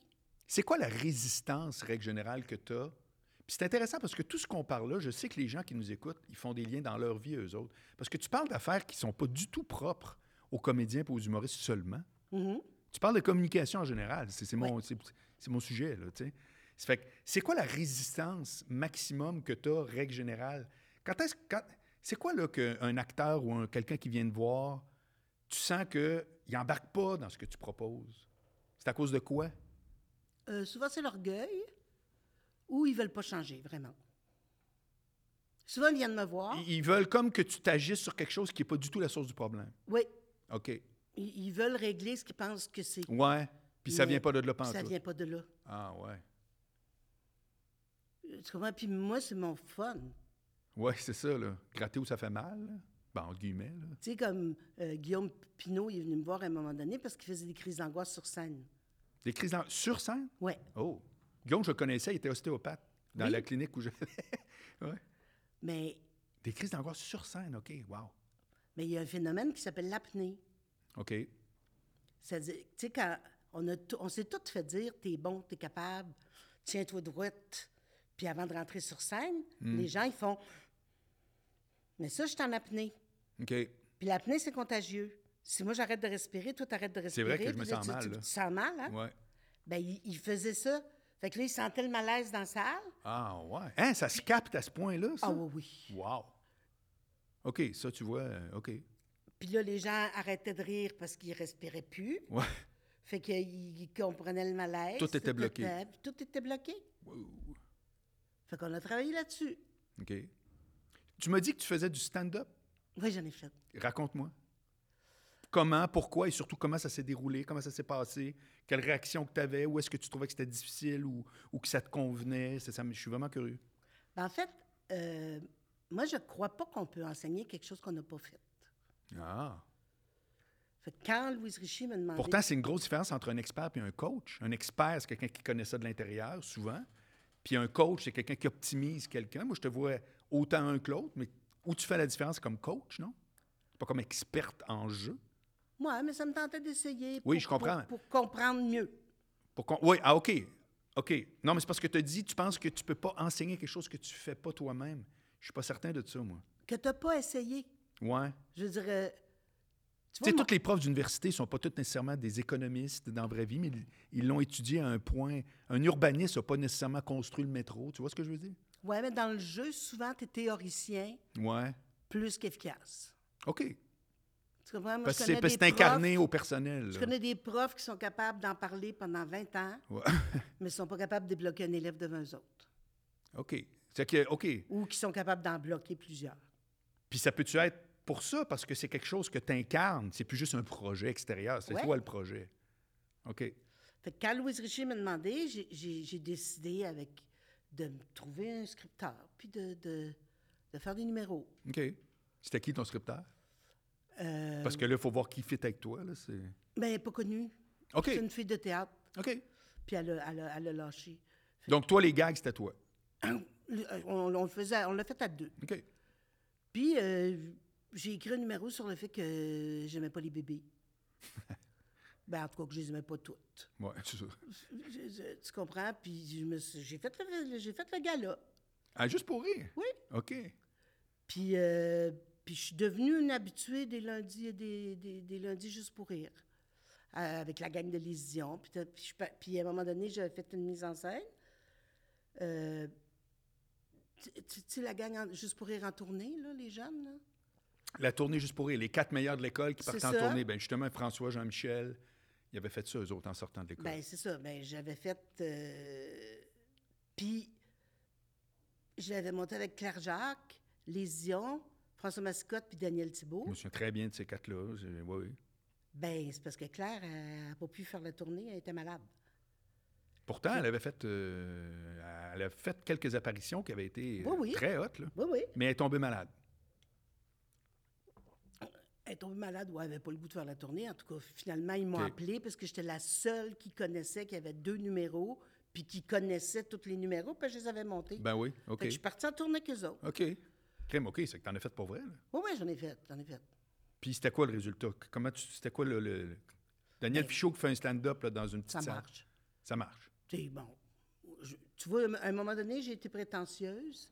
Speaker 1: C'est quoi la résistance, règle générale, que tu as? Puis c'est intéressant parce que tout ce qu'on parle là, je sais que les gens qui nous écoutent, ils font des liens dans leur vie, eux autres. Parce que tu parles d'affaires qui sont pas du tout propres aux comédiens et aux humoristes seulement.
Speaker 2: Mhm.
Speaker 1: Tu parles de communication en général. C'est c'est mon, c'est- c'est mon sujet, là, tu sais. Ça fait que C'est quoi la résistance maximum que tu as, règle générale? Quand est-ce quand- C'est quoi, là, qu'un acteur ou un- quelqu'un qui vient te voir, tu sens qu'il n'embarque pas dans ce que tu proposes? C'est à cause de quoi?
Speaker 2: Euh, souvent, c'est l'orgueil ou ils veulent pas changer, vraiment. Souvent, ils viennent me voir.
Speaker 1: Ils ils veulent comme que tu t'agisses sur quelque chose qui n'est pas du tout la source du problème.
Speaker 2: Oui,
Speaker 1: OK.
Speaker 2: ils, ils veulent régler ce qu'ils pensent que c'est.
Speaker 1: Ouais. Puis ça
Speaker 2: Mais
Speaker 1: vient pas de là
Speaker 2: Puis
Speaker 1: pantoute.
Speaker 2: Ça vient pas de là.
Speaker 1: Ah, ouais.
Speaker 2: Euh, Tu comprends? Puis moi, c'est mon fun.
Speaker 1: Ouais, c'est ça, là. Gratter où ça fait mal, là. Ben, entre guillemets, là.
Speaker 2: Tu sais, comme euh, Guillaume Pinault, il est venu me voir à un moment donné parce qu'il faisait des crises d'angoisse sur scène.
Speaker 1: Des crises d'an- sur scène?
Speaker 2: Oui.
Speaker 1: Oh. Guillaume, je le connaissais, il était ostéopathe dans
Speaker 2: Oui.
Speaker 1: la clinique où j'allais. ouais.
Speaker 2: Mais,
Speaker 1: Des crises d'angoisse sur scène, OK. Wow.
Speaker 2: mais il y a un phénomène qui s'appelle l'apnée.
Speaker 1: OK.
Speaker 2: C'est-à-dire, tu sais, quand on, a tout- on s'est tous fait dire t'es bon, t'es capable, tiens-toi droite. Puis avant de rentrer sur scène,
Speaker 1: Hmm.
Speaker 2: les gens, ils font Mais ça, je suis en apnée.
Speaker 1: OK.
Speaker 2: Puis l'apnée, c'est contagieux. Si moi, j'arrête de respirer, toi, t'arrêtes de
Speaker 1: C'est
Speaker 2: respirer.
Speaker 1: vrai que je me
Speaker 2: puis là,
Speaker 1: sens
Speaker 2: tu-
Speaker 1: mal,
Speaker 2: Tu,
Speaker 1: là.
Speaker 2: tu te sens mal, hein?
Speaker 1: Ouais.
Speaker 2: Bien, il, il faisait ça. Fait que là, il sentait le malaise dans la salle.
Speaker 1: Ah, ouais. Hein, ça se capte à ce point-là, ça?
Speaker 2: Ah oui, oui.
Speaker 1: Wow. OK, ça, tu vois, euh, OK.
Speaker 2: Puis là, les gens arrêtaient de rire parce qu'ils respiraient plus.
Speaker 1: Ouais.
Speaker 2: Fait qu'ils comprenaient le malaise.
Speaker 1: Tout était bloqué.
Speaker 2: puis Tout était bloqué. Fait qu'on a travaillé là-dessus.
Speaker 1: OK. Tu m'as dit que tu faisais du stand-up.
Speaker 2: Oui, j'en ai fait.
Speaker 1: Raconte-moi. Comment, pourquoi et surtout comment ça s'est déroulé, comment ça s'est passé, quelle réaction que tu avais, où est-ce que tu trouvais que c'était difficile ou, ou que ça te convenait. C'est ça, je suis vraiment curieux.
Speaker 2: Ben, en fait, euh, moi, je crois pas qu'on peut enseigner quelque chose qu'on n'a pas fait.
Speaker 1: Ah.
Speaker 2: Fait que quand Louise Richie me demandait...
Speaker 1: Pourtant, c'est une grosse différence entre un expert et un coach. Un expert, c'est quelqu'un qui connaît ça de l'intérieur, souvent. Puis un coach, c'est quelqu'un qui optimise quelqu'un. Moi, je te vois autant un que l'autre, mais où tu fais la différence c'est comme coach, non? C'est Pas comme experte en jeu.
Speaker 2: Moi, mais ça me tentait d'essayer.
Speaker 1: Oui,
Speaker 2: pour-
Speaker 1: je comprends.
Speaker 2: Pour, pour comprendre mieux.
Speaker 1: Pour qu'on- Oui, ah, OK. OK. Non, mais c'est parce que tu dis, tu penses que tu peux pas enseigner quelque chose que tu fais pas toi-même. Je suis pas certain de ça, moi.
Speaker 2: Que t'as pas essayé.
Speaker 1: Ouais.
Speaker 2: Je veux dire... euh, tu
Speaker 1: Tu sais,
Speaker 2: moi-
Speaker 1: toutes les profs d'université sont pas toutes nécessairement des économistes dans la vraie vie, mais ils- ils l'ont étudié à un point. Un urbaniste n'a pas nécessairement construit le métro. Tu vois ce que je veux dire?
Speaker 2: Ouais, mais dans le jeu, souvent, t'es théoricien
Speaker 1: Ouais.
Speaker 2: plus qu'efficace.
Speaker 1: OK.
Speaker 2: Tu comprends? Moi,
Speaker 1: Parce
Speaker 2: je
Speaker 1: que c'est
Speaker 2: connais
Speaker 1: parce que
Speaker 2: des
Speaker 1: c'est incarné
Speaker 2: profs-
Speaker 1: au personnel.
Speaker 2: Je
Speaker 1: là.
Speaker 2: connais des profs qui sont capables d'en parler pendant 20 ans,
Speaker 1: Ouais.
Speaker 2: mais sont pas capables de débloquer un élève devant eux autres.
Speaker 1: OK. C'est que, OK.
Speaker 2: Ou qui sont capables d'en bloquer plusieurs.
Speaker 1: Puis ça peut-tu être pour ça? Parce que c'est quelque chose que tu incarnes. C'est plus juste un projet extérieur. C'est
Speaker 2: Ouais.
Speaker 1: toi le projet. OK.
Speaker 2: Fait que quand Louise Richer m'a demandé, j'ai- j'ai j'ai décidé avec de me trouver un scripteur, puis de, de- de faire des numéros.
Speaker 1: OK. C'était qui ton scripteur?
Speaker 2: Euh,
Speaker 1: Parce que là, il faut voir qui fit avec toi. Là, c'est...
Speaker 2: ben, elle n'est pas connue.
Speaker 1: OK.
Speaker 2: C'est une fille de théâtre,
Speaker 1: OK.
Speaker 2: puis elle a, elle a- elle a lâché.
Speaker 1: Donc, toi, les gags, c'était toi.
Speaker 2: Le- euh, On, on le faisait, on l'a fait à deux.
Speaker 1: OK.
Speaker 2: Puis euh, j'ai écrit un numéro sur le fait que j'aimais pas les bébés. ben, en tout cas, que je les aimais pas toutes.
Speaker 1: Ouais, c'est ça.
Speaker 2: Je- je- tu comprends? Puis je me suis- j'ai fait le, j'ai fait le gala.
Speaker 1: Ah, juste pour rire?
Speaker 2: Oui.
Speaker 1: OK.
Speaker 2: Puis, euh, puis je suis devenue une habituée des lundis, et des, des- des lundis juste pour rire, euh, avec la gang de Lésion. Puis, t'as- puis je pa- puis à un moment donné, j'avais fait une mise en scène. Euh, tu, tu- tu sais, la gang en- juste pour rire en tournée, là, les jeunes. là.
Speaker 1: La tournée juste pour rire. Les quatre meilleurs de l'école qui
Speaker 2: C'est
Speaker 1: partent en
Speaker 2: ça.
Speaker 1: tournée. Ben justement, François, Jean-Michel, ils avaient fait ça, eux autres, en sortant de l'école.
Speaker 2: Ben, c'est ça. Ben, j'avais fait. euh, puis, je l'avais monté avec Claire Jacques, Lésion, François Mascotte, puis Daniel Thibault.
Speaker 1: Je me souviens très bien de ces quatre-là. C'est- Oui, oui.
Speaker 2: Ben, c'est parce que Claire n'a pas pu faire la tournée, elle était malade.
Speaker 1: Pourtant, elle avait fait, euh, elle a fait quelques apparitions qui avaient été euh,
Speaker 2: Oui, oui.
Speaker 1: très hautes, là.
Speaker 2: Oui, oui.
Speaker 1: mais elle est tombée malade.
Speaker 2: Elle est tombée malade ou elle n'avait pas le goût de faire la tournée. En tout cas, finalement, ils m'ont
Speaker 1: OK.
Speaker 2: appelée parce que j'étais la seule qui connaissait, qui avait deux numéros, puis qui connaissait tous les numéros, puis je les avais montés.
Speaker 1: Ben oui,
Speaker 2: Fait que
Speaker 1: OK.
Speaker 2: je suis partie en tournée avec eux autres.
Speaker 1: OK. Crème, OK, c'est que t'en as fait pour vrai. là.
Speaker 2: Oui, oui, j'en ai fait, j'en ai fait.
Speaker 1: Puis c'était quoi le résultat? C- Comment tu. C'était quoi le. le- le- Daniel
Speaker 2: Ben,
Speaker 1: Fichot qui fait un stand-up là, dans une petite
Speaker 2: Ça
Speaker 1: salle.
Speaker 2: marche.
Speaker 1: Ça marche.
Speaker 2: T'sais, bon. je- tu vois, à un moment donné, j'ai été prétentieuse.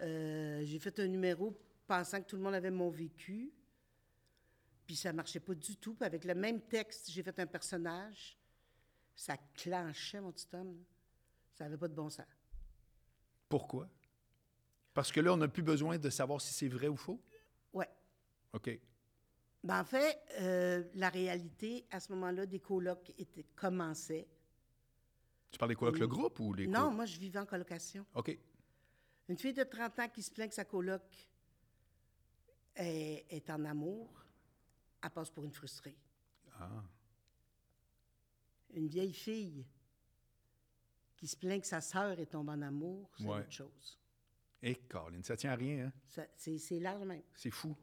Speaker 2: Euh, j'ai fait un numéro pensant que tout le monde avait mon vécu. Puis ça marchait pas du tout. Puis avec le même texte, j'ai fait un personnage. Ça clenchait, mon petit homme. là. Ça n'avait pas de bon sens.
Speaker 1: Pourquoi? Parce que là, on n'a plus besoin de savoir si c'est vrai ou faux.
Speaker 2: Ouais.
Speaker 1: OK.
Speaker 2: Ben, en fait, euh, la réalité, à ce moment-là, des colocs étaient, commençaient.
Speaker 1: Tu parlais quoi avec le groupe ou les
Speaker 2: Non,
Speaker 1: co-
Speaker 2: moi, je vivais en colocation.
Speaker 1: OK.
Speaker 2: Une fille de 30 ans qui se plaint que sa coloc est, est en amour, elle passe pour une frustrée.
Speaker 1: Ah.
Speaker 2: Une vieille fille qui se plaint que sa sœur est tombée en amour, c'est
Speaker 1: Ouais.
Speaker 2: autre chose.
Speaker 1: Et Colin, Eh, ça tient à rien, hein?
Speaker 2: Ça- C'est c'est large même.
Speaker 1: C'est fou.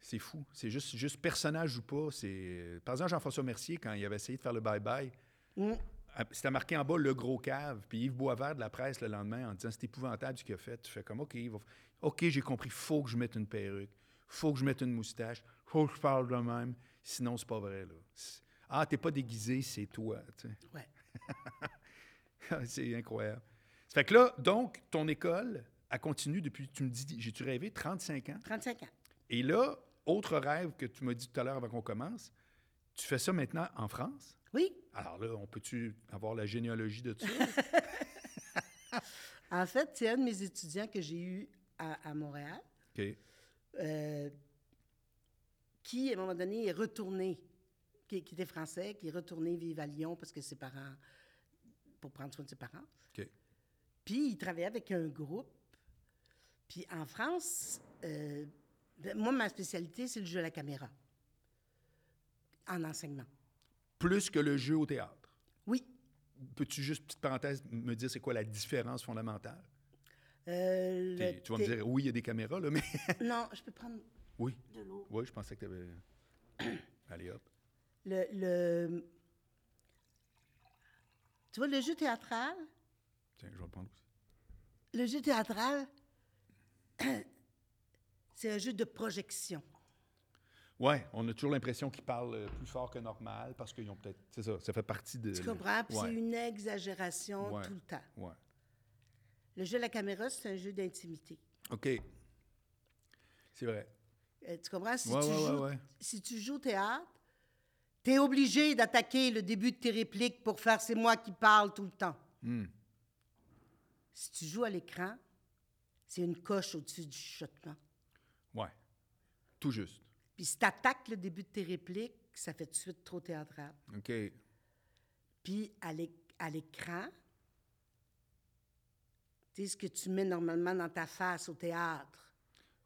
Speaker 1: C'est fou. C'est juste, juste personnage ou pas. C'est... Par exemple, Jean-François Mercier, quand il avait essayé de faire le bye-bye,
Speaker 2: Mm.
Speaker 1: à- Ah, c'était marqué en bas le gros cave. Puis Yves Boisvert de la presse le lendemain en disant c'est épouvantable ce qu'il a fait. Tu fais comme OK, il va- OK, j'ai compris, faut que je mette une perruque, faut que je mette une moustache, faut que je parle de même. Sinon, c'est pas vrai. Là. C'est- Ah, t'es pas déguisé, c'est toi. tu sais. Ah,
Speaker 2: Ouais.
Speaker 1: c'est incroyable. Ça fait que là, donc, ton école, elle continue depuis, tu me dis, j'ai-tu rêvé, 35 ans?
Speaker 2: 35 ans.
Speaker 1: Et là, autre rêve que tu m'as dit tout à l'heure avant qu'on commence, tu fais ça maintenant en France?
Speaker 2: Oui.
Speaker 1: Alors là, on peut-tu avoir la généalogie de ça?
Speaker 2: En fait, c'est un de mes étudiants que j'ai eu à, à Montréal
Speaker 1: OK.
Speaker 2: euh, qui, à un moment donné, est retourné, qui, qui était français, qui est retourné vivre à Lyon parce que ses parents, pour prendre soin de ses parents.
Speaker 1: OK.
Speaker 2: Puis il travaillait avec un groupe. Puis en France, euh, ben, moi, ma spécialité, c'est le jeu à la caméra, en enseignement.
Speaker 1: Plus que le jeu au théâtre.
Speaker 2: Oui.
Speaker 1: Peux-tu juste, petite parenthèse, me dire c'est quoi la différence fondamentale?
Speaker 2: Euh, le
Speaker 1: T'es- Tu vas me
Speaker 2: thé-
Speaker 1: dire, oui, il y a des caméras, là, mais...
Speaker 2: Non, je peux prendre
Speaker 1: Oui,
Speaker 2: de l'eau.
Speaker 1: oui, je pensais que tu avais... Allez, hop.
Speaker 2: Le, le- Tu vois, le jeu théâtral,
Speaker 1: Tiens, je vais le prendre aussi.
Speaker 2: le jeu théâtral, c'est un jeu de projection.
Speaker 1: Oui, on a toujours l'impression qu'ils parlent euh, plus fort que normal parce qu'ils ont peut-être... C'est ça, ça fait partie de...
Speaker 2: Tu comprends? Puis
Speaker 1: Ouais,
Speaker 2: c'est une exagération
Speaker 1: Ouais.
Speaker 2: tout le temps.
Speaker 1: ouais.
Speaker 2: Le jeu à la caméra, c'est un jeu d'intimité.
Speaker 1: OK. C'est vrai.
Speaker 2: Euh, tu comprends? Si,
Speaker 1: Ouais,
Speaker 2: tu
Speaker 1: ouais, ouais,
Speaker 2: joues,
Speaker 1: ouais.
Speaker 2: si tu joues au théâtre, tu es obligé d'attaquer le début de tes répliques pour faire c'est moi qui parle tout le temps.
Speaker 1: Hmm.
Speaker 2: Si tu joues à l'écran, c'est une coche au-dessus du chuchotement.
Speaker 1: Ouais. Tout juste.
Speaker 2: Puis si tu attaques le début de tes répliques, ça fait tout de suite trop théâtral.
Speaker 1: OK.
Speaker 2: Puis à l'é- à l'écran, tu sais, ce que tu mets normalement dans ta face au théâtre,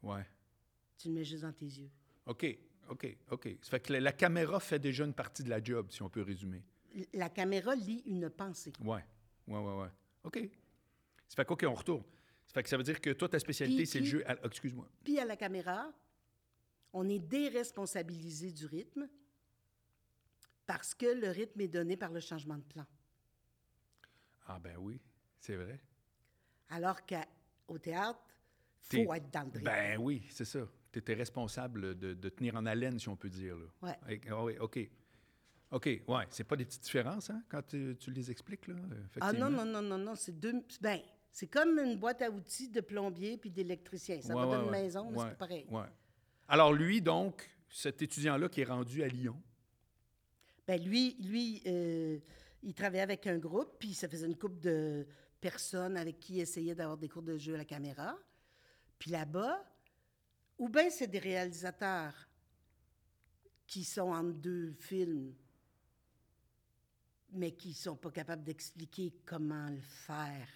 Speaker 1: Ouais.
Speaker 2: tu le mets juste dans tes yeux.
Speaker 1: OK. OK. OK. Ça fait que la, la caméra fait déjà une partie de la job, si on peut résumer.
Speaker 2: L- La caméra lit une pensée.
Speaker 1: Ouais. Ouais, ouais, ouais. OK. Ça fait que, OK, on retourne. fait que ça veut dire que toi, ta spécialité,
Speaker 2: Puis-
Speaker 1: c'est le
Speaker 2: puis-
Speaker 1: jeu. à- Excuse-moi.
Speaker 2: Puis à la caméra, on est déresponsabilisé du rythme parce que le rythme est donné par le changement de plan.
Speaker 1: Ah, ben oui, c'est vrai.
Speaker 2: Alors qu'au théâtre,
Speaker 1: T'es-
Speaker 2: faut être dans le rythme.
Speaker 1: Ben oui, c'est ça. Tu étais responsable de, de tenir en haleine, si on peut dire. Là.
Speaker 2: Ouais.
Speaker 1: Et- ah oui, OK. OK, ouais. C'est pas des petites différences, hein, quand tu, tu les expliques, là? euh,
Speaker 2: ah non,
Speaker 1: effectivement.
Speaker 2: non, non, non, non, c'est deux... Ben, c'est comme une boîte à outils de plombier puis d'électricien. Ça
Speaker 1: Ouais,
Speaker 2: va
Speaker 1: ouais,
Speaker 2: dans une
Speaker 1: ouais.
Speaker 2: maison, mais
Speaker 1: Ouais,
Speaker 2: c'est pas pareil.
Speaker 1: ouais. Alors lui, donc, cet étudiant-là qui est rendu à Lyon,
Speaker 2: Ben lui, lui euh, il travaillait avec un groupe, puis ça faisait une couple de personnes avec qui il essayait d'avoir des cours de jeu à la caméra. Puis là-bas, ou bien c'est des réalisateurs qui sont entre deux films, mais qui sont pas capables d'expliquer comment le faire.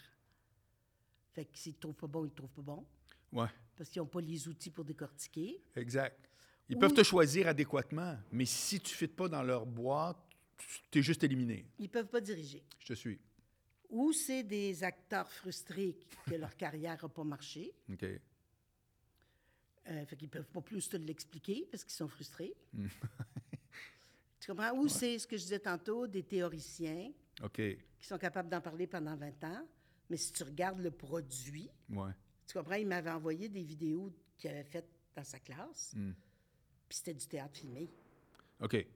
Speaker 2: Fait que s'ils trouvent pas bon, ils trouvent pas bon,
Speaker 1: ouais,
Speaker 2: parce qu'ils n'ont pas les outils pour décortiquer.
Speaker 1: exact. Ils
Speaker 2: Oui.
Speaker 1: peuvent te choisir adéquatement, mais si tu ne fites pas dans leur boîte, tu es juste éliminé.
Speaker 2: Ils peuvent pas diriger.
Speaker 1: Je te suis.
Speaker 2: Ou c'est des acteurs frustrés que leur carrière n'a pas marché,
Speaker 1: OK.
Speaker 2: euh, fait qu'ils peuvent pas plus te l'expliquer parce qu'ils sont frustrés.
Speaker 1: Mm.
Speaker 2: tu comprends? Ou c'est ce que je disais tantôt, des théoriciens
Speaker 1: OK. Ouais.
Speaker 2: qui sont capables d'en parler pendant 20 ans, mais si tu regardes le produit, tu comprends? Il m'avait envoyé des vidéos qu'il avait faites dans sa classe,
Speaker 1: Hmm.
Speaker 2: puis c'était du théâtre filmé.
Speaker 1: OK. Ouais,
Speaker 2: Euh, tu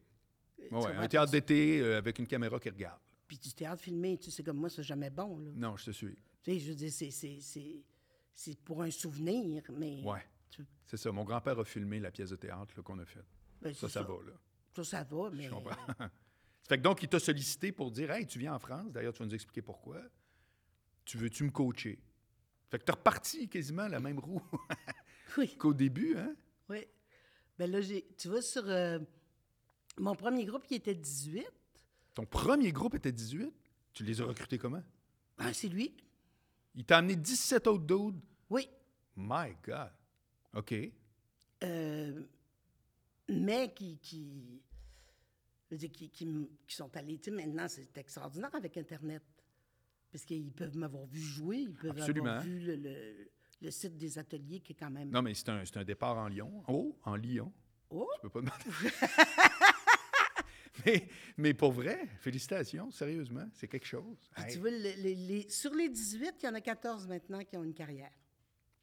Speaker 1: ouais,
Speaker 2: comprends?
Speaker 1: Un théâtre d'été euh, avec une caméra qui regarde.
Speaker 2: Puis du théâtre filmé, tu sais, comme moi, c'est jamais bon. Là.
Speaker 1: Non, je te suis.
Speaker 2: Tu sais, je veux dire, c'est- c'est- c'est c'est pour un souvenir, mais.
Speaker 1: Ouais.
Speaker 2: tu-
Speaker 1: C'est ça. Mon grand-père a filmé la pièce de théâtre là, qu'on a faite.
Speaker 2: ben,
Speaker 1: Ça,
Speaker 2: c'est
Speaker 1: ça va, là.
Speaker 2: Ça, ça va, mais.
Speaker 1: Je comprends. Ça fait que donc, il t'a sollicité pour dire Hey, tu viens en France. D'ailleurs, tu vas nous expliquer pourquoi. Tu veux-tu me coacher? Fait que t'es reparti quasiment la même roue
Speaker 2: Oui,
Speaker 1: qu'au début, hein?
Speaker 2: oui. Ben là, j'ai- tu vois, sur euh, mon premier groupe, qui était 18.
Speaker 1: Ton premier groupe était 18. Tu les as recrutés comment?
Speaker 2: Ah, c'est lui?
Speaker 1: Il t'a amené 17 autres dudes.
Speaker 2: Oui.
Speaker 1: My God. OK.
Speaker 2: Euh, mais qui. qui je veux dire, qui, qui m- qui sont allés. Tu sais, maintenant, c'est extraordinaire avec Internet. Parce qu'ils peuvent m'avoir vu jouer, ils peuvent
Speaker 1: Absolument.
Speaker 2: avoir vu le, le- le site des ateliers qui est quand même.
Speaker 1: Non, mais c'est un, c'est un départ en Lyon. Oh, en Lyon.
Speaker 2: Oh!
Speaker 1: Je peux pas demander. mais, mais pour vrai, félicitations, sérieusement, c'est quelque chose.
Speaker 2: Puis
Speaker 1: Hey,
Speaker 2: tu vois, le- les- les- sur les 18, il y en a 14 maintenant qui ont une carrière.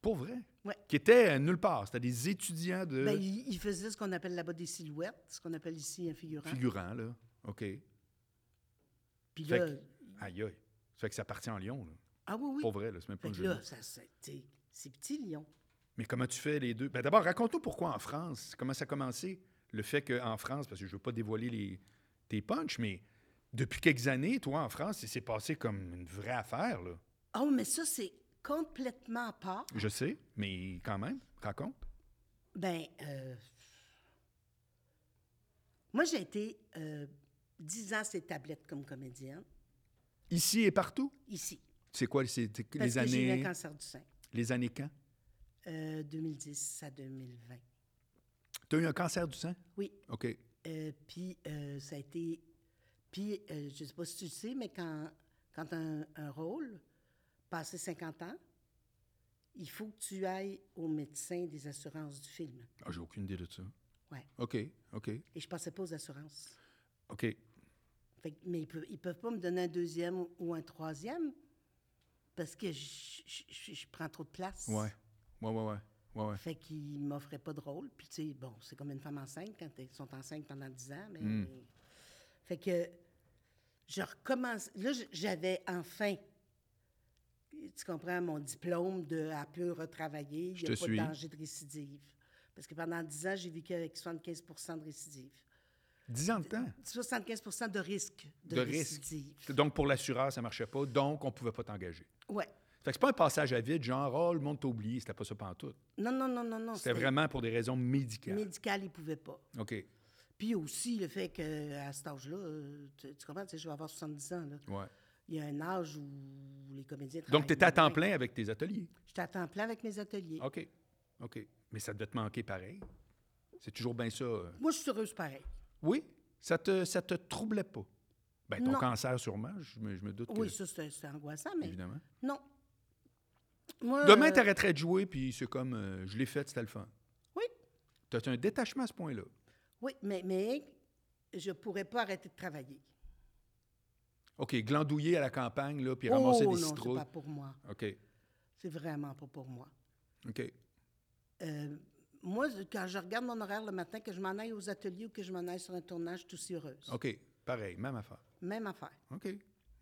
Speaker 1: Pour vrai.
Speaker 2: Ouais.
Speaker 1: Qui était euh, nulle part. C'était des étudiants de
Speaker 2: Ben, ils, ils faisaient ce qu'on appelle là-bas des silhouettes, ce qu'on appelle ici un figurant.
Speaker 1: figurants, là. OK.
Speaker 2: Puis
Speaker 1: Fait
Speaker 2: là,
Speaker 1: que- Aïe, aïe. Ça fait que ça partit en Lyon, là.
Speaker 2: ah oui, oui.
Speaker 1: Pour vrai, là, c'est même pas
Speaker 2: Fait
Speaker 1: un
Speaker 2: que
Speaker 1: jeu. de
Speaker 2: là,
Speaker 1: mots.
Speaker 2: ça, ça, tu sais, c'est petit Lyon.
Speaker 1: Mais comment tu fais les deux? Ben, D'abord, raconte-nous pourquoi en France. Comment ça a commencé? Le fait qu'en France, parce que je veux pas dévoiler les, tes punchs, mais depuis quelques années, toi, en France, il s'est passé comme une vraie affaire, là.
Speaker 2: Oh, mais ça, c'est complètement à part.
Speaker 1: Je sais, mais quand même, raconte.
Speaker 2: Ben, euh, moi, j'ai été euh, 10 ans ces tablettes comme comédienne,
Speaker 1: Ici et partout?
Speaker 2: ici.
Speaker 1: C'est quoi c'est- c'est
Speaker 2: Parce
Speaker 1: les
Speaker 2: que j'ai eu un
Speaker 1: années
Speaker 2: cancer du sein,
Speaker 1: les années quand
Speaker 2: euh, 2010 à 2020.
Speaker 1: Tu as eu un cancer du sein
Speaker 2: Oui,
Speaker 1: OK.
Speaker 2: Euh, puis euh, ça a été. Puis euh, je sais pas si tu le sais, mais quand, quand un, un rôle, passé 50 ans, il faut que tu ailles au médecin des assurances du film.
Speaker 1: Ah, j'ai aucune idée de ça.
Speaker 2: Ouais.
Speaker 1: OK, OK,
Speaker 2: Et je passais pas aux assurances.
Speaker 1: OK.
Speaker 2: Fait que- mais ils peuvent, ils peuvent pas me donner un deuxième ou- ou un troisième parce que je, je- je- je prends trop de place.
Speaker 1: Ouais. Ouais ouais ouais. Ouais ouais.
Speaker 2: Fait qu'ils m'offraient pas de rôle. Puis, tu sais, bon, c'est comme une femme enceinte quand elles sont enceintes pendant 10 ans. Mais...
Speaker 1: Hmm.
Speaker 2: Fait que je recommence. Là, j- j'avais enfin, tu comprends, mon diplôme de à peu retravailler. Il
Speaker 1: Je
Speaker 2: n'y a
Speaker 1: te
Speaker 2: pas
Speaker 1: suis.
Speaker 2: de danger de récidive. Parce que pendant 10 ans, j'ai vécu avec 75 de récidive.
Speaker 1: 10 ans de temps.
Speaker 2: Euh, 75 de risque de,
Speaker 1: De risque.
Speaker 2: récidive.
Speaker 1: Donc pour l'assureur, ça marchait pas, donc on pouvait pas t'engager.
Speaker 2: Ouais.
Speaker 1: Fait que c'est pas un passage à vide genre oh, le monde t'a oublié, c'était pas ça pantoute.
Speaker 2: Non, non, non, non, non.
Speaker 1: C'était vraiment pour des raisons médicales.
Speaker 2: Médical, ils ne pouvaient pas.
Speaker 1: OK.
Speaker 2: Puis aussi le fait qu'à cet âge-là, euh, tu, tu comprends, tu sais, je vais avoir 70 ans. Là.
Speaker 1: Ouais.
Speaker 2: Il y a un âge où les comédiens
Speaker 1: Donc
Speaker 2: travaillent
Speaker 1: tu étais à temps
Speaker 2: moins.
Speaker 1: plein Ah. avec tes ateliers.
Speaker 2: J'étais à temps plein avec mes ateliers.
Speaker 1: OK. OK. Mais ça devait te manquer pareil. C'est toujours bien ça. euh,
Speaker 2: Moi, je suis heureuse pareil.
Speaker 1: Oui, ça te, ça te troublait pas. Ben, ton
Speaker 2: Non.
Speaker 1: cancer, sûrement, je me, je me doute
Speaker 2: Oui,
Speaker 1: que...
Speaker 2: ça, c'est c'est angoissant, mais
Speaker 1: Évidemment.
Speaker 2: non. Moi,
Speaker 1: Demain,
Speaker 2: euh,
Speaker 1: tu arrêterais de jouer, puis c'est comme euh, je l'ai fait, c'était le fun.
Speaker 2: Oui.
Speaker 1: Tu as un détachement à ce point-là.
Speaker 2: Oui, mais, mais je pourrais pas arrêter de travailler.
Speaker 1: OK, glandouiller à la campagne, là, puis
Speaker 2: oh,
Speaker 1: ramasser des
Speaker 2: non, c'est
Speaker 1: citrouilles.
Speaker 2: pas pour moi.
Speaker 1: OK.
Speaker 2: C'est vraiment pas pour moi.
Speaker 1: OK.
Speaker 2: Euh, moi, je- quand je regarde mon horaire le matin, que je m'en aille aux ateliers ou que je m'en aille sur un tournage, je suis aussi heureuse.
Speaker 1: OK. Pareil, même affaire.
Speaker 2: Même affaire.
Speaker 1: OK.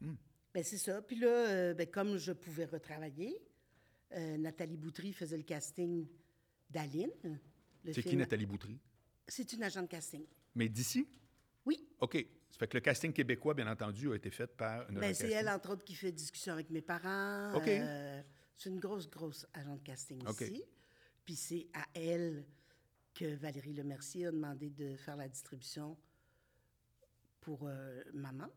Speaker 1: Hmm.
Speaker 2: Ben, c'est ça. Puis là, euh, ben, comme je pouvais retravailler, euh, Nathalie Boutry faisait le casting d'Aline. le
Speaker 1: C'est qui
Speaker 2: film-
Speaker 1: Nathalie Boutry?
Speaker 2: C'est une agent de casting.
Speaker 1: Mais d'ici?
Speaker 2: Oui.
Speaker 1: OK. Ça fait que le casting québécois, bien entendu, a été fait par une
Speaker 2: Ben, c'est
Speaker 1: casting.
Speaker 2: elle, entre autres, qui fait discussion avec mes parents.
Speaker 1: OK.
Speaker 2: Euh, c'est une grosse, grosse agent de casting
Speaker 1: OK.
Speaker 2: ici. Puis c'est à elle que Valérie Lemercier a demandé de faire la distribution pour euh, Maman.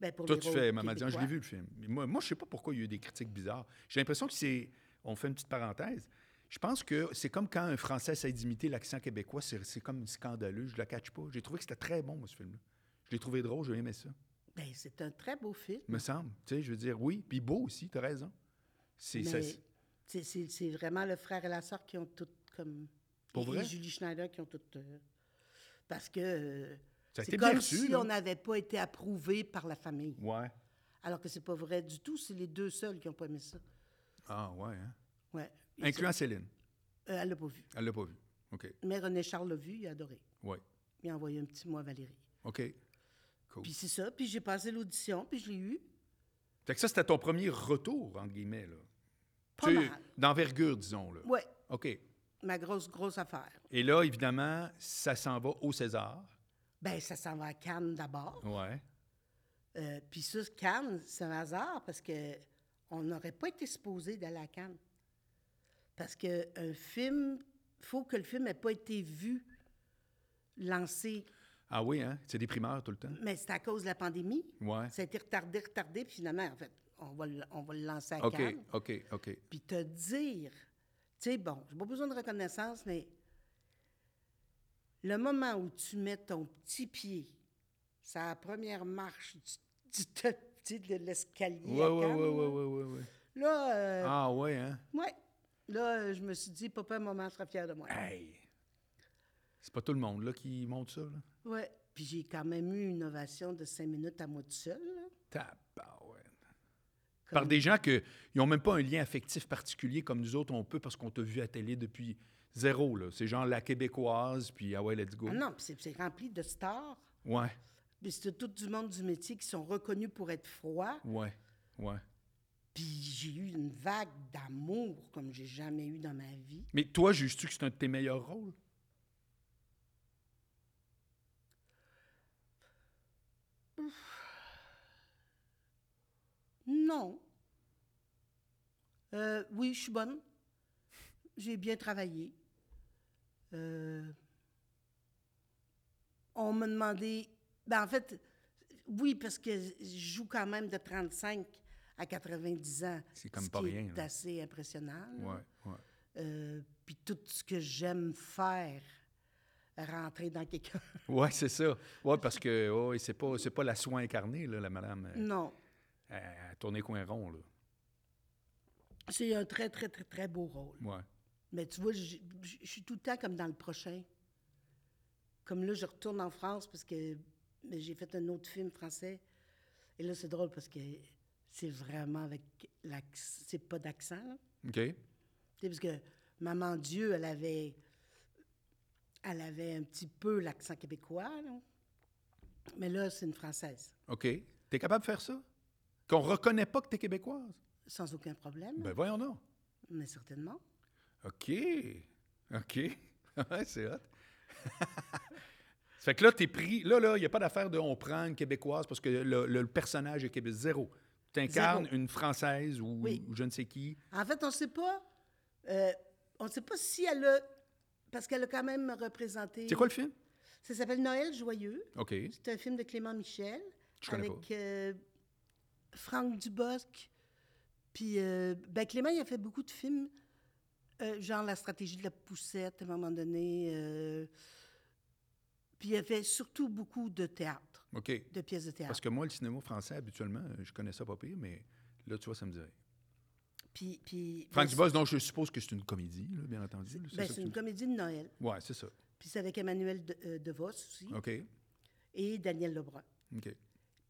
Speaker 2: Ben, pour
Speaker 1: Toi,
Speaker 2: les
Speaker 1: tu
Speaker 2: rôles
Speaker 1: fais Maman Diane, je l'ai
Speaker 2: québécois.
Speaker 1: vu le film. Mais moi, moi, je sais pas pourquoi il y a eu des critiques bizarres. J'ai l'impression que c'est. On fait une petite parenthèse. Je pense que c'est comme quand un Français essaie d'imiter l'accent québécois, c'est c'est comme scandaleux. Je la catch pas. J'ai trouvé que c'était très bon, moi, ce film-là. Je l'ai trouvé drôle, j'ai aimé ça.
Speaker 2: Ben, c'est un très beau film.
Speaker 1: Me semble. Tu sais, je veux dire, oui. Puis beau aussi, t'as raison. C'est. ça-
Speaker 2: Mais c'est- c'est c'est vraiment le frère et la sœur qui ont toutes comme.
Speaker 1: Pour
Speaker 2: et-
Speaker 1: vrai?
Speaker 2: Et Julie Schneider qui ont toutes. euh, parce que. euh,
Speaker 1: Ça a
Speaker 2: c'est
Speaker 1: été
Speaker 2: comme
Speaker 1: bien reçu,
Speaker 2: si
Speaker 1: là.
Speaker 2: on n'avait pas été approuvé par la famille.
Speaker 1: Ouais.
Speaker 2: Alors que c'est pas vrai du tout. C'est les deux seuls qui n'ont pas aimé ça.
Speaker 1: Ah, ouais, hein.
Speaker 2: Ouais. Ils
Speaker 1: Incluant Céline.
Speaker 2: ont- euh, elle l'a pas vu.
Speaker 1: Elle l'a pas vu. OK.
Speaker 2: Mais René Charles l'a vu, il a adoré.
Speaker 1: Ouais.
Speaker 2: Il a envoyé un petit mot à Valérie.
Speaker 1: OK. Cool.
Speaker 2: Puis c'est ça. Puis j'ai passé l'audition, puis je l'ai eu.
Speaker 1: Fait que ça, c'était ton premier retour, entre guillemets, là.
Speaker 2: Pas
Speaker 1: Tu sais,
Speaker 2: mal.
Speaker 1: D'envergure, disons, là.
Speaker 2: Ouais.
Speaker 1: OK.
Speaker 2: Ma grosse, grosse affaire.
Speaker 1: Et là, évidemment, ça s'en va au César.
Speaker 2: Ben, ça s'en va à Cannes d'abord.
Speaker 1: Ouais.
Speaker 2: Euh, puis ça, Cannes, c'est un hasard parce que on n'aurait pas été supposé d'aller à Cannes. Parce que un film, faut que le film n'ait pas été vu, lancé.
Speaker 1: Ah oui, hein? C'est des primeurs tout le temps.
Speaker 2: Mais c'est à cause de la pandémie.
Speaker 1: Ouais.
Speaker 2: Ça a été retardé, retardé, puis finalement, en fait, on va le, on va le lancer à
Speaker 1: OK,
Speaker 2: Cannes.
Speaker 1: OK, OK.
Speaker 2: Puis te dire, tu sais, bon, j'ai pas besoin de reconnaissance, mais le moment où tu mets ton petit pied, c'est la première marche du, du top, tu sais, de l'escalier.
Speaker 1: Ouais, ouais,
Speaker 2: à Cannes,
Speaker 1: ouais, ouais,
Speaker 2: là.
Speaker 1: ouais, ouais, ouais.
Speaker 2: Là, euh,
Speaker 1: Ah ouais, hein?
Speaker 2: ouais. Là, euh, je me suis dit, papa, maman sera fière de moi.
Speaker 1: Hey! C'est pas tout le monde, là, qui monte ça, là.
Speaker 2: Ouais. Puis j'ai quand même eu une ovation de cinq minutes à moi tout seul.
Speaker 1: Tabarouette. Par des gens qui n'ont même pas un lien affectif particulier comme nous autres, on peut parce qu'on t'a vu à télé depuis zéro, là. C'est genre la québécoise, puis ah ouais, let's go.
Speaker 2: Ah non, puis c'est c'est rempli de stars.
Speaker 1: Ouais,
Speaker 2: Puis c'est tout du monde du métier qui sont reconnus pour être froids.
Speaker 1: ouais, ouais.
Speaker 2: Puis j'ai eu une vague d'amour comme j'ai jamais eu dans ma vie.
Speaker 1: Mais toi, juges-tu que c'est un de tes meilleurs rôles?
Speaker 2: Non. Euh, oui, je suis bonne. J'ai bien travaillé. Euh, on m'a demandé. Ben, en fait, oui, parce que je joue quand même de 35 à 90 ans.
Speaker 1: C'est comme
Speaker 2: ce
Speaker 1: pas
Speaker 2: qui
Speaker 1: rien,
Speaker 2: C'est
Speaker 1: là.
Speaker 2: assez impressionnant. là.
Speaker 1: Ouais, ouais.
Speaker 2: Euh, puis tout ce que j'aime faire, rentrer dans quelqu'un.
Speaker 1: Ouais, c'est ça. Ouais, parce que ouais, c'est pas, c'est pas la soin incarnée, là, la madame. euh,
Speaker 2: Non.
Speaker 1: à tourner coin rond, là.
Speaker 2: C'est un très, très, très, très beau rôle.
Speaker 1: Ouais.
Speaker 2: Mais tu vois, je je- je suis tout le temps comme dans le prochain. Comme là, je retourne en France parce que mais j'ai fait un autre film français. Et là, c'est drôle parce que c'est vraiment avec l'accent. C'est pas d'accent, là.
Speaker 1: OK.
Speaker 2: Tu sais, parce que Maman Dieu, elle avait, elle avait un petit peu l'accent québécois, là. Mais là, c'est une Française,
Speaker 1: OK. T'es capable de faire ça? Qu'on reconnaît pas que t'es québécoise?
Speaker 2: sans aucun problème,
Speaker 1: Ben voyons donc.
Speaker 2: mais certainement.
Speaker 1: OK. OK. Ouais, c'est hot. Ça fait que là, t'es pris. Là, là, il n'y a pas d'affaire de on prend une québécoise parce que le, le- le personnage est québécois. Zéro. Tu incarnes
Speaker 2: Zéro.
Speaker 1: une française ou,
Speaker 2: Oui.
Speaker 1: ou je ne sais qui.
Speaker 2: En fait, on ne sait pas. euh, on sait pas si elle a. Parce qu'elle a quand même représenté.
Speaker 1: C'est quoi le film?
Speaker 2: Ça s'appelle Noël Joyeux.
Speaker 1: OK.
Speaker 2: C'est un film de Clément Michel.
Speaker 1: Je connais
Speaker 2: avec euh, Franck Dubosc. Puis, euh, ben, Clément, il a fait beaucoup de films, euh, genre La stratégie de la poussette, à un moment donné. euh, puis, il a fait surtout beaucoup de théâtre,
Speaker 1: OK.
Speaker 2: de pièces de théâtre.
Speaker 1: Parce que moi, le cinéma français, habituellement, je connais ça pas pire, mais là, tu vois, ça me dirait.
Speaker 2: Puis, puis,
Speaker 1: Franck
Speaker 2: ben,
Speaker 1: Dubos, donc je suppose que c'est une comédie, là, bien entendu. là,
Speaker 2: c'est- ben,
Speaker 1: ça que
Speaker 2: c'est
Speaker 1: tu
Speaker 2: une
Speaker 1: me-
Speaker 2: comédie de Noël.
Speaker 1: Ouais, c'est ça.
Speaker 2: Puis c'est avec Emmanuel de, euh, DeVos aussi
Speaker 1: OK.
Speaker 2: et Daniel Lebrun.
Speaker 1: OK.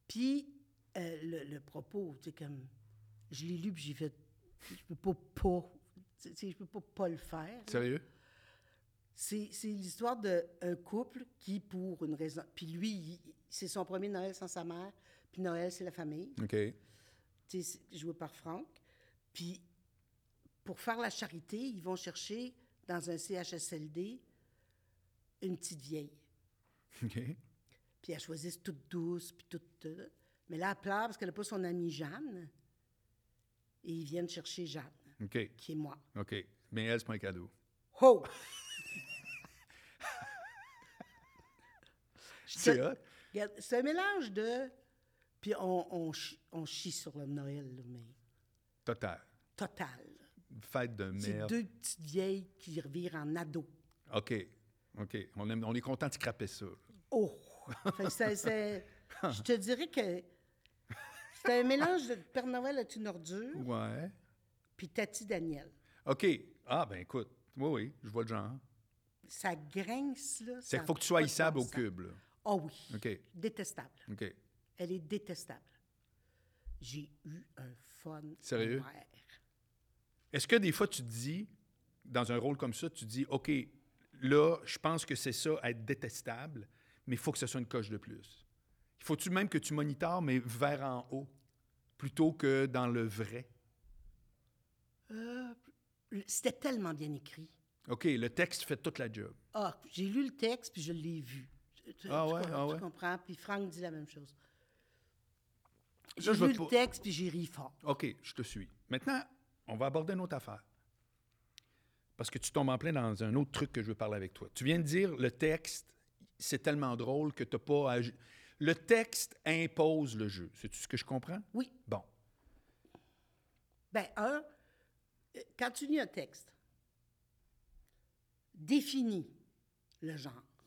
Speaker 2: Puis euh, le, le propos, tu sais, comme. Je l'ai lu, puis j'ai fait. Je peux pas pas. tu sais, je peux pas pas le faire.
Speaker 1: Sérieux?
Speaker 2: C'est c'est l'histoire d'un couple qui, pour une raison. Puis lui, il- c'est son premier Noël sans sa mère. Puis Noël, c'est la famille.
Speaker 1: OK.
Speaker 2: Tu sais, c'est joué par Franck. Puis pour faire la charité, ils vont chercher dans un CHSLD une petite vieille.
Speaker 1: OK.
Speaker 2: Puis elle choisit toute douce, puis toute. euh, mais là, elle pleure parce qu'elle n'a pas son amie Jeanne. Et ils viennent chercher Jeanne,
Speaker 1: OK.
Speaker 2: qui est moi.
Speaker 1: OK. Mais elle, c'est pas un cadeau.
Speaker 2: Oh! Je te-
Speaker 1: C'est hot.
Speaker 2: Regarde, c'est un mélange de. Puis on, on, chi- on chie sur le Noël, là, mais
Speaker 1: Total.
Speaker 2: total.
Speaker 1: Fête de
Speaker 2: C'est
Speaker 1: merde.
Speaker 2: deux petites vieilles qui revirent en ado.
Speaker 1: OK. OK. On, aime- on est content de scraper ça.
Speaker 2: Oh! Fait que c'est- c'est- je te dirais que c'est un mélange de Père Noël à une ordure,
Speaker 1: Ouais.
Speaker 2: puis Tati Daniel.
Speaker 1: OK. Ah, ben écoute. Oui, oui, je vois le genre.
Speaker 2: Ça grince, là.
Speaker 1: C'est
Speaker 2: ça
Speaker 1: qu'il faut que tu
Speaker 2: a
Speaker 1: sois
Speaker 2: pas de
Speaker 1: haïssable
Speaker 2: bon
Speaker 1: au
Speaker 2: sens.
Speaker 1: cube. là.
Speaker 2: Ah oui.
Speaker 1: OK.
Speaker 2: Détestable.
Speaker 1: OK.
Speaker 2: Elle est détestable. J'ai eu un fun.
Speaker 1: Sérieux?
Speaker 2: noir.
Speaker 1: Est-ce que des fois, tu te dis, dans un rôle comme ça, tu te dis, OK, là, je pense que c'est ça, être détestable, mais il faut que ce soit une coche de plus. Il faut-tu même que tu monitores, mais vers en haut, plutôt que dans le vrai?
Speaker 2: Euh, C'était tellement bien écrit.
Speaker 1: OK, le texte fait toute la job.
Speaker 2: Ah, j'ai lu le texte, puis je l'ai vu. Tu- Tu,
Speaker 1: Ah
Speaker 2: tu
Speaker 1: ouais,
Speaker 2: comprends,
Speaker 1: ah
Speaker 2: tu
Speaker 1: ouais.
Speaker 2: comprends, puis Franck dit la même chose.
Speaker 1: je
Speaker 2: J'ai
Speaker 1: veux
Speaker 2: lu
Speaker 1: pas-
Speaker 2: le texte, puis j'ai ri fort.
Speaker 1: OK, je te suis. Maintenant, on va aborder une autre affaire. Parce que tu tombes en plein dans un autre truc que je veux parler avec toi. Tu viens de dire, le texte, c'est tellement drôle que tu n'as pas à... ju- Le texte impose le jeu. C'est-tu ce que je comprends?
Speaker 2: Oui.
Speaker 1: Bon.
Speaker 2: Ben un, euh, quand tu lis un texte, définis le genre,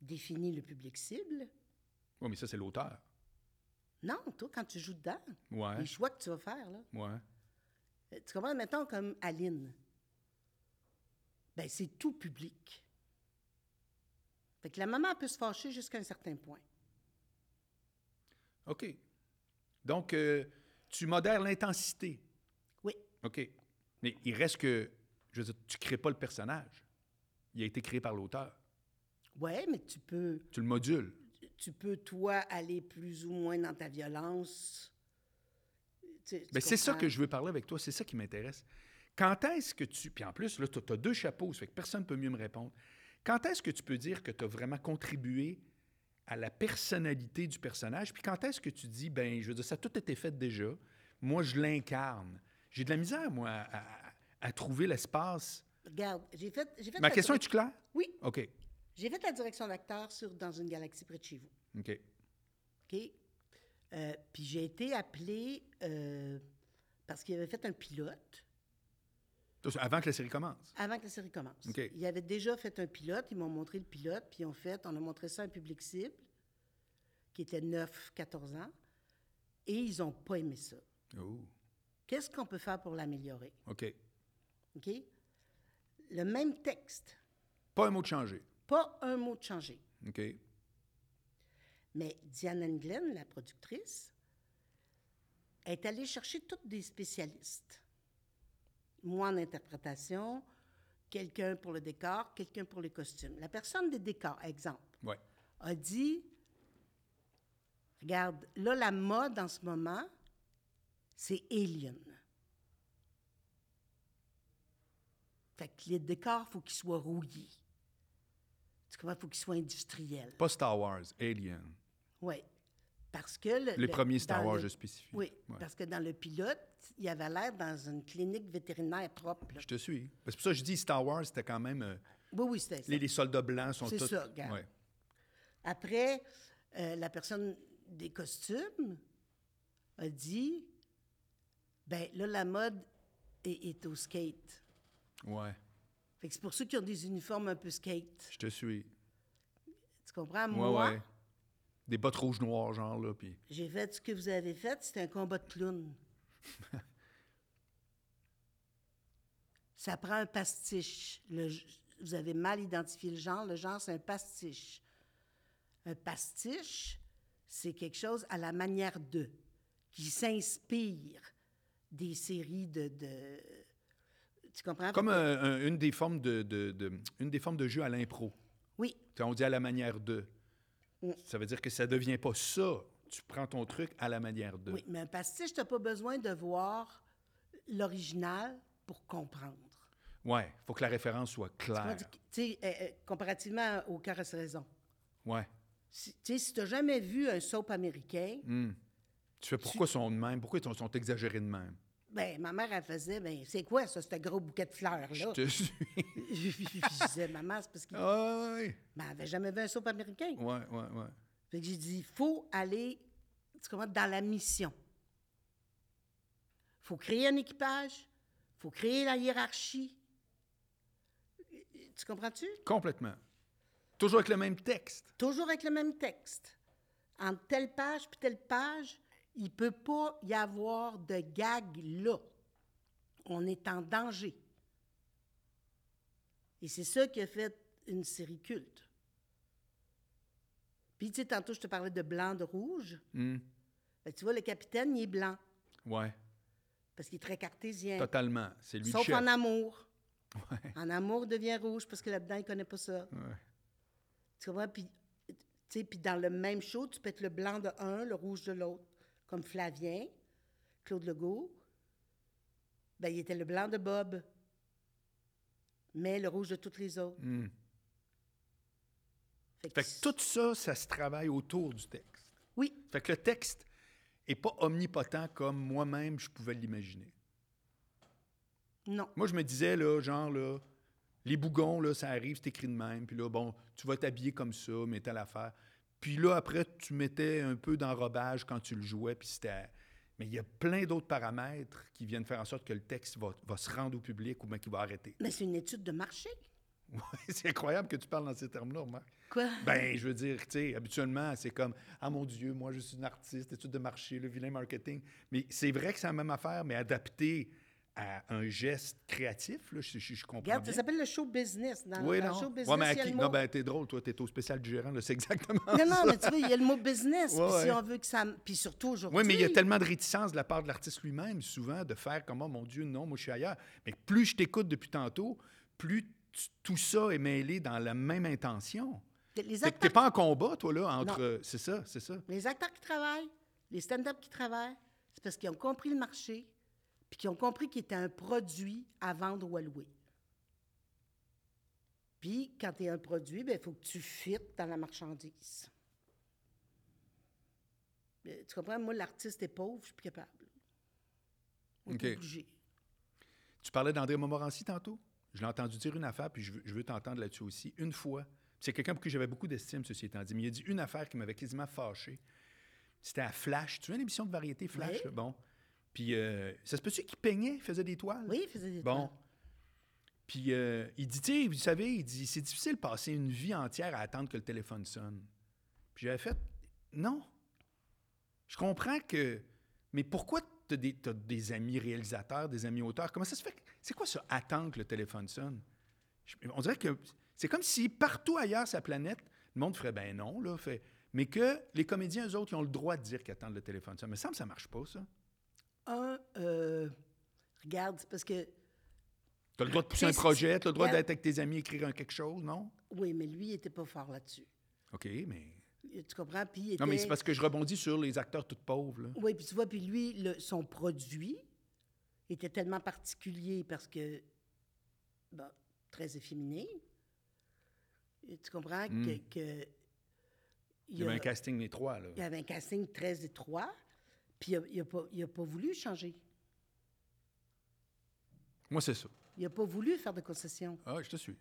Speaker 2: définis le public cible.
Speaker 1: Oui, mais ça, c'est l'auteur.
Speaker 2: Non, toi, quand tu joues dedans,
Speaker 1: Ouais.
Speaker 2: les choix que tu vas faire, là.
Speaker 1: Ouais.
Speaker 2: Euh, Tu comprends, mettons, comme Aline. Ben, c'est tout public. Fait que la maman elle peut se fâcher jusqu'à un certain point.
Speaker 1: OK. Donc, euh, tu modères l'intensité.
Speaker 2: Oui.
Speaker 1: OK. Mais il reste que, je veux dire, tu crées pas le personnage. Il a été créé par l'auteur.
Speaker 2: Ouais, mais tu peux,
Speaker 1: Tu le modules.
Speaker 2: tu peux, toi, aller plus ou moins dans ta violence. Tu- tu
Speaker 1: Mais Ben, c'est ça
Speaker 2: comprends?
Speaker 1: que je veux parler avec toi. C'est ça qui m'intéresse. Quand est-ce que tu... Puis en plus, là, tu as deux chapeaux, ça fait que personne ne peut mieux me répondre. Quand est-ce que tu peux dire que tu as vraiment contribué à la personnalité du personnage? Puis quand est-ce que tu dis, ben, je veux dire, ça a tout été fait déjà. Moi, je l'incarne. J'ai de la misère, moi, à, à- à trouver l'espace.
Speaker 2: Regarde, j'ai fait, j'ai fait
Speaker 1: Ma
Speaker 2: la
Speaker 1: question,
Speaker 2: direc-
Speaker 1: est tu claire?
Speaker 2: Oui,
Speaker 1: OK.
Speaker 2: j'ai fait la direction d'acteur sur Dans une galaxie près de chez vous.
Speaker 1: OK.
Speaker 2: OK? Euh, puis j'ai été appelée euh, parce qu'il avait fait un pilote.
Speaker 1: Ça, c'est Avant que la série commence.
Speaker 2: Avant que la série commence.
Speaker 1: OK.
Speaker 2: Ils avaient déjà fait un pilote, ils m'ont montré le pilote, puis en fait, on a montré ça à un public cible qui était 9-14 ans, et ils n'ont pas aimé ça.
Speaker 1: Oh.
Speaker 2: Qu'est-ce qu'on peut faire pour l'améliorer?
Speaker 1: OK.
Speaker 2: OK? Le même texte,
Speaker 1: Pas un mot de changer.
Speaker 2: pas un mot de changé,
Speaker 1: OK.
Speaker 2: mais Diane Anglen, la productrice, est allée chercher toutes des spécialistes. Moi en interprétation, quelqu'un pour le décor, quelqu'un pour les costumes. La personne des décors, exemple.
Speaker 1: Ouais.
Speaker 2: a dit Regarde, là, la mode en ce moment, c'est Alien. Fait que les décors, faut qu'ils soient rouillés. Tu comprends? faut qu'ils soient industriels.
Speaker 1: Pas Star Wars, Alien.
Speaker 2: Oui. Parce que. Le,
Speaker 1: Les
Speaker 2: le-
Speaker 1: premiers Star
Speaker 2: dans
Speaker 1: Wars,
Speaker 2: le-
Speaker 1: je spécifie.
Speaker 2: Oui,
Speaker 1: Ouais.
Speaker 2: parce que dans le pilote, il avait l'air dans une clinique vétérinaire propre. là.
Speaker 1: Je te suis. Ben, C'est pour ça que je dis Star Wars, c'était quand même. euh,
Speaker 2: Oui, oui, c'était ça.
Speaker 1: les, les soldats blancs sont
Speaker 2: C'est
Speaker 1: tous.
Speaker 2: ça, regarde.
Speaker 1: Ouais.
Speaker 2: Après, euh, la personne des costumes a dit ben là, la mode est, est au skate.
Speaker 1: Ouais,
Speaker 2: Fait que c'est pour ceux qui ont des uniformes un peu skate.
Speaker 1: je te suis.
Speaker 2: Tu comprends?
Speaker 1: Ouais,
Speaker 2: Moi,
Speaker 1: ouais. Des bottes rouges noires, genre, là. Puis...
Speaker 2: j'ai fait ce que vous avez fait, c'était un combat de clown. Ça prend un pastiche. Le g- vous avez mal identifié le genre. Le genre, c'est un pastiche. Un pastiche, c'est quelque chose à la manière d'eux, qui s'inspire des séries de... de- tu comprends?
Speaker 1: Comme euh, un- une, des formes de, de- de- une des formes de jeu à l'impro.
Speaker 2: Oui,
Speaker 1: Quand on dit à la manière de.
Speaker 2: Mm.
Speaker 1: Ça veut dire que ça devient pas ça. Tu prends ton truc à la manière de.
Speaker 2: oui, mais un pastiche, tu n'as pas besoin de voir l'original pour comprendre.
Speaker 1: Ouais, faut que la référence soit
Speaker 2: Moi,
Speaker 1: claire.
Speaker 2: tu sais, euh, euh, comparativement au caresse raison.
Speaker 1: Ouais.
Speaker 2: Si, tu sais, si t'as jamais vu un soap américain,
Speaker 1: Hmm. Tu fais pourquoi sont de même? Pourquoi ils sont- sont exagérés de même?
Speaker 2: ben ma mère, elle faisait, ben c'est quoi ça, ce gros bouquet de
Speaker 1: Je
Speaker 2: fleurs-là?
Speaker 1: te suis.
Speaker 2: je disais, maman, c'est parce que
Speaker 1: Ah, ouais,
Speaker 2: ben, elle avait jamais vu un soap américain.
Speaker 1: ouais, ouais, ouais.
Speaker 2: Fait que j'ai dit, il faut aller, tu comprends, dans la mission. faut créer un équipage, faut créer la hiérarchie. Tu comprends-tu?
Speaker 1: Complètement. Toujours avec le même texte.
Speaker 2: toujours avec le même texte. Entre telle page puis telle page, il ne peut pas y avoir de gag là. On est en danger. Et c'est ça qui a fait une série culte. Puis, tu sais, tantôt, je te parlais de blanc, de rouge.
Speaker 1: Hmm.
Speaker 2: Ben, tu vois, le capitaine, il est blanc,
Speaker 1: Ouais,
Speaker 2: parce qu'il est très cartésien.
Speaker 1: totalement. C'est lui le
Speaker 2: Sauf
Speaker 1: chef.
Speaker 2: en amour.
Speaker 1: Ouais,
Speaker 2: En amour, il devient rouge, parce que là-dedans, il ne connaît pas ça.
Speaker 1: ouais.
Speaker 2: Tu comprends? Puis, tu sais, puis dans le même show, tu peux être le blanc de un, le rouge de l'autre. Comme Flavien, Claude Legault, ben, il était le blanc de Bob, mais le rouge de toutes les autres.
Speaker 1: Hmm.
Speaker 2: Fait
Speaker 1: Fait que tout ça, ça se travaille autour du texte.
Speaker 2: Oui,
Speaker 1: Fait que le texte est pas omnipotent comme moi-même je pouvais l'imaginer.
Speaker 2: non.
Speaker 1: Moi, je me disais, là, genre, là, les bougons, là, ça arrive, c'est écrit de même. Puis là, bon, tu vas t'habiller comme ça, mais telle affaire. Puis là, après, tu mettais un peu d'enrobage quand tu le jouais, puis c'était... Mais il y a plein d'autres paramètres qui viennent faire en sorte que le texte va, va se rendre au public ou bien qu'il va arrêter.
Speaker 2: Mais c'est une étude de marché.
Speaker 1: Ouais, c'est incroyable que tu parles dans ces termes-là, Marc.
Speaker 2: Quoi?
Speaker 1: Ben, je veux dire, tu sais, habituellement, c'est comme Ah mon Dieu, moi, je suis une artiste, étude de marché, le vilain marketing. Mais c'est vrai que c'est la même affaire, mais adapté à un geste créatif, là, je, je, je comprends.
Speaker 2: Regarde,
Speaker 1: bien.
Speaker 2: ça s'appelle le show business. Dans,
Speaker 1: Ah Oui,
Speaker 2: dans le
Speaker 1: non.
Speaker 2: show
Speaker 1: Ouais,
Speaker 2: business,
Speaker 1: mais à
Speaker 2: il y a
Speaker 1: qui-
Speaker 2: le
Speaker 1: Non,
Speaker 2: mot-
Speaker 1: ben, t'es drôle, toi, t'es au spécial du gérant, là, c'est exactement
Speaker 2: non, non,
Speaker 1: ça.
Speaker 2: mais tu vois, il y a le mot business.
Speaker 1: Ouais,
Speaker 2: puis si
Speaker 1: ouais.
Speaker 2: on veut que ça... Puis surtout aujourd'hui...
Speaker 1: Oui, mais il y a tellement de réticence de la part de l'artiste lui-même, souvent, de faire comme, oh mon Dieu, non, moi, je suis ailleurs. Mais plus je t'écoute depuis tantôt, plus tu- tout ça est mêlé dans la même intention.
Speaker 2: Les
Speaker 1: Fait que T'es
Speaker 2: acteurs
Speaker 1: pas en combat, toi, là, entre. C'est ça, c'est ça.
Speaker 2: Les acteurs qui travaillent, les stand-up qui travaillent, c'est parce qu'ils ont compris le marché, puis qu'ils ont compris qu'il était un produit à vendre ou à louer. Puis, quand tu es un produit, il faut que tu fites dans la marchandise. Ben, tu comprends? Moi, l'artiste est pauvre, je suis plus capable. On est
Speaker 1: OK.
Speaker 2: obligé.
Speaker 1: Tu parlais d'André Montmorency tantôt. Je l'ai entendu dire une affaire, puis je veux, je veux t'entendre là-dessus aussi. Une fois, c'est quelqu'un pour qui j'avais beaucoup d'estime, ceci étant dit, mais il a dit une affaire qui m'avait quasiment fâché. C'était à Flash. Tu vois une émission de variété, Flash,
Speaker 2: Oui.
Speaker 1: là? bon. Puis euh, ça se peut-tu qu'il peignait, il faisait des toiles?
Speaker 2: Oui, il faisait des
Speaker 1: Bon.
Speaker 2: toiles.
Speaker 1: Puis euh, il dit, tu sais, vous savez, il dit, c'est difficile de passer une vie entière à attendre que le téléphone sonne. Puis j'avais fait, non. Je comprends que. Mais pourquoi tu des, t'as des amis réalisateurs, des amis auteurs? Comment ça se fait? que- C'est quoi ça, attendre que le téléphone sonne? Je- on dirait que c'est comme si partout ailleurs sur la planète, le monde ferait ben non, là. Fait, mais que les comédiens, eux autres, ils ont le droit de dire qu'ils attendent le téléphone sonne. Mais ça me semble que ça marche pas, ça.
Speaker 2: Un, euh, regarde, c'est parce que,
Speaker 1: Tu as le droit de pousser un
Speaker 2: Qu'est-ce-
Speaker 1: projet, tu as le droit
Speaker 2: Regarde.
Speaker 1: d'être avec tes amis, écrire un quelque chose, non?
Speaker 2: oui, mais lui, il n'était pas fort là-dessus.
Speaker 1: OK, mais.
Speaker 2: Tu comprends? Puis, il
Speaker 1: Non, mais
Speaker 2: était-
Speaker 1: c'est parce que je rebondis sur les acteurs tout pauvres. là.
Speaker 2: Oui, puis tu vois, puis lui, le- son produit était tellement particulier parce que, bon, très efféminé. Et tu comprends
Speaker 1: Mm.
Speaker 2: que, que
Speaker 1: Il y avait
Speaker 2: a-
Speaker 1: un casting des trois. Là.
Speaker 2: il y avait un casting très étroit, puis il n'a pas, il a pas voulu changer.
Speaker 1: Moi, c'est ça.
Speaker 2: Il n'a pas voulu faire de concession.
Speaker 1: Ah, je te suis.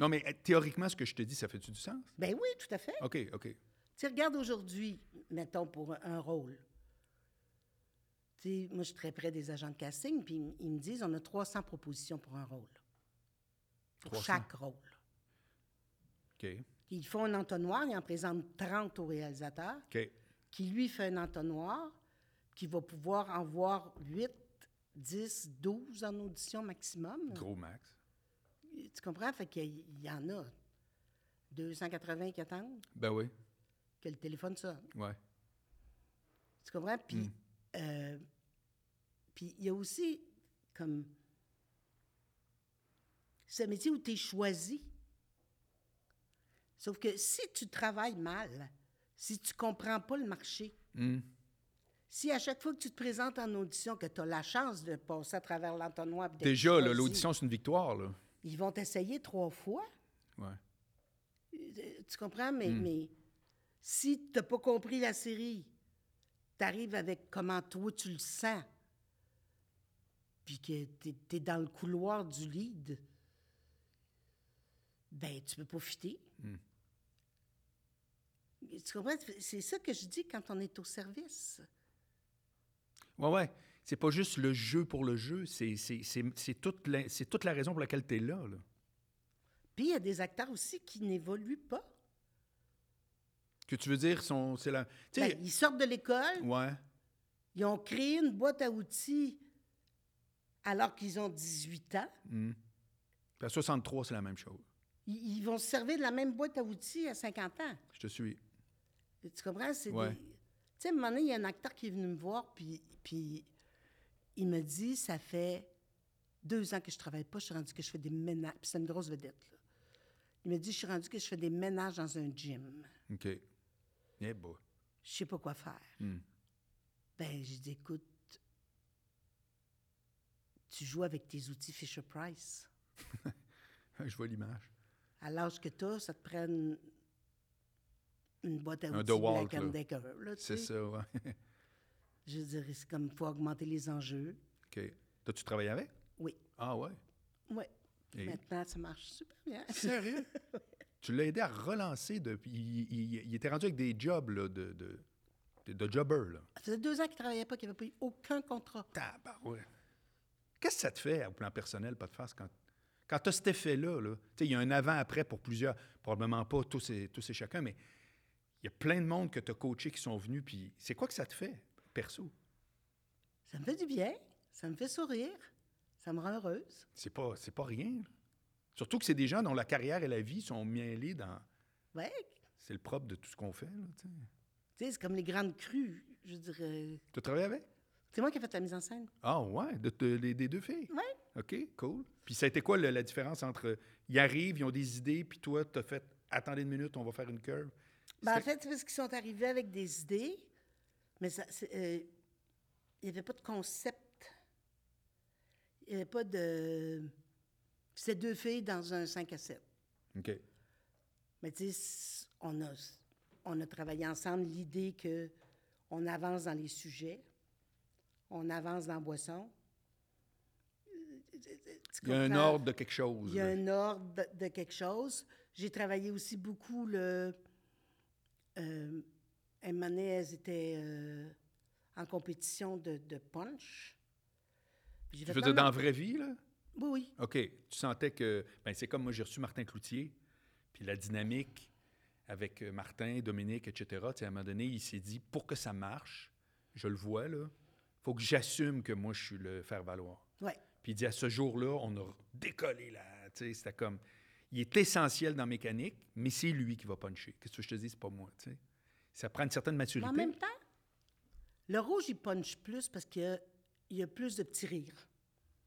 Speaker 1: Non, mais euh, théoriquement, ce que je te dis, ça fait-tu du sens?
Speaker 2: Ben oui, tout à fait.
Speaker 1: OK, OK.
Speaker 2: Tu sais, regarde aujourd'hui, mettons, pour un- un rôle. Tu sais, moi, je suis très près des agents de casting, puis ils- ils me disent on a 300 propositions pour un rôle. Pour
Speaker 1: 300.
Speaker 2: chaque rôle.
Speaker 1: OK.
Speaker 2: Ils font un entonnoir, ils en présentent 30 au réalisateur,
Speaker 1: OK.
Speaker 2: qui lui fait un entonnoir, qui va pouvoir en voir 8 10, 12 en audition maximum.
Speaker 1: Gros max.
Speaker 2: Tu comprends? Fait qu'il y- il y en a 280 qui attendent
Speaker 1: Ben oui,
Speaker 2: que le téléphone sonne.
Speaker 1: ouais.
Speaker 2: Tu comprends? Puis,
Speaker 1: Mm.
Speaker 2: euh, puis il y a aussi comme. C'est un métier où tu es choisi. Sauf que si tu travailles mal, si tu comprends pas le marché,
Speaker 1: Hum.
Speaker 2: si à chaque fois que tu te présentes en audition, que tu as la chance de passer à travers l'entonnoir, puis d'être
Speaker 1: Déjà, là,
Speaker 2: choisi,
Speaker 1: l'audition, c'est une victoire, là.
Speaker 2: Ils vont t'essayer trois fois.
Speaker 1: Ouais.
Speaker 2: Euh, Tu comprends? Mais, mais si tu n'as pas compris la série, tu arrives avec comment toi tu le sens, puis que tu es, dans le couloir du lead, ben tu peux profiter. Tu comprends? C'est ça que je dis quand on est au service.
Speaker 1: Ouais, ouais. C'est pas juste le jeu pour le jeu, c'est c'est- c'est- c'est toute, la- c'est toute la raison pour laquelle t'es là, là.
Speaker 2: Puis il y a des acteurs aussi qui n'évoluent pas.
Speaker 1: Que tu veux dire, son- c'est la... Tu sais,
Speaker 2: Ben, ils sortent de l'école,
Speaker 1: ouais.
Speaker 2: ils ont créé une boîte à outils alors qu'ils ont 18 ans.
Speaker 1: hum. Puis À 63, c'est la même chose.
Speaker 2: Ils, ils vont se servir de la même boîte à outils à 50 ans.
Speaker 1: Je te suis.
Speaker 2: Tu comprends? C'est
Speaker 1: Ouais.
Speaker 2: des- Tu sais, à un moment donné, il y a un acteur qui est venu me voir, puis, puis il me dit Ça fait deux ans que je travaille pas, je suis rendu que je fais des ménages. Puis c'est une grosse vedette, là. Il me dit Je suis rendu que je fais des ménages dans un gym.
Speaker 1: OK. Eh boy.
Speaker 2: Je sais pas quoi faire.
Speaker 1: Hum.
Speaker 2: Ben, j'ai dit Écoute, tu joues avec tes outils Fisher Price.
Speaker 1: Je vois l'image.
Speaker 2: à l'âge que tu as, ça te prend une, une boîte à
Speaker 1: Un
Speaker 2: outils
Speaker 1: DeWalt,
Speaker 2: Black and
Speaker 1: là.
Speaker 2: Decker. là, tu
Speaker 1: C'est
Speaker 2: sais.
Speaker 1: ça, ouais.
Speaker 2: Je dirais, c'est comme faut augmenter les enjeux.
Speaker 1: OK. T'as-tu travaillé avec?
Speaker 2: Oui,
Speaker 1: Ah ouais?
Speaker 2: oui.
Speaker 1: Et?
Speaker 2: Maintenant, ça marche super bien.
Speaker 1: Sérieux? tu l'as aidé à relancer depuis... Il, il- il était rendu avec des jobs, là, de... de de- de jobber, là.
Speaker 2: Ça faisait deux ans qu'il ne travaillait pas, qu'il n'avait pas eu aucun contrat.
Speaker 1: Tabarouette. Qu'est-ce que ça te fait au plan personnel, pas de face, quand, quand tu as cet effet-là? Là? Tu sais, Il y a un avant-après pour plusieurs, probablement pas tous et, tous et chacun, mais il y a plein de monde que tu as coaché qui sont venus, puis c'est quoi que ça te fait, perso?
Speaker 2: Ça me fait du bien, ça me fait sourire, ça me rend heureuse.
Speaker 1: C'est pas, c'est pas rien. là. Surtout que c'est des gens dont la carrière et la vie sont mêlées dans.
Speaker 2: Ouais.
Speaker 1: C'est le propre de tout ce qu'on fait. Là, tu sais.
Speaker 2: Tu sais, c'est comme les grandes crues, je dirais.
Speaker 1: T'as travaillé avec?
Speaker 2: C'est moi qui ai fait la mise en scène.
Speaker 1: Ah, ouais, de- de- les- des deux filles.
Speaker 2: Oui.
Speaker 1: OK, cool. Puis ça a été quoi le- la différence entre. Ils arrivent, ils ont des idées, puis toi, t'as fait. Attendez une minute, on va faire une curve.
Speaker 2: Ben, en
Speaker 1: C'était-
Speaker 2: fait, c'est parce qu'ils sont arrivés avec des idées, mais ça, c'est, euh, il n'y avait pas de concept. Il n'y avait pas de. C'est deux filles dans un 5 à 7.
Speaker 1: OK.
Speaker 2: Mais tu sais, c- on a, on a travaillé ensemble l'idée que on avance dans les sujets, on avance dans Boisson. Euh, Tu
Speaker 1: Il y a un
Speaker 2: comprends?
Speaker 1: ordre de quelque chose.
Speaker 2: Il y a
Speaker 1: là.
Speaker 2: un ordre de- de quelque chose. J'ai travaillé aussi beaucoup le. Euh, un moment donné, elles étaient euh, en compétition de, de punch. Puis j'ai
Speaker 1: Tu
Speaker 2: fait,
Speaker 1: veux
Speaker 2: non,
Speaker 1: dire, dans la
Speaker 2: non,
Speaker 1: vraie vie, là?
Speaker 2: Oui, oui.
Speaker 1: OK. Tu sentais que. Ben, c'est comme moi, j'ai reçu Martin Cloutier, puis la dynamique avec euh, Martin, Dominique, etc. Tu sais, à un moment donné, il s'est dit pour que ça marche, je le vois, là, faut que j'assume que moi, je suis le faire-valoir.
Speaker 2: Ouais.
Speaker 1: Puis il dit à ce jour-là, on a décollé là. Tu sais, c'était comme. Il est essentiel dans la mécanique, mais c'est lui qui va puncher. Qu'est-ce que je te dis, c'est pas moi. tu sais. Ça prend une certaine
Speaker 2: Mais
Speaker 1: maturité.
Speaker 2: en même temps, le rouge, il punch plus parce qu'il y a- il y a plus de petits rires.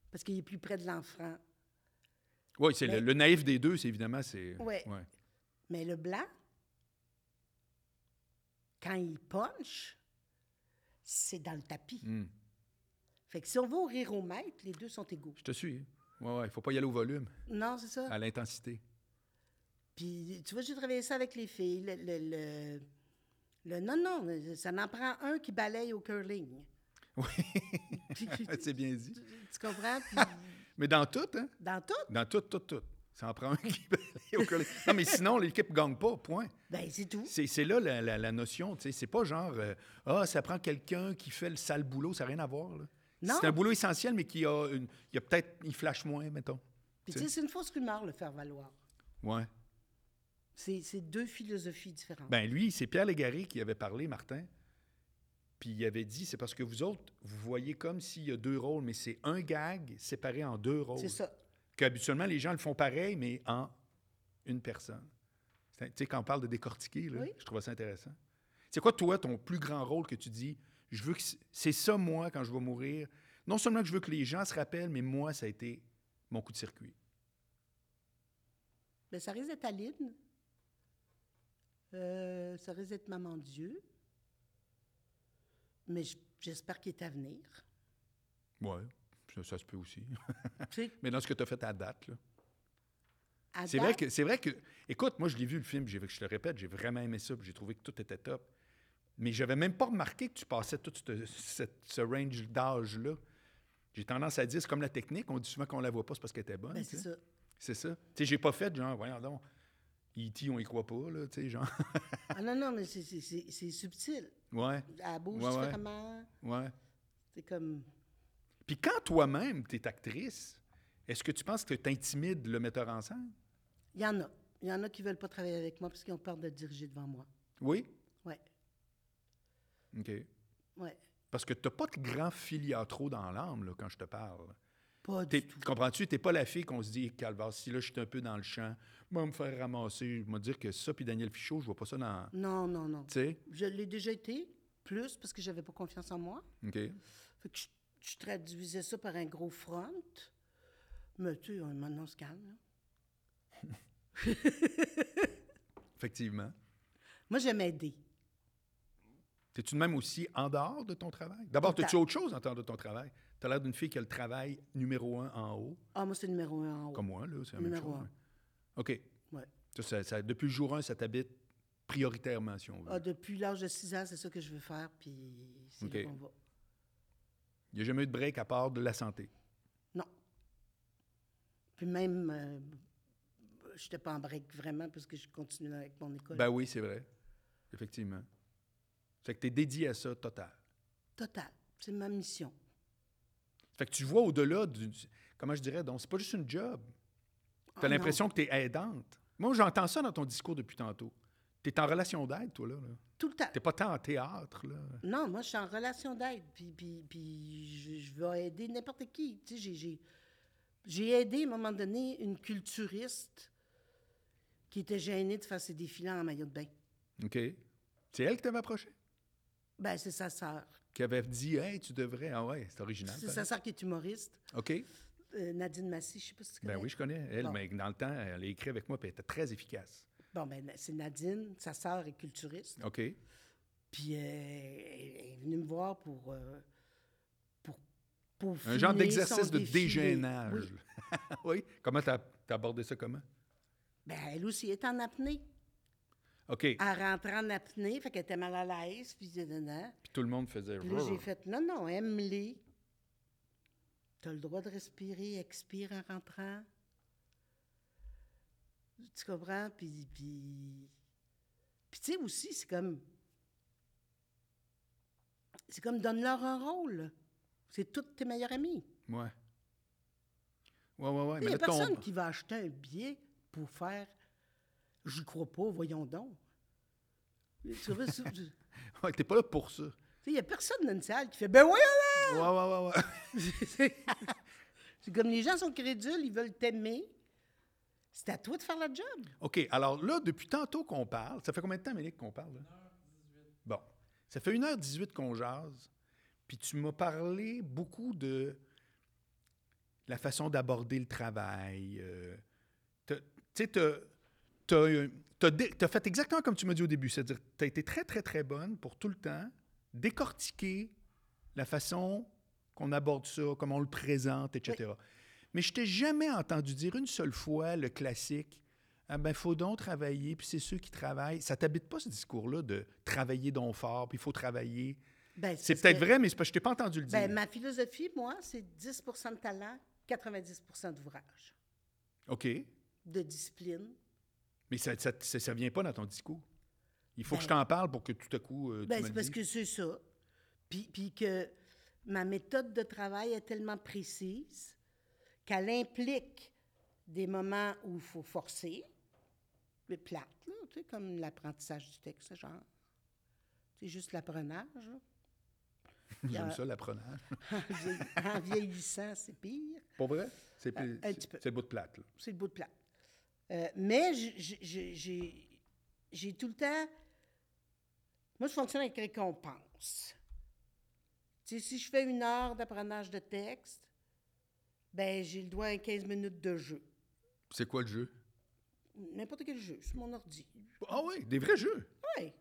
Speaker 2: Parce qu'il est plus près de l'enfant.
Speaker 1: Oui, c'est le,
Speaker 2: Mais-
Speaker 1: le naïf des deux, c'est évidemment, c'est.
Speaker 2: Ouais. Mais le blanc, quand il punch, c'est dans le tapis.
Speaker 1: Hmm.
Speaker 2: Fait que si on va au rire au maître, les deux sont égaux.
Speaker 1: Je te suis. Oui, ouais, il faut pas y aller au volume,
Speaker 2: Non, c'est ça.
Speaker 1: à l'intensité.
Speaker 2: Puis, tu vois, j'ai travaillé ça avec les filles. Le, le- le- le- non, non, ça n'en prend un qui balaye au curling.
Speaker 1: Oui,
Speaker 2: Puis-
Speaker 1: c'est
Speaker 2: tu,
Speaker 1: bien dit.
Speaker 2: tu comprends? Puis,
Speaker 1: Mais dans tout, hein?
Speaker 2: dans tout,
Speaker 1: Dans tout, tout, tout. Ça en prend un qui peut aller au collège. Non, mais sinon, l'équipe ne gagne pas, point.
Speaker 2: ben c'est tout.
Speaker 1: C'est c'est là la, la- la notion, tu sais. C'est pas genre, euh, ah, ça prend quelqu'un qui fait le sale boulot, ça n'a rien à voir, là.
Speaker 2: Non.
Speaker 1: C'est un boulot essentiel, mais qui a, une, il y a peut-être, il flash moins, mettons.
Speaker 2: Puis, tu sais, c'est une fausse rumeur, le faire valoir.
Speaker 1: Ouais.
Speaker 2: C'est c'est deux philosophies différentes.
Speaker 1: Ben lui, c'est Pierre Légaré qui avait parlé, Martin. Puis il avait dit, c'est parce que vous autres, vous voyez comme s'il y a deux rôles, mais c'est un gag séparé en deux rôles.
Speaker 2: C'est ça.
Speaker 1: Qu'habituellement, les gens le font pareil, mais en une personne. C'est un- Tu sais, quand on parle de décortiquer, là,
Speaker 2: Oui.
Speaker 1: je trouvais ça intéressant. C'est quoi, toi, ton plus grand rôle que tu dis, je veux que... c- C'est ça, moi, quand je vais mourir. Non seulement que je veux que les gens se rappellent, mais moi, ça a été mon coup de circuit.
Speaker 2: Mais Ben, ça risque d'être Aline. Euh, ça risque d'être Maman Dieu. Mais j- j'espère qu'il est à venir.
Speaker 1: Ouais, ça, ça se peut aussi.
Speaker 2: Tu sais,
Speaker 1: mais dans ce que tu as fait à date, là.
Speaker 2: à
Speaker 1: C'est vrai
Speaker 2: date,
Speaker 1: que c'est vrai que écoute, moi je l'ai vu le film, j'ai je te le répète, j'ai vraiment aimé ça, puis j'ai trouvé que tout était top. Mais j'avais même pas remarqué que tu passais tout ce, cette- ce range d'âge là. J'ai tendance à dire c'est comme la technique, on dit souvent qu'on la voit pas c'est parce qu'elle était bonne.
Speaker 2: ben,
Speaker 1: tu
Speaker 2: c'est
Speaker 1: sais.
Speaker 2: ça.
Speaker 1: C'est ça. Tu sais, j'ai pas fait genre voyons donc E.T., on y croit pas là, tu sais genre.
Speaker 2: Ah non, non, mais c'est- c'est- c'est c'est subtil.
Speaker 1: ouais,
Speaker 2: Elle bouge
Speaker 1: Ouais, ouais.
Speaker 2: différemment.
Speaker 1: ouais.
Speaker 2: C'est comme.
Speaker 1: Puis quand toi-même tu es actrice, est-ce que tu penses que tu intimides le metteur en scène
Speaker 2: Il y en a. Il y en a qui veulent pas travailler avec moi parce qu'ils ont peur de diriger devant moi.
Speaker 1: Oui.
Speaker 2: Ouais,
Speaker 1: OK.
Speaker 2: ouais.
Speaker 1: Parce que t'as pas de grand filiatro dans l'âme là, quand je te parle.
Speaker 2: Pas
Speaker 1: T'es-
Speaker 2: du tout.
Speaker 1: Comprends-tu? T'es pas la fille qu'on se dit, Calvar, si là je suis un peu dans le champ, moi me faire ramasser, je vais dire que ça, puis Daniel Fichot, je vois pas ça dans.
Speaker 2: Non, non, non.
Speaker 1: Tu sais?
Speaker 2: Je l'ai déjà été, plus parce que j'avais pas confiance en moi.
Speaker 1: OK.
Speaker 2: Fait que je, je traduisais ça par un gros front. Mais tu sais, maintenant, on se calme. là.
Speaker 1: Effectivement.
Speaker 2: Moi, j'aime aider.
Speaker 1: T'es-tu de même aussi en dehors de ton travail? D'abord,
Speaker 2: Tout le
Speaker 1: t'as-tu
Speaker 2: temps.
Speaker 1: autre chose en dehors de ton travail? T'as l'air d'une fille qui a le travail numéro un en haut,
Speaker 2: Ah, moi, c'est numéro un en haut.
Speaker 1: comme moi, là, c'est la
Speaker 2: Numéro
Speaker 1: même chose.
Speaker 2: un.
Speaker 1: hein. OK.
Speaker 2: Ouais.
Speaker 1: Ça, ça- ça- depuis le jour 1, ça t'habite prioritairement, si on veut.
Speaker 2: Ah, depuis l'âge de 6 ans, c'est ça que je veux faire, puis c'est
Speaker 1: OK.
Speaker 2: là qu'on va.
Speaker 1: Il n'y a jamais eu de break à part de la santé.
Speaker 2: Non. Puis même, je n'étais pas en break vraiment parce que je continuais avec mon école.
Speaker 1: Ben oui, c'est vrai. Effectivement. Fait que t'es dédié à ça total.
Speaker 2: Total. C'est ma mission.
Speaker 1: Fait que tu vois au-delà du. du- Comment je dirais, donc, c'est pas juste une job. Tu
Speaker 2: Ah,
Speaker 1: as l'impression que tu es aidante. Moi, j'entends ça dans ton discours depuis tantôt. Tu es en relation d'aide, toi, là. là.
Speaker 2: non, Tout le temps.
Speaker 1: T'es pas tant en théâtre, là.
Speaker 2: Non, moi, je suis en relation d'aide, puis, puis, puis je, je vais aider n'importe qui. Tu sais, j'ai- j'ai- j'ai aidé, à un moment donné, une culturiste qui était gênée de faire ses défilés en maillot de bain.
Speaker 1: OK. C'est elle qui t'avait approché,
Speaker 2: Ben, c'est sa sœur.
Speaker 1: qui avait dit, hey, tu devrais. Ah ouais, c'est original.
Speaker 2: C'est sa
Speaker 1: pareil.
Speaker 2: sœur qui est humoriste,
Speaker 1: OK.
Speaker 2: euh, Nadine Massy, je sais pas si tu connais.
Speaker 1: Ben oui, je connais. Elle,
Speaker 2: Bon.
Speaker 1: mais dans le temps, elle a écrit avec moi, puis elle était très efficace.
Speaker 2: Bon, ben, c'est Nadine, sa sœur est culturiste.
Speaker 1: OK.
Speaker 2: Puis euh, elle elle est venue me voir pour. euh, pour, pour
Speaker 1: Un genre
Speaker 2: peaufiner
Speaker 1: d'exercice
Speaker 2: son
Speaker 1: de
Speaker 2: défilé.
Speaker 1: dégénage.
Speaker 2: Oui.
Speaker 1: oui. Comment t'as t'as abordé ça comment?
Speaker 2: Ben, elle aussi est en apnée.
Speaker 1: OK.
Speaker 2: Elle rentrait en apnée, fait qu'elle était mal à l'aise, puis nanana.
Speaker 1: Puis tout le monde faisait.
Speaker 2: Puis là, j'ai fait non, non, aime-les. T'as le droit de respirer, expire en rentrant. Tu comprends? Puis, puis, puis tu sais, aussi, c'est comme. C'est comme donne-leur un rôle. C'est toutes tes meilleurs amis.
Speaker 1: Ouais. Ouais, ouais, ouais.
Speaker 2: Il n'y a
Speaker 1: là, ton-
Speaker 2: personne qui va acheter un billet pour faire. J'y crois pas, voyons donc. Tu comprends? Tu sais,
Speaker 1: Ouais, t'es pas là pour ça.
Speaker 2: Il n'y a personne dans une salle qui fait Ben voyons
Speaker 1: Ouais, ouais, ouais, ouais.
Speaker 2: C'est comme les gens sont crédules, ils veulent t'aimer. C'est à toi de faire la job.
Speaker 1: OK, alors là, depuis tantôt qu'on parle, ça fait combien de temps, Mélique, qu'on parle? 1h18. Bon, ça fait 1h18 qu'on jase, puis tu m'as parlé beaucoup de la façon d'aborder le travail. euh, t'as- tu sais, t'as- t'as euh, t'as dé- t'as fait exactement comme tu m'as dit au début, c'est-à-dire tu as été très, très, très bonne pour tout le temps décortiquer la façon qu'on aborde ça, comment on le présente, etc. Mais je t'ai jamais entendu dire une seule fois le classique ah ben, faut donc travailler, puis c'est ceux qui travaillent. Ça t'habite pas ce discours-là de travailler donc fort, puis il faut travailler.
Speaker 2: Ben,
Speaker 1: C'est
Speaker 2: parce
Speaker 1: peut-être
Speaker 2: que-
Speaker 1: vrai, mais c'est parce que je t'ai pas entendu le dire.
Speaker 2: Ben, ma philosophie, moi, c'est 10 de talent, 90 d'ouvrage,
Speaker 1: OK.
Speaker 2: de discipline.
Speaker 1: Mais ça, ça, ça- ça vient pas dans ton discours. Il faut
Speaker 2: Ben-
Speaker 1: que je t'en parle pour que tout à coup, euh, tu
Speaker 2: Ben,
Speaker 1: me
Speaker 2: c'est
Speaker 1: le
Speaker 2: parce
Speaker 1: dises.
Speaker 2: que c'est ça. Puis, puis que ma méthode de travail est tellement précise qu'elle implique des moments où il faut forcer, mais plate, là, tu sais, comme l'apprentissage du texte, genre. C'est juste l'apprenage. là.
Speaker 1: J'aime
Speaker 2: Euh,
Speaker 1: ça, l'apprenage.
Speaker 2: en vieil- en vieillissant, c'est pire.
Speaker 1: Pour vrai? C'est plus-
Speaker 2: Ben, un
Speaker 1: c'est-
Speaker 2: petit peu.
Speaker 1: c'est le bout de plate. là.
Speaker 2: C'est le bout de plat. Euh, mais j- j- j- j'ai j'ai tout le temps. Moi, je fonctionne avec récompense. Tu sais, si je fais une heure d'apprenage de texte, ben j'ai le droit à 15 minutes de jeu.
Speaker 1: C'est quoi le jeu?
Speaker 2: N'importe quel jeu, sur mon ordi.
Speaker 1: Ah oui, des vrais jeux.
Speaker 2: Oui.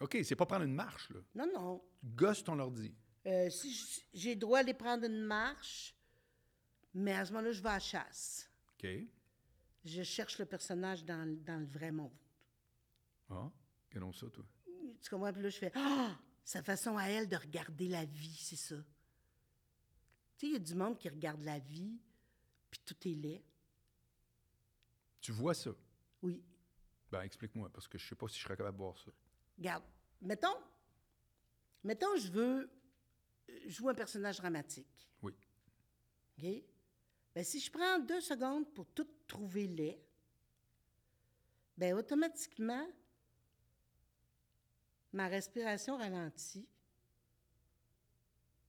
Speaker 1: OK, c'est pas prendre une marche, là.
Speaker 2: Non, non.
Speaker 1: Tu gosses ton ordi.
Speaker 2: Euh, si j- j'ai le droit à aller prendre une marche, mais à ce moment-là, je vais à la chasse.
Speaker 1: OK.
Speaker 2: Je cherche le personnage dans, le- dans le vrai monde.
Speaker 1: Ah, regardons ça, toi.
Speaker 2: Tu comprends? Puis là, je fais Ah! Sa façon à elle de regarder la vie, c'est ça. Tu sais, il y a du monde qui regarde la vie, puis tout est laid.
Speaker 1: Tu vois ça?
Speaker 2: Oui.
Speaker 1: Ben, explique-moi, parce que je sais pas si je serais capable de voir ça.
Speaker 2: Regarde. Mettons, mettons, je veux euh, jouer un personnage dramatique.
Speaker 1: Oui.
Speaker 2: OK? Ben, si je prends deux secondes pour tout trouver laid, ben, automatiquement, ma respiration ralentit,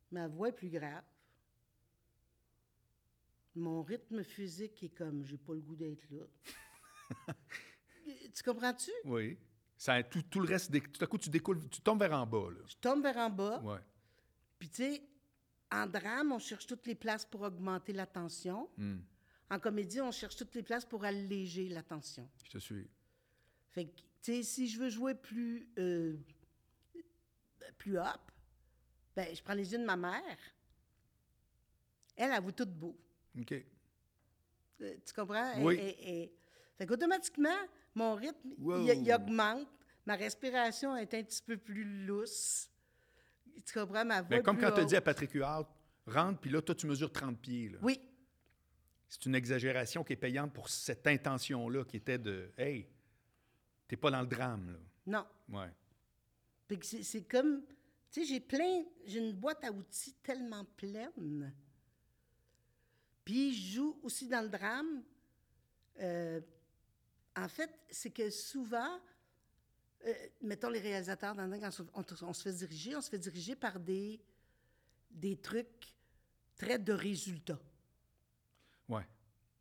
Speaker 2: ma voix est plus grave, mon rythme physique est comme j'ai pas le goût d'être là. tu comprends-tu?
Speaker 1: Oui. Ça, tout, tout le reste, dé- tout à coup, tu découles, tu tombes vers en bas, là.
Speaker 2: Je tombe vers en bas.
Speaker 1: Ouais.
Speaker 2: Puis, tu sais, en drame, on cherche toutes les places pour augmenter la tension.
Speaker 1: Hmm.
Speaker 2: En comédie, on cherche toutes les places pour alléger la tension.
Speaker 1: Je te suis.
Speaker 2: Fait que, tu sais, si je veux jouer plus, euh, plus up, ben, je prends les yeux de ma mère. Elle, elle vous toute beau.
Speaker 1: OK. Ben,
Speaker 2: Euh, tu comprends? Elle-
Speaker 1: Oui.
Speaker 2: elle- elle- Fait qu'automatiquement, mon rythme, il-
Speaker 1: Wow.
Speaker 2: il, augmente. Ma respiration est un petit peu plus lousse. Tu comprends? Ma voix
Speaker 1: Ben,
Speaker 2: est
Speaker 1: comme
Speaker 2: plus
Speaker 1: quand tu dis à
Speaker 2: haute.
Speaker 1: Patrick Huard, rentre, puis là, toi, tu mesures 30 pieds, là.
Speaker 2: Oui,
Speaker 1: C'est une exagération qui est payante pour cette intention-là qui était de Hey, t'es pas dans le drame, là.
Speaker 2: non.
Speaker 1: Ouais.
Speaker 2: Fait que c'est- c'est comme, tu sais, j'ai plein, j'ai une boîte à outils tellement pleine. Puis je joue aussi dans le drame. Euh, en fait, c'est que souvent, euh, mettons les réalisateurs, dans le temps, quand on, se- on se fait diriger, on se fait diriger par des, des trucs très de résultats.
Speaker 1: Ouais.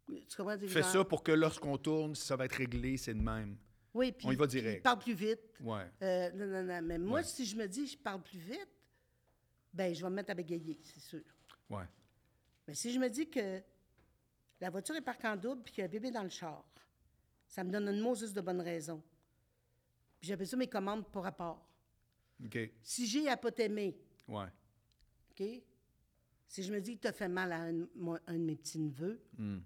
Speaker 2: Tu comprends? Des
Speaker 1: Fais
Speaker 2: gens-
Speaker 1: ça pour que lorsqu'on tourne, ça va être réglé, c'est de même.
Speaker 2: Oui, puis
Speaker 1: y va
Speaker 2: puis ils
Speaker 1: direct.
Speaker 2: parlent plus vite.
Speaker 1: Ouais.
Speaker 2: Euh, non, non, non. Mais moi,
Speaker 1: Ouais.
Speaker 2: si je me dis je parle plus vite, ben je vais me mettre à bégayer, c'est sûr.
Speaker 1: Ouais.
Speaker 2: Mais si je me dis que la voiture est parquée en double puis qu'il y a un bébé dans le char, ça me donne une mausus de bonne raison. Puis j'appelle ça mes commandes pour rapport.
Speaker 1: OK.
Speaker 2: Si j'ai à pas t'aimer,
Speaker 1: Ouais.
Speaker 2: OK? Si je me dis que t'as fait mal à un, moi- un de mes petits neveux,
Speaker 1: Hmm.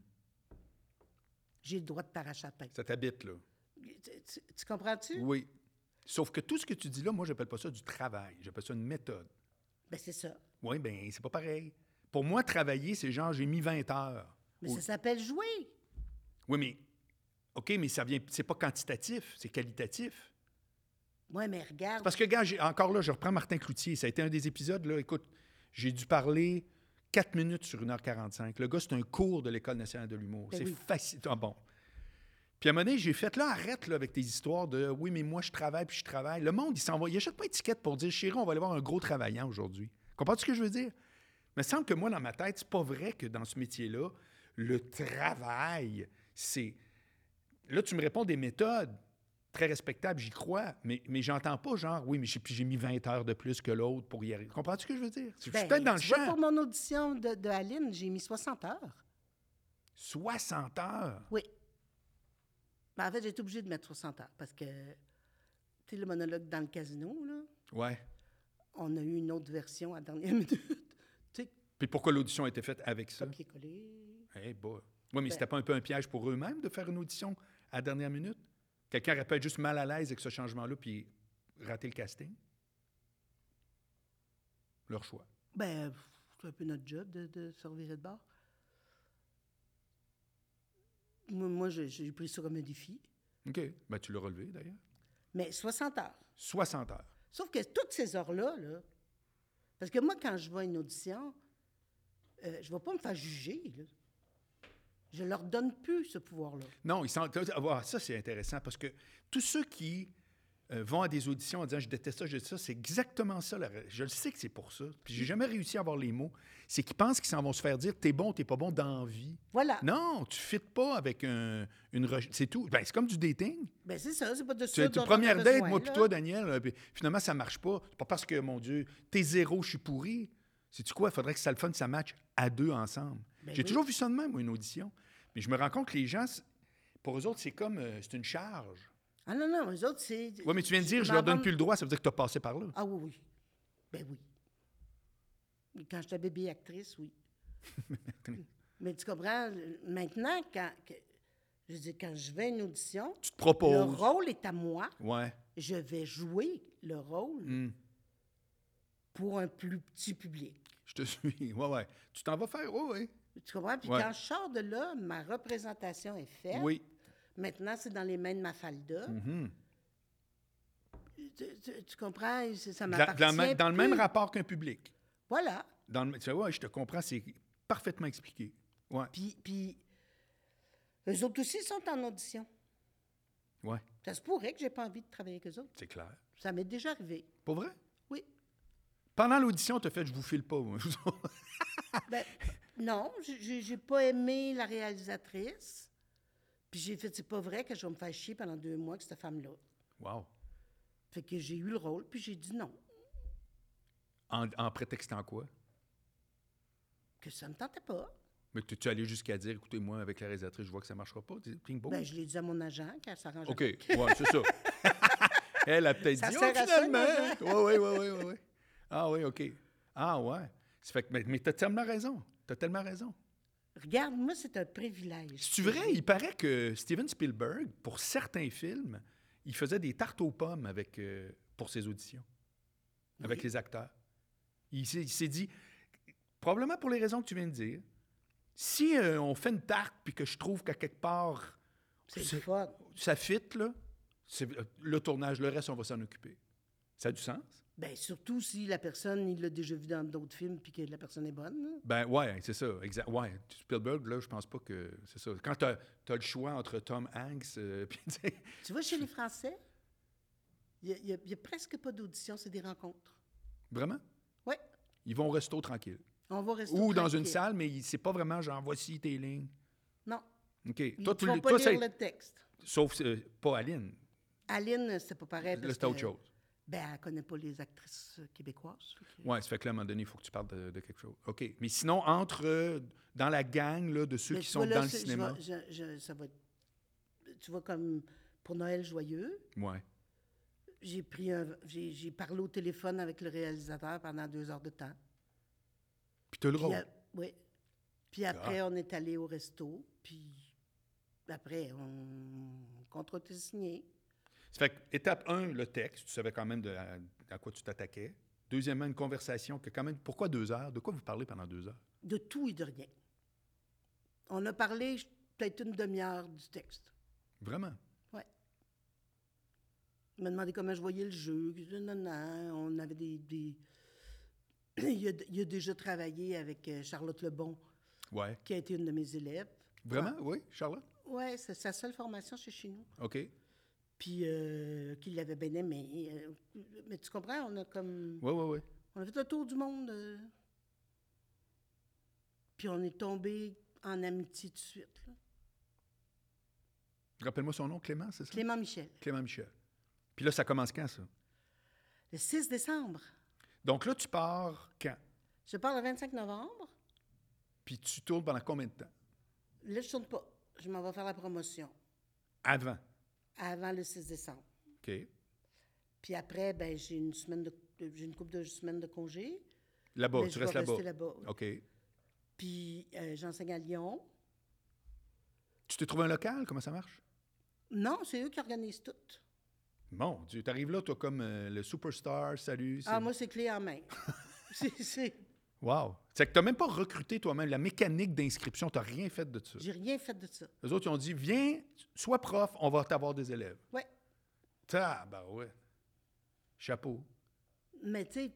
Speaker 2: j'ai le droit de t'arracher la tête.
Speaker 1: Ça t'habite, là.
Speaker 2: Tu, tu- tu comprends-tu?
Speaker 1: Oui. Sauf que tout ce que tu dis là, moi, j'appelle pas ça du travail. J'appelle ça une méthode.
Speaker 2: Ben c'est ça.
Speaker 1: Oui, ben c'est pas pareil. Pour moi, travailler, c'est genre, j'ai mis 20 heures.
Speaker 2: Mais
Speaker 1: Au-
Speaker 2: ça s'appelle jouer.
Speaker 1: Oui, mais... OK, mais ça vient... C'est pas quantitatif, c'est qualitatif.
Speaker 2: Ouais, mais regarde.
Speaker 1: Parce que, gars, j'ai- encore là, je reprends Martin Cloutier. Ça a été un des épisodes, là. Écoute, j'ai dû parler 4 minutes sur 1h45. Le gars, c'est un cours de l'École nationale de l'humour.
Speaker 2: Ben
Speaker 1: c'est
Speaker 2: oui.
Speaker 1: facile. Ah bon. Puis à un moment donné, j'ai fait, là, arrête là, avec tes histoires de oui, mais moi, je travaille, puis je travaille. Le monde, il s'en va. Il achète pas étiquette pour dire, chérie, on va aller voir un gros travaillant aujourd'hui. Comprends-tu ce que je veux dire? Mais il semble que moi, dans ma tête, c'est pas vrai que dans ce métier-là, le travail, c'est. Là, tu me réponds des méthodes très respectables, j'y crois, mais, mais j'entends pas genre, oui, mais j'ai, puis j'ai mis 20 heures de plus que l'autre pour y arriver. Comprends-tu ce que je veux dire? Je suis
Speaker 2: ben,
Speaker 1: peut-être dans le
Speaker 2: tu vois,
Speaker 1: champ.
Speaker 2: pour mon audition de, de Aline, j'ai mis 60 heures.
Speaker 1: 60 heures.
Speaker 2: Oui. Ben, en fait, j'ai été obligée de mettre 60 heures parce que, tu sais, le monologue dans le casino, là,
Speaker 1: Ouais.
Speaker 2: on a eu une autre version à la dernière minute. tu sais,
Speaker 1: Puis pourquoi l'audition a été faite avec ça?
Speaker 2: copier-coller.
Speaker 1: Eh boy. Oui, mais
Speaker 2: Ben
Speaker 1: c'était pas un peu un piège pour eux-mêmes de faire une audition à la dernière minute? Quelqu'un aurait pu être juste mal à l'aise avec ce changement-là puis rater le casting? Leur choix.
Speaker 2: Ben, pff, c'est un peu notre job de, de se revirer de bord. Moi, moi, j'ai- j'ai pris ça comme un défi.
Speaker 1: OK. Ben, tu l'as relevé, d'ailleurs.
Speaker 2: Mais 60 heures.
Speaker 1: 60 heures.
Speaker 2: Sauf que toutes ces heures-là, là, parce que moi, quand je vais à une audition, euh, je ne vais pas me faire juger. Là. Je leur donne plus ce pouvoir-là.
Speaker 1: Non, ils sont... ah, ça, c'est intéressant parce que tous ceux qui euh, vont à des auditions en disant je déteste ça, je déteste ça. C'est exactement ça. la ra- je le sais que c'est pour ça. Puis j'ai jamais réussi à avoir les mots. C'est qu'ils pensent qu'ils s'en vont se faire dire t'es bon, t'es pas bon dans la vie.
Speaker 2: Voilà.
Speaker 1: Non, tu fites pas avec un- une. re- C'est tout. Ben, c'est comme du dating.
Speaker 2: Ben, c'est ça, c'est pas de ça.
Speaker 1: Tu es
Speaker 2: dont on a
Speaker 1: première date,
Speaker 2: besoin,
Speaker 1: moi puis
Speaker 2: là.
Speaker 1: toi, Daniel. euh, puis finalement, ça marche pas. C'est pas parce que, mon Dieu, t'es zéro, je suis pourri. C'est-tu quoi? Il faudrait que ça le fun, ça match à deux ensemble.
Speaker 2: Ben
Speaker 1: J'ai
Speaker 2: oui.
Speaker 1: toujours vu ça de même, moi, une audition. Mais je me rends compte que les gens, c'est- pour eux autres, c'est comme. euh, c'est une charge.
Speaker 2: Ah non, non, eux autres, c'est.
Speaker 1: Oui, mais tu viens de dire, je
Speaker 2: m'en
Speaker 1: leur donne
Speaker 2: vais-
Speaker 1: plus le droit, ça veut dire que tu as passé par là.
Speaker 2: Ah oui, oui. Ben oui. Quand j'étais bébé actrice, oui. mais tu comprends, euh, maintenant, quand, que- je veux dire, quand je vais à une audition,
Speaker 1: Tu te
Speaker 2: le
Speaker 1: proposes.
Speaker 2: rôle est à moi.
Speaker 1: Ouais.
Speaker 2: Je vais jouer le rôle
Speaker 1: Hmm.
Speaker 2: pour un plus petit public.
Speaker 1: Je te suis. Ouais, ouais. Tu t'en vas faire. ouais, ouais.
Speaker 2: Tu comprends? Puis
Speaker 1: Ouais.
Speaker 2: quand je sors de là, ma représentation est faite.
Speaker 1: Oui.
Speaker 2: Maintenant, c'est dans les mains de Mafalda.
Speaker 1: Mhm.
Speaker 2: Tu, tu- tu comprends? C'est- Ça
Speaker 1: Dans,
Speaker 2: m'appartient
Speaker 1: dans le même- dans le même
Speaker 2: plus.
Speaker 1: rapport qu'un public.
Speaker 2: Voilà.
Speaker 1: Dans le- tu sais, ouais, je te comprends, c'est parfaitement expliqué. Ouais.
Speaker 2: Puis, puis, eux autres aussi sont en audition.
Speaker 1: Ouais.
Speaker 2: Ça se pourrait que j'ai pas envie de travailler avec eux autres.
Speaker 1: C'est clair.
Speaker 2: Ça m'est déjà arrivé.
Speaker 1: Pour vrai?
Speaker 2: Oui.
Speaker 1: Pendant l'audition, tu as fait Je vous file pas. moi.
Speaker 2: Ben, non, j'ai- j'ai j'ai pas aimé la réalisatrice. Puis j'ai fait, c'est pas vrai que je vais me faire chier pendant deux mois avec cette femme-là.
Speaker 1: wow.
Speaker 2: Fait que j'ai eu le rôle, puis j'ai dit non,
Speaker 1: En, en prétextant quoi?
Speaker 2: que ça me tentait pas.
Speaker 1: Mais tu tu es allé jusqu'à dire Écoutez-moi, avec la réalisatrice, je vois que ça marchera pas. Dis- Ping, boum.
Speaker 2: Ben, je l'ai dit à mon agent, car ça range
Speaker 1: Oh. OK, ouais, c'est ça. Elle a peut-être
Speaker 2: Ça
Speaker 1: dit, oh,
Speaker 2: sert à ça,
Speaker 1: finalement.
Speaker 2: mais-
Speaker 1: Oui, oui, oui, oui, oui. Ah oui, OK. Ah ouais. Ça fait que- mais mais t'as tellement raison. T'as tellement raison.
Speaker 2: Regarde, moi, c'est un privilège.
Speaker 1: C'est vrai, il paraît que Steven Spielberg, pour certains films, il faisait des tartes aux pommes avec, euh, pour ses auditions, avec les acteurs. Il s'est, il s'est dit, probablement pour les raisons que tu viens de dire, si euh, on fait une tarte puis que je trouve qu'à quelque part,
Speaker 2: C'est
Speaker 1: C'est-
Speaker 2: le fun.
Speaker 1: ça fit, là, c'est, euh, le tournage, le reste, on va s'en occuper. Ça a du sens?
Speaker 2: Ben, surtout si la personne, il l'a déjà vu dans d'autres films, puis que la personne est bonne. là.
Speaker 1: Ben ouais, c'est ça, exact. Ouais, Spielberg, là, je pense pas que... C'est ça. Quand t'as, t'as le choix entre Tom Hanks euh, puis... tu sais,
Speaker 2: Tu vois, chez les Français, il n'y a, y a presque pas d'audition, c'est des rencontres.
Speaker 1: Vraiment?
Speaker 2: Oui,
Speaker 1: Ils vont au resto tranquille.
Speaker 2: on va rester.
Speaker 1: Ou dans
Speaker 2: tranquille.
Speaker 1: une salle, mais il- c'est pas vraiment genre voici tes lignes.
Speaker 2: Non.
Speaker 1: OK.
Speaker 2: Ils
Speaker 1: Toi,
Speaker 2: ne
Speaker 1: tu
Speaker 2: font
Speaker 1: l'es-
Speaker 2: pas
Speaker 1: toi,
Speaker 2: lire
Speaker 1: c'est-
Speaker 2: le texte.
Speaker 1: Sauf euh, pas Aline.
Speaker 2: Aline, c'est pas pareil.
Speaker 1: Là,
Speaker 2: parce
Speaker 1: c'est autre
Speaker 2: que,
Speaker 1: chose.
Speaker 2: Ben, elle connaît pas les actrices euh, québécoises. fait que-
Speaker 1: Ouais, ça fait que là, à un moment donné, il faut que tu parles de, de quelque chose. OK. Mais sinon, entre euh, dans la gang là, de ceux
Speaker 2: Mais
Speaker 1: qui
Speaker 2: tu
Speaker 1: sont
Speaker 2: vois, là,
Speaker 1: dans le
Speaker 2: c'est- je
Speaker 1: cinéma.
Speaker 2: vais- je- je- ça va être- Tu vois, comme pour Noël joyeux,
Speaker 1: Ouais.
Speaker 2: j'ai pris un- j'ai j'ai parlé au téléphone avec le réalisateur pendant deux heures de temps.
Speaker 1: Puis t'as le
Speaker 2: Puis, euh,
Speaker 1: rôle.
Speaker 2: a- oui. Puis après, on est allé au resto. Puis après, on contre signé.
Speaker 1: Ça fait que, étape 1, le texte. Tu savais quand même de, à, à quoi tu t'attaquais. Deuxièmement, une conversation que quand même. Pourquoi deux heures? De quoi vous parlez pendant deux heures?
Speaker 2: De tout et de rien. On a parlé je- peut-être une demi-heure du texte.
Speaker 1: Vraiment?
Speaker 2: Ouais. Il m'a demandé comment je voyais le jeu. Je dis, non, non, on avait des... des- il, a, il a déjà travaillé avec euh, Charlotte Lebon,
Speaker 1: Ouais.
Speaker 2: qui a été une de mes élèves. Ah.
Speaker 1: Vraiment? Oui, Charlotte?
Speaker 2: Oui, c'est sa seule formation chez, chez nous.
Speaker 1: OK. Oui,
Speaker 2: Puis euh, qu'il l'avait bien aimé. euh, mais tu comprends, on a comme...
Speaker 1: oui, oui.
Speaker 2: On a fait le tour du monde. euh. Puis on est tombé en amitié tout de suite. là.
Speaker 1: Rappelle-moi son nom, Clément, c'est ça?
Speaker 2: Clément Michel.
Speaker 1: Clément Michel. Puis là, ça commence quand, ça?
Speaker 2: Le 6 décembre.
Speaker 1: Donc là, tu pars quand?
Speaker 2: Je pars le 25 novembre.
Speaker 1: Puis tu tournes pendant combien de temps?
Speaker 2: Là, je tourne pas. Je m'en vais faire la promotion
Speaker 1: Avant.
Speaker 2: avant le 6 décembre.
Speaker 1: OK.
Speaker 2: Puis après, ben, j'ai une semaine de, de- j'ai une couple de semaines de congé.
Speaker 1: Là-bas,
Speaker 2: Mais
Speaker 1: tu
Speaker 2: Ben,
Speaker 1: restes
Speaker 2: je vais
Speaker 1: là-bas.
Speaker 2: rester là-bas, oui.
Speaker 1: OK.
Speaker 2: Puis euh, j'enseigne à Lyon.
Speaker 1: Tu t'es trouvé un local? Comment ça marche?
Speaker 2: Non, c'est eux qui organisent tout. Ah,
Speaker 1: Mon Dieu, t'arrives là, toi, comme euh, le superstar, salut. c'est-
Speaker 2: Ah, moi, c'est clé en main. c'est, c'est-
Speaker 1: Wow. C'est que t'as même pas recruté toi-même. La mécanique d'inscription, t'as rien fait de ça.
Speaker 2: J'ai rien fait de ça.
Speaker 1: Les autres, ils ont dit, viens, sois prof, on va t'avoir des élèves.
Speaker 2: Ouais.
Speaker 1: Ah, bah ouais. Chapeau.
Speaker 2: Mais tu sais,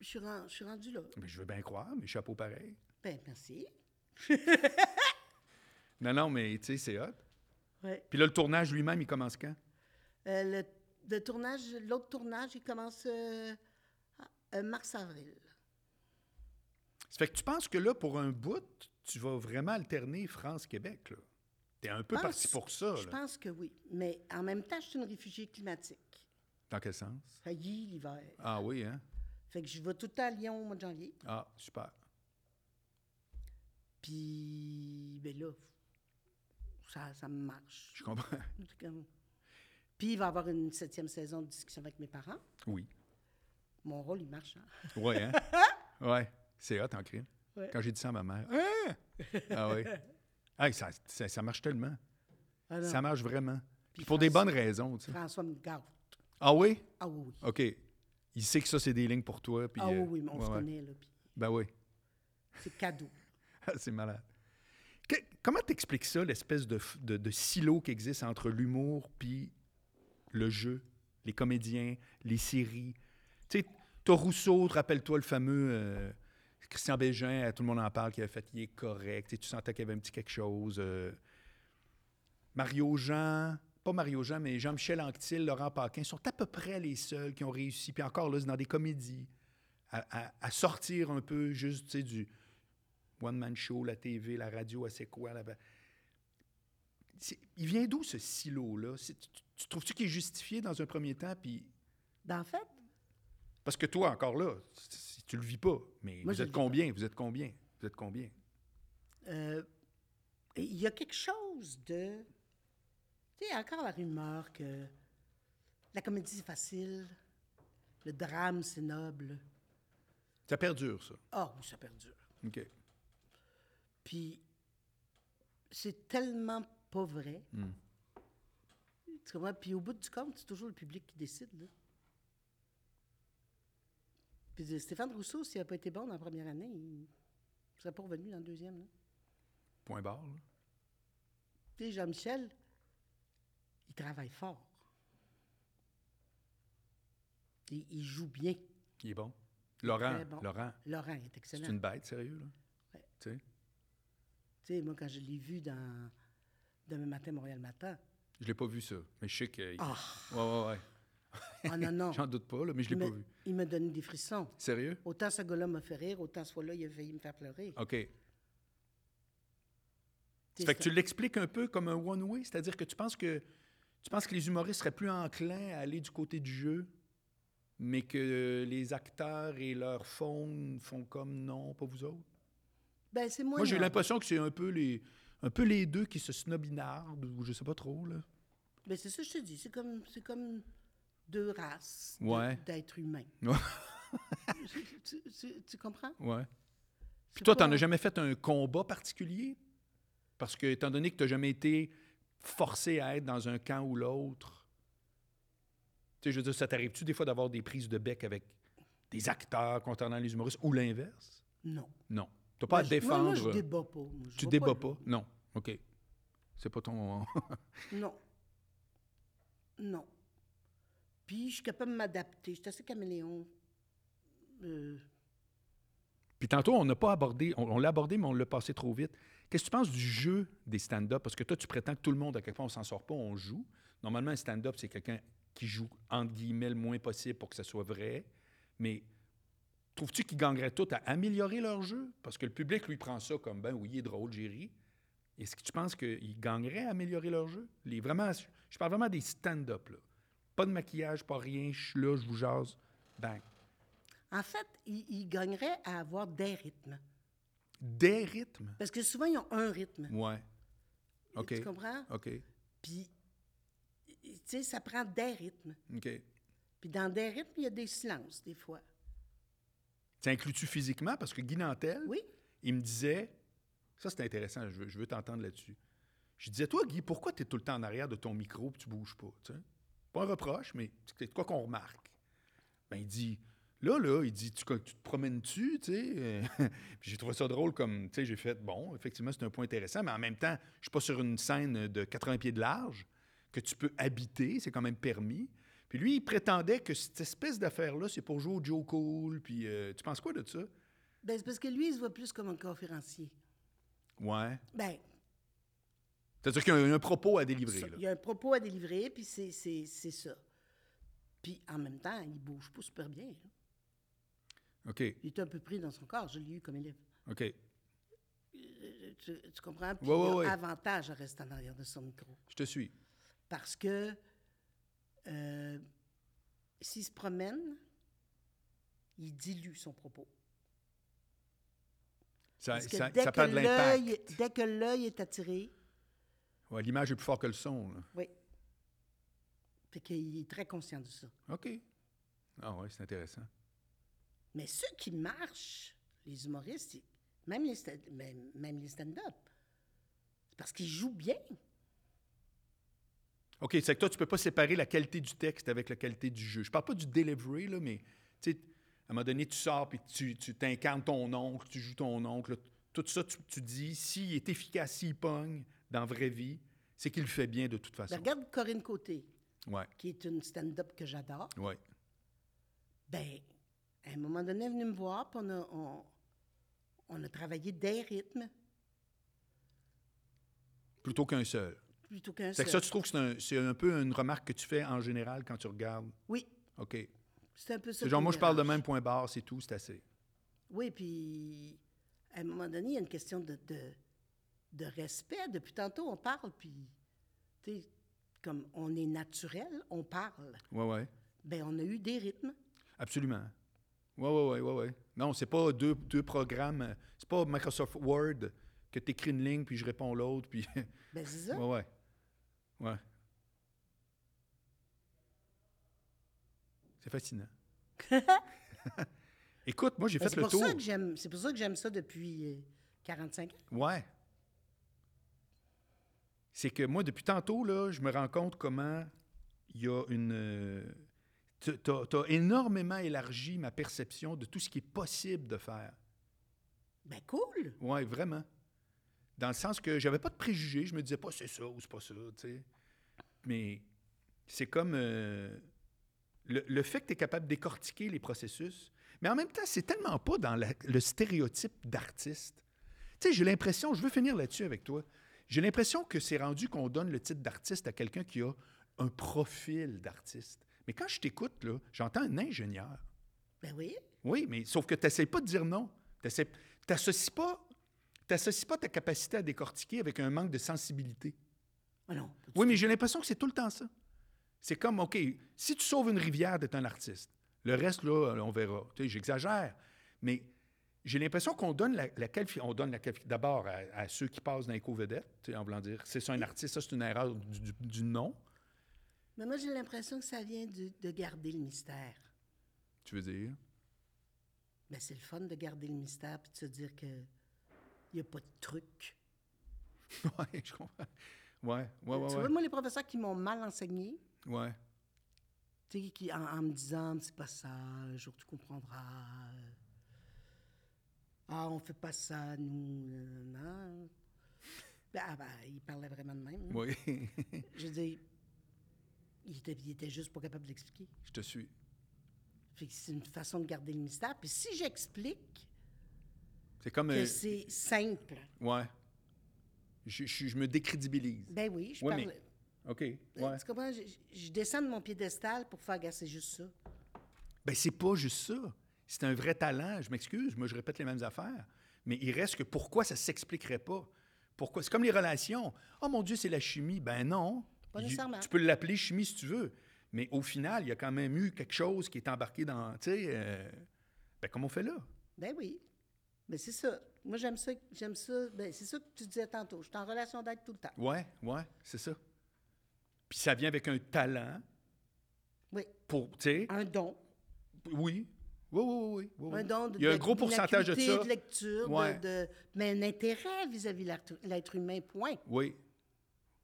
Speaker 2: je suis ren- je suis rendue là.
Speaker 1: Mais je veux bien croire, mais chapeau pareil.
Speaker 2: Ben, merci.
Speaker 1: Non, non, mais tu sais, c'est hot.
Speaker 2: Ouais.
Speaker 1: Puis là, le tournage lui-même, il commence quand?
Speaker 2: Euh, le de tournage, l'autre tournage, il commence euh, euh, mars-avril.
Speaker 1: Ça fait que tu penses que là, pour un bout, tu vas vraiment alterner France-Québec, là? T'es un peu
Speaker 2: Pense-
Speaker 1: parti pour ça,
Speaker 2: Je
Speaker 1: là.
Speaker 2: pense que oui. Mais en même temps, je suis une réfugiée climatique.
Speaker 1: Dans quel sens?
Speaker 2: Failli l'hiver.
Speaker 1: Ah oui, hein?
Speaker 2: Fait que je vais tout le temps à Lyon au mois de janvier.
Speaker 1: Ah, super.
Speaker 2: Puis, ben là, ça, ça me marche.
Speaker 1: Je comprends.
Speaker 2: C'est comme- Puis, il va y avoir une septième saison de discussion avec mes parents.
Speaker 1: Oui.
Speaker 2: Mon rôle, il marche. hein.
Speaker 1: Ouais, hein? ouais. C'est hot en crime.
Speaker 2: Ouais.
Speaker 1: Quand j'ai dit ça à ma mère. Hein? Ah oui. Ah, ça, ça- ça marche tellement.
Speaker 2: Ah non,
Speaker 1: Ça marche vraiment.
Speaker 2: Puis
Speaker 1: Puis pour des
Speaker 2: François-
Speaker 1: bonnes raisons, tu sais.
Speaker 2: François me gâte.
Speaker 1: Ah oui?
Speaker 2: Ah oui, oui.
Speaker 1: OK. Il sait que ça, c'est des lignes pour toi. Puis,
Speaker 2: ah oui,
Speaker 1: euh,
Speaker 2: oui, mais on
Speaker 1: ouais,
Speaker 2: se
Speaker 1: ouais.
Speaker 2: connaît, là. puis
Speaker 1: Ben oui.
Speaker 2: C'est cadeau.
Speaker 1: Ah, c'est malade. Que- comment t'expliques ça, l'espèce de, f- de- de silo qui existe entre l'humour puis le jeu, les comédiens, les séries? Tu sais, t'as Rousseau, te rappelle-toi le fameux euh, Christian Bégin, à tout le monde en parle, qui avait fait « Il est correct », tu sais, tu sentais qu'il y avait un petit quelque chose. euh, Mario Jean, pas Mario Jean, mais Jean-Michel Anctil, Laurent Paquin, sont à peu près les seuls qui ont réussi, puis encore là, c'est dans des comédies, à, à- à sortir un peu juste tu sais, du one-man show, la TV, la radio, elle sait quoi. là-bas. C'est- Il vient d'où ce silo-là? C'est- Tu, tu trouves-tu qu'il est justifié dans un premier temps? Puis...
Speaker 2: Ben, en fait,
Speaker 1: Parce que toi, encore là, si tu le vis pas, mais
Speaker 2: Moi,
Speaker 1: vous,
Speaker 2: je
Speaker 1: êtes
Speaker 2: le vis pas.
Speaker 1: combien, vous êtes combien? Vous êtes combien?
Speaker 2: euh, il y a quelque chose de... Tu sais, encore la rumeur que la comédie, c'est facile, le drame, c'est noble.
Speaker 1: Ça perdure, ça.
Speaker 2: Ah oui, ça perdure.
Speaker 1: OK.
Speaker 2: Puis c'est tellement pas vrai. Tu comprends? Puis au bout du compte, c'est toujours le public qui décide. là. Puis euh, Stéphane Rousseau, s'il n'a pas été bon dans la première année, il ne serait pas revenu dans la deuxième. là.
Speaker 1: Point barre, là.
Speaker 2: Tu sais, Jean-Michel, il travaille fort. Il, il joue bien.
Speaker 1: Il est bon. Laurent,
Speaker 2: Très bon.
Speaker 1: Laurent,
Speaker 2: Laurent est
Speaker 1: c'est
Speaker 2: excellent.
Speaker 1: une bête, sérieux, là?
Speaker 2: Ouais.
Speaker 1: Tu sais,
Speaker 2: Tu sais, moi, quand je l'ai vu dans Demain matin, Montréal matin,
Speaker 1: je l'ai pas vu, ça. Mais je sais que...
Speaker 2: ah,
Speaker 1: Ouais, ouais, ouais.
Speaker 2: ah non, non.
Speaker 1: J'en doute pas, là, mais je l'ai
Speaker 2: il
Speaker 1: pas
Speaker 2: me-
Speaker 1: vu.
Speaker 2: Il me donne des frissons.
Speaker 1: Sérieux?
Speaker 2: Autant ce gars-là m'a fait rire, autant ce fois-là, il a failli me faire pleurer.
Speaker 1: OK.
Speaker 2: T'sais,
Speaker 1: Ah, fait que tu
Speaker 2: c'est-
Speaker 1: l'expliques un peu comme un one-way, c'est-à-dire que tu penses que tu penses que les humoristes seraient plus enclins à aller du côté du jeu, mais que les acteurs et leur faune font comme non, pas vous autres.
Speaker 2: Ben, c'est moi.
Speaker 1: Moi, j'ai
Speaker 2: non.
Speaker 1: l'impression que c'est un peu les un peu les deux qui se snobinardent ou je sais pas trop là.
Speaker 2: Ben, c'est ça que je te dis. C'est comme, c'est comme deux races de-
Speaker 1: Ouais.
Speaker 2: d'êtres humains.
Speaker 1: Ouais.
Speaker 2: tu, tu- tu- tu comprends?
Speaker 1: Ouais.
Speaker 2: C'est
Speaker 1: Puis toi,
Speaker 2: pas-
Speaker 1: t'en as jamais fait un combat particulier parce que étant donné que t'as jamais été forcé à être dans un camp ou l'autre. Tu sais, je veux dire, ça t'arrive-tu des fois d'avoir des prises de bec avec des acteurs concernant les humoristes ou l'inverse?
Speaker 2: Non.
Speaker 1: Non. Tu n'as pas à
Speaker 2: Moi,
Speaker 1: te
Speaker 2: Ben, je- moi, Moi,
Speaker 1: défendre.
Speaker 2: je débat pas. Moi, je
Speaker 1: tu
Speaker 2: vais
Speaker 1: débats
Speaker 2: là.
Speaker 1: pas? Non. OK. C'est pas ton.
Speaker 2: Non. Non. Puis, je suis capable de m'adapter. Je suis assez caméléon. Euh,
Speaker 1: Puis tantôt, on n'a pas abordé, on, on l'a abordé, mais on l'a passé trop vite. Qu'est-ce que tu penses du jeu des stand-up? Parce que toi, tu prétends que tout le monde, à quelque point, on s'en sort pas, on joue. Normalement, un stand-up, c'est quelqu'un qui joue, entre guillemets, le moins possible pour que ça soit vrai. Mais trouves-tu qu'ils gagneraient tout à améliorer leur jeu? Parce que le public, lui, prend ça comme, ben oui, il est drôle, j'ai ri. Est-ce que tu penses qu'ils gagneraient à améliorer leur jeu? Les, vraiment, je- je parle vraiment des stand-up, là. Pas de maquillage, pas rien, je suis là, je vous jase. Ben, Bang.
Speaker 2: en fait, ils ils gagneraient à avoir des rythmes.
Speaker 1: Des rythmes.
Speaker 2: Parce que souvent, ils ont un rythme.
Speaker 1: Ouais. OK.
Speaker 2: Tu comprends?
Speaker 1: OK.
Speaker 2: Puis, tu sais, ça prend des rythmes.
Speaker 1: OK.
Speaker 2: Puis dans des rythmes, il y a des silences, des fois.
Speaker 1: Ça inclut-tu physiquement? Parce que Guy Nantel,
Speaker 2: Oui?
Speaker 1: il me disait... Ça, c'est intéressant. Je veux, je veux t'entendre là-dessus. Je disais, toi, Guy, pourquoi tu es tout le temps en arrière de ton micro et tu bouges pas? tu sais? Pas un reproche, mais c'est de quoi qu'on remarque. Ben, il dit... Là, là, il dit, tu, tu te promènes-tu, tu sais? Euh, puis j'ai trouvé ça drôle comme, tu sais, j'ai fait, bon, effectivement, c'est un point intéressant, mais en même temps, je suis pas sur une scène de 80 pieds de large que tu peux habiter, c'est quand même permis. Puis lui, il prétendait que cette espèce d'affaire-là, c'est pour jouer au Joe Cool, puis euh, tu penses quoi de ça?
Speaker 2: Ben, c'est parce que lui, il se voit plus comme un conférencier.
Speaker 1: Ouais.
Speaker 2: Ben,
Speaker 1: C'est-à-dire qu'il y a un, un propos à délivrer,
Speaker 2: ça-
Speaker 1: là.
Speaker 2: il y a un propos à délivrer, puis c'est, c'est, c'est ça. Puis en même temps, il bouge pas super bien. là.
Speaker 1: OK.
Speaker 2: Il est un peu pris dans son corps. Je l'ai eu comme élève.
Speaker 1: OK.
Speaker 2: Euh, Tu, tu comprends? Puis
Speaker 1: Ouais, ouais,
Speaker 2: il a
Speaker 1: ouais.
Speaker 2: avantage à rester en arrière de son micro.
Speaker 1: Je te suis.
Speaker 2: Parce que euh, s'il se promène, il dilue son propos.
Speaker 1: Ça,
Speaker 2: Parce que
Speaker 1: ça-
Speaker 2: dès,
Speaker 1: ça
Speaker 2: que
Speaker 1: perd de l'impact.
Speaker 2: l'œil- dès que l'œil est attiré,
Speaker 1: Ouais, L'image est plus forte que le son. là.
Speaker 2: oui. Fait qu'il est très conscient de ça.
Speaker 1: OK. Ah ouais, c'est intéressant.
Speaker 2: Mais ceux qui marchent, les humoristes, ils- même les, sta- même, même les stand-up, c'est parce qu'ils jouent bien.
Speaker 1: OK, c'est que toi, tu peux pas séparer la qualité du texte avec la qualité du jeu. Je parle pas du delivery, là, mais tu sais, à un moment donné, tu sors puis tu tu t'incarnes ton oncle, tu joues ton oncle. là. Tout ça, tu, tu dis, s'il est efficace, s'il pogne dans la vraie vie, c'est qu'il le fait bien de toute
Speaker 2: Ben,
Speaker 1: façon.
Speaker 2: regarde Corinne Côté,
Speaker 1: Ouais,
Speaker 2: qui est une stand-up que j'adore.
Speaker 1: ouais.
Speaker 2: Ben, à un moment donné, elle est venue me voir, puis on a, on, on a travaillé des rythmes
Speaker 1: Plutôt qu'un seul.
Speaker 2: plutôt qu'un
Speaker 1: C'est
Speaker 2: seul.
Speaker 1: que ça, tu trouves que c'est un- c'est un, peu une remarque que tu fais en général quand tu regardes.
Speaker 2: Oui,
Speaker 1: OK.
Speaker 2: c'est un peu ça.
Speaker 1: C'est genre,
Speaker 2: qui
Speaker 1: moi,
Speaker 2: me
Speaker 1: je parle de
Speaker 2: dérange.
Speaker 1: même point barre, c'est tout, c'est assez.
Speaker 2: Oui, puis à un moment donné, il y a une question de, de, de respect. Depuis tantôt, on parle, puis, tu sais, comme on est naturel, on parle.
Speaker 1: Ouais, ouais.
Speaker 2: Ben, on a eu des rythmes.
Speaker 1: Absolument. Oui, oui, oui, oui, oui. Non, c'est pas deux, deux programmes. euh, C'est pas Microsoft Word que tu écris une ligne, puis je réponds l'autre, puis...
Speaker 2: Ben, c'est
Speaker 1: ouais,
Speaker 2: ça.
Speaker 1: ouais. Ouais. C'est fascinant. Écoute, moi, j'ai
Speaker 2: Ben,
Speaker 1: fait
Speaker 2: c'est
Speaker 1: le
Speaker 2: pour
Speaker 1: tour.
Speaker 2: ça que j'aime. C'est pour ça que j'aime ça depuis euh, 45 ans.
Speaker 1: Ouais. C'est que moi, depuis tantôt, là, je me rends compte comment il y a une. euh, tu as, énormément élargi ma perception de tout ce qui est possible de faire.
Speaker 2: Ben, cool.
Speaker 1: Ouais, vraiment. Dans le sens que j'avais pas de préjugés, je me disais pas c'est ça ou c'est pas ça, tu sais. Mais c'est comme euh, le, le fait que tu es capable de décortiquer les processus, mais en même temps, c'est tellement pas dans la- le stéréotype d'artiste. Tu sais, j'ai l'impression, je veux finir là-dessus avec toi. J'ai l'impression que c'est rendu qu'on donne le titre d'artiste à quelqu'un qui a un profil d'artiste. Mais quand je t'écoute, là, j'entends un ingénieur.
Speaker 2: Ben oui.
Speaker 1: Oui, mais sauf que tu n'essayes pas de dire non. Tu n'associes pas, t'associes pas ta capacité à décortiquer avec un manque de sensibilité.
Speaker 2: Ah non.
Speaker 1: Oui, mais j'ai l'impression que c'est tout le temps ça. C'est comme, OK, si tu sauves une rivière d'être un artiste, le reste, là, on verra. Tu sais, j'exagère, mais j'ai l'impression qu'on donne la, la qualifi- on donne la qualifi- d'abord à, à ceux qui passent dans les co-vedettes, tu sais, en voulant dire, c'est ça un artiste, ça c'est une erreur du, du- du nom.
Speaker 2: Mais moi, j'ai l'impression que ça vient du- de garder le mystère.
Speaker 1: Tu veux dire?
Speaker 2: Ben, c'est le fun de garder le mystère puis de se dire que il n'y a pas de truc.
Speaker 1: oui, je comprends. Ouais, ouais,
Speaker 2: tu
Speaker 1: ouais,
Speaker 2: vois,
Speaker 1: ouais.
Speaker 2: moi, les professeurs qui m'ont mal enseigné,
Speaker 1: ouais.
Speaker 2: tu sais, qui, en, en me disant, c'est pas ça, un jour tu comprendras. euh, Ah, on fait pas ça, nous. euh, Non. Ben, ah, ben, il parlait vraiment de même. hein.
Speaker 1: Oui,
Speaker 2: Je veux dire, il était, il était juste pas capable de l'expliquer.
Speaker 1: je te suis.
Speaker 2: Fait que c'est une façon de garder le mystère. Puis si j'explique
Speaker 1: C'est comme.
Speaker 2: que
Speaker 1: euh,
Speaker 2: c'est simple,
Speaker 1: Ouais. Je, je- je me décrédibilise. Ben,
Speaker 2: ben oui, je
Speaker 1: Ouais,
Speaker 2: parle.
Speaker 1: mais- OK. Ouais.
Speaker 2: Tu comprends? Je, je- je descends de mon piédestal pour faire gasser juste ça.
Speaker 1: Ben, c'est pas juste ça. C'est un vrai talent. Je m'excuse, moi, je répète les mêmes affaires. Mais il reste que pourquoi ça s'expliquerait pas? Pourquoi? C'est comme les relations. Oh mon Dieu, c'est la chimie. Ben non.
Speaker 2: Pas
Speaker 1: Il-
Speaker 2: nécessairement.
Speaker 1: Tu peux l'appeler chimie si tu veux. Mais au final, il y a quand même eu quelque chose qui est embarqué dans. Tu sais, euh, ben, comment on fait là?
Speaker 2: Ben oui. Mais c'est ça. Moi, j'aime ça. J'aime ça. Ben, c'est ça que tu disais tantôt. Je suis en relation d'être tout le temps.
Speaker 1: Ouais, ouais, c'est ça. Puis ça vient avec un talent
Speaker 2: Oui.
Speaker 1: pour. Tu sais,
Speaker 2: Un don.
Speaker 1: oui. Oui, oui, oui, oui, oui.
Speaker 2: Un don de,
Speaker 1: Il y a un
Speaker 2: de-
Speaker 1: gros
Speaker 2: d'une
Speaker 1: pourcentage de
Speaker 2: acuité,
Speaker 1: ça.
Speaker 2: de lecture, de-
Speaker 1: Ouais.
Speaker 2: de, mais un intérêt vis-à-vis l'art- l'être humain, point.
Speaker 1: Oui.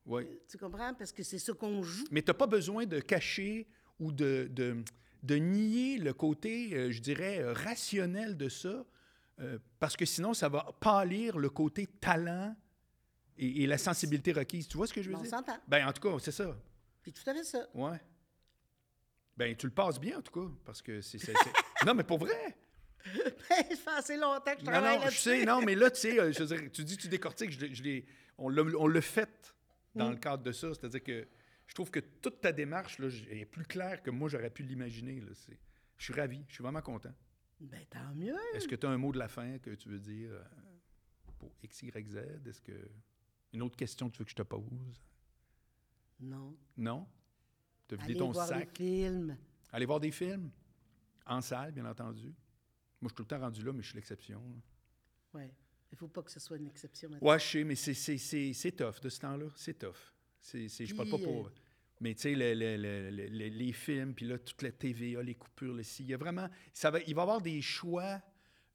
Speaker 1: Oui.
Speaker 2: Tu comprends? Parce que c'est ça qu'on joue.
Speaker 1: Mais tu n'as pas besoin de cacher ou de, de, de nier le côté, euh, je dirais, euh, rationnel de ça, euh, parce que sinon, ça va pâlir le côté talent et, et la sensibilité requise. Tu vois ce que je veux
Speaker 2: On
Speaker 1: dire?
Speaker 2: s'entend.
Speaker 1: Ben, en tout cas, c'est ça.
Speaker 2: Puis tout à fait ça.
Speaker 1: Ouais. Ben, tu le passes bien, en tout cas, parce que c'est. c'est- c'est- non, mais pour vrai!
Speaker 2: Ben, ça fait assez longtemps que je
Speaker 1: Non,
Speaker 2: travaille
Speaker 1: non, je
Speaker 2: là-dessus.
Speaker 1: sais, non, mais là, tu sais, euh, je
Speaker 2: Mm.
Speaker 1: veux dire, tu dis, tu décortiques, je, l'ai- je l'ai- on l'a- on le fait dans le cadre de ça, c'est-à-dire que je trouve que toute ta démarche là, j- est plus claire que moi, j'aurais pu l'imaginer. là. C'est- Je suis ravi, je suis vraiment content.
Speaker 2: Ben, tant mieux.
Speaker 1: Est-ce que tu as un mot de la fin que tu veux dire euh, pour X, Y, Z? Est-ce que. Une autre question que tu veux que je te pose?
Speaker 2: Non.
Speaker 1: Non? Tu as vidé
Speaker 2: Allez
Speaker 1: ton
Speaker 2: voir
Speaker 1: sac.
Speaker 2: les films.
Speaker 1: Aller voir des films. En salle, bien entendu. Moi, je suis tout le temps rendu là, mais je suis l'exception. là.
Speaker 2: Ouais. Il faut pas que ce soit une exception. maintenant.
Speaker 1: Ouais, je sais, mais c'est- c'est- c'est c'est tough de ce temps-là. C'est tough. C'est- c'est- Je parle pas
Speaker 2: Puis,
Speaker 1: pour.
Speaker 2: euh,
Speaker 1: Mais tu sais, le- le- le- le- le- les films, puis là, toute la TVA, les coupures, le ci, il y a vraiment. Ça va, il va y avoir des choix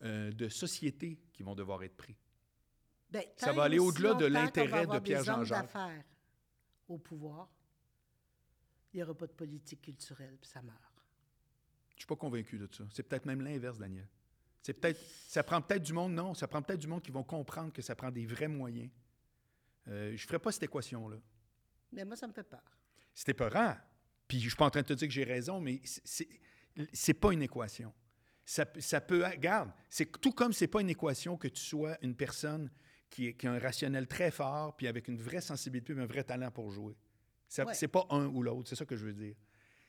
Speaker 1: euh, de société qui vont devoir être pris.
Speaker 2: Ben,
Speaker 1: Ça
Speaker 2: tant
Speaker 1: va
Speaker 2: et
Speaker 1: aller
Speaker 2: aussi
Speaker 1: au-delà de
Speaker 2: longtemps qu'on va
Speaker 1: l'intérêt
Speaker 2: avoir
Speaker 1: de
Speaker 2: des hommes
Speaker 1: Pierre-Jean-Jacques.
Speaker 2: d'affaires au pouvoir, il n'y aura pas de politique culturelle, puis ça meurt.
Speaker 1: Je suis pas convaincu de ça. C'est peut-être même l'inverse, Daniel. C'est peut-être, ça prend peut-être du monde, non, ça prend peut-être du monde qui vont comprendre que ça prend des vrais moyens. Euh, je ferai pas cette équation-là.
Speaker 2: Mais moi, ça me fait peur.
Speaker 1: C'était épeurant. Puis je suis pas en train de te dire que j'ai raison, mais c'est- c'est c'est pas une équation. Ça, peut- ça peut. Regarde, c'est tout comme c'est pas une équation que tu sois une personne qui, est- qui a un rationnel très fort, puis avec une vraie sensibilité, puis un vrai talent pour jouer. Ça-
Speaker 2: Ouais.
Speaker 1: C'est pas un ou l'autre, c'est ça que je veux dire.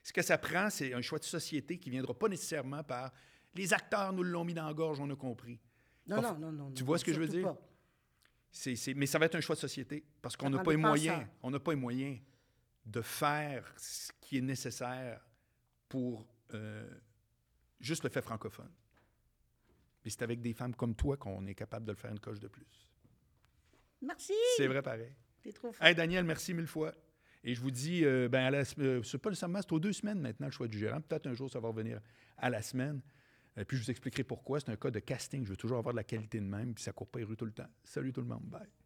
Speaker 1: Ce que ça prend, c'est un choix de société qui viendra pas nécessairement par les acteurs nous l'ont mis dans la gorge, on a compris.
Speaker 2: Non,
Speaker 1: Pas-
Speaker 2: non, non, non.
Speaker 1: tu
Speaker 2: non,
Speaker 1: vois ce que je veux
Speaker 2: surtout
Speaker 1: dire?
Speaker 2: pas.
Speaker 1: C'est- c'est- mais ça va être un choix de société parce qu'on
Speaker 2: Ça
Speaker 1: n'a
Speaker 2: prend
Speaker 1: pas
Speaker 2: des
Speaker 1: les moyens.
Speaker 2: penseurs.
Speaker 1: On n'a pas les moyens de faire ce qui est nécessaire pour euh, juste le fait francophone. Mais c'est avec des femmes comme toi qu'on est capable de le faire une coche de plus.
Speaker 2: Merci!
Speaker 1: C'est vrai pareil.
Speaker 2: T'es trop fort.
Speaker 1: Hey Daniel, merci mille fois. Et je vous dis, euh, ben à la sem- euh, c'est pas nécessairement, c'est aux deux semaines maintenant le choix du gérant. Peut-être un jour ça va revenir à la semaine. Euh, puis je vous expliquerai pourquoi. C'est un cas de casting. Je veux toujours avoir de la qualité de même. Puis ça court pas les rues tout le temps. Salut tout le monde. Bye.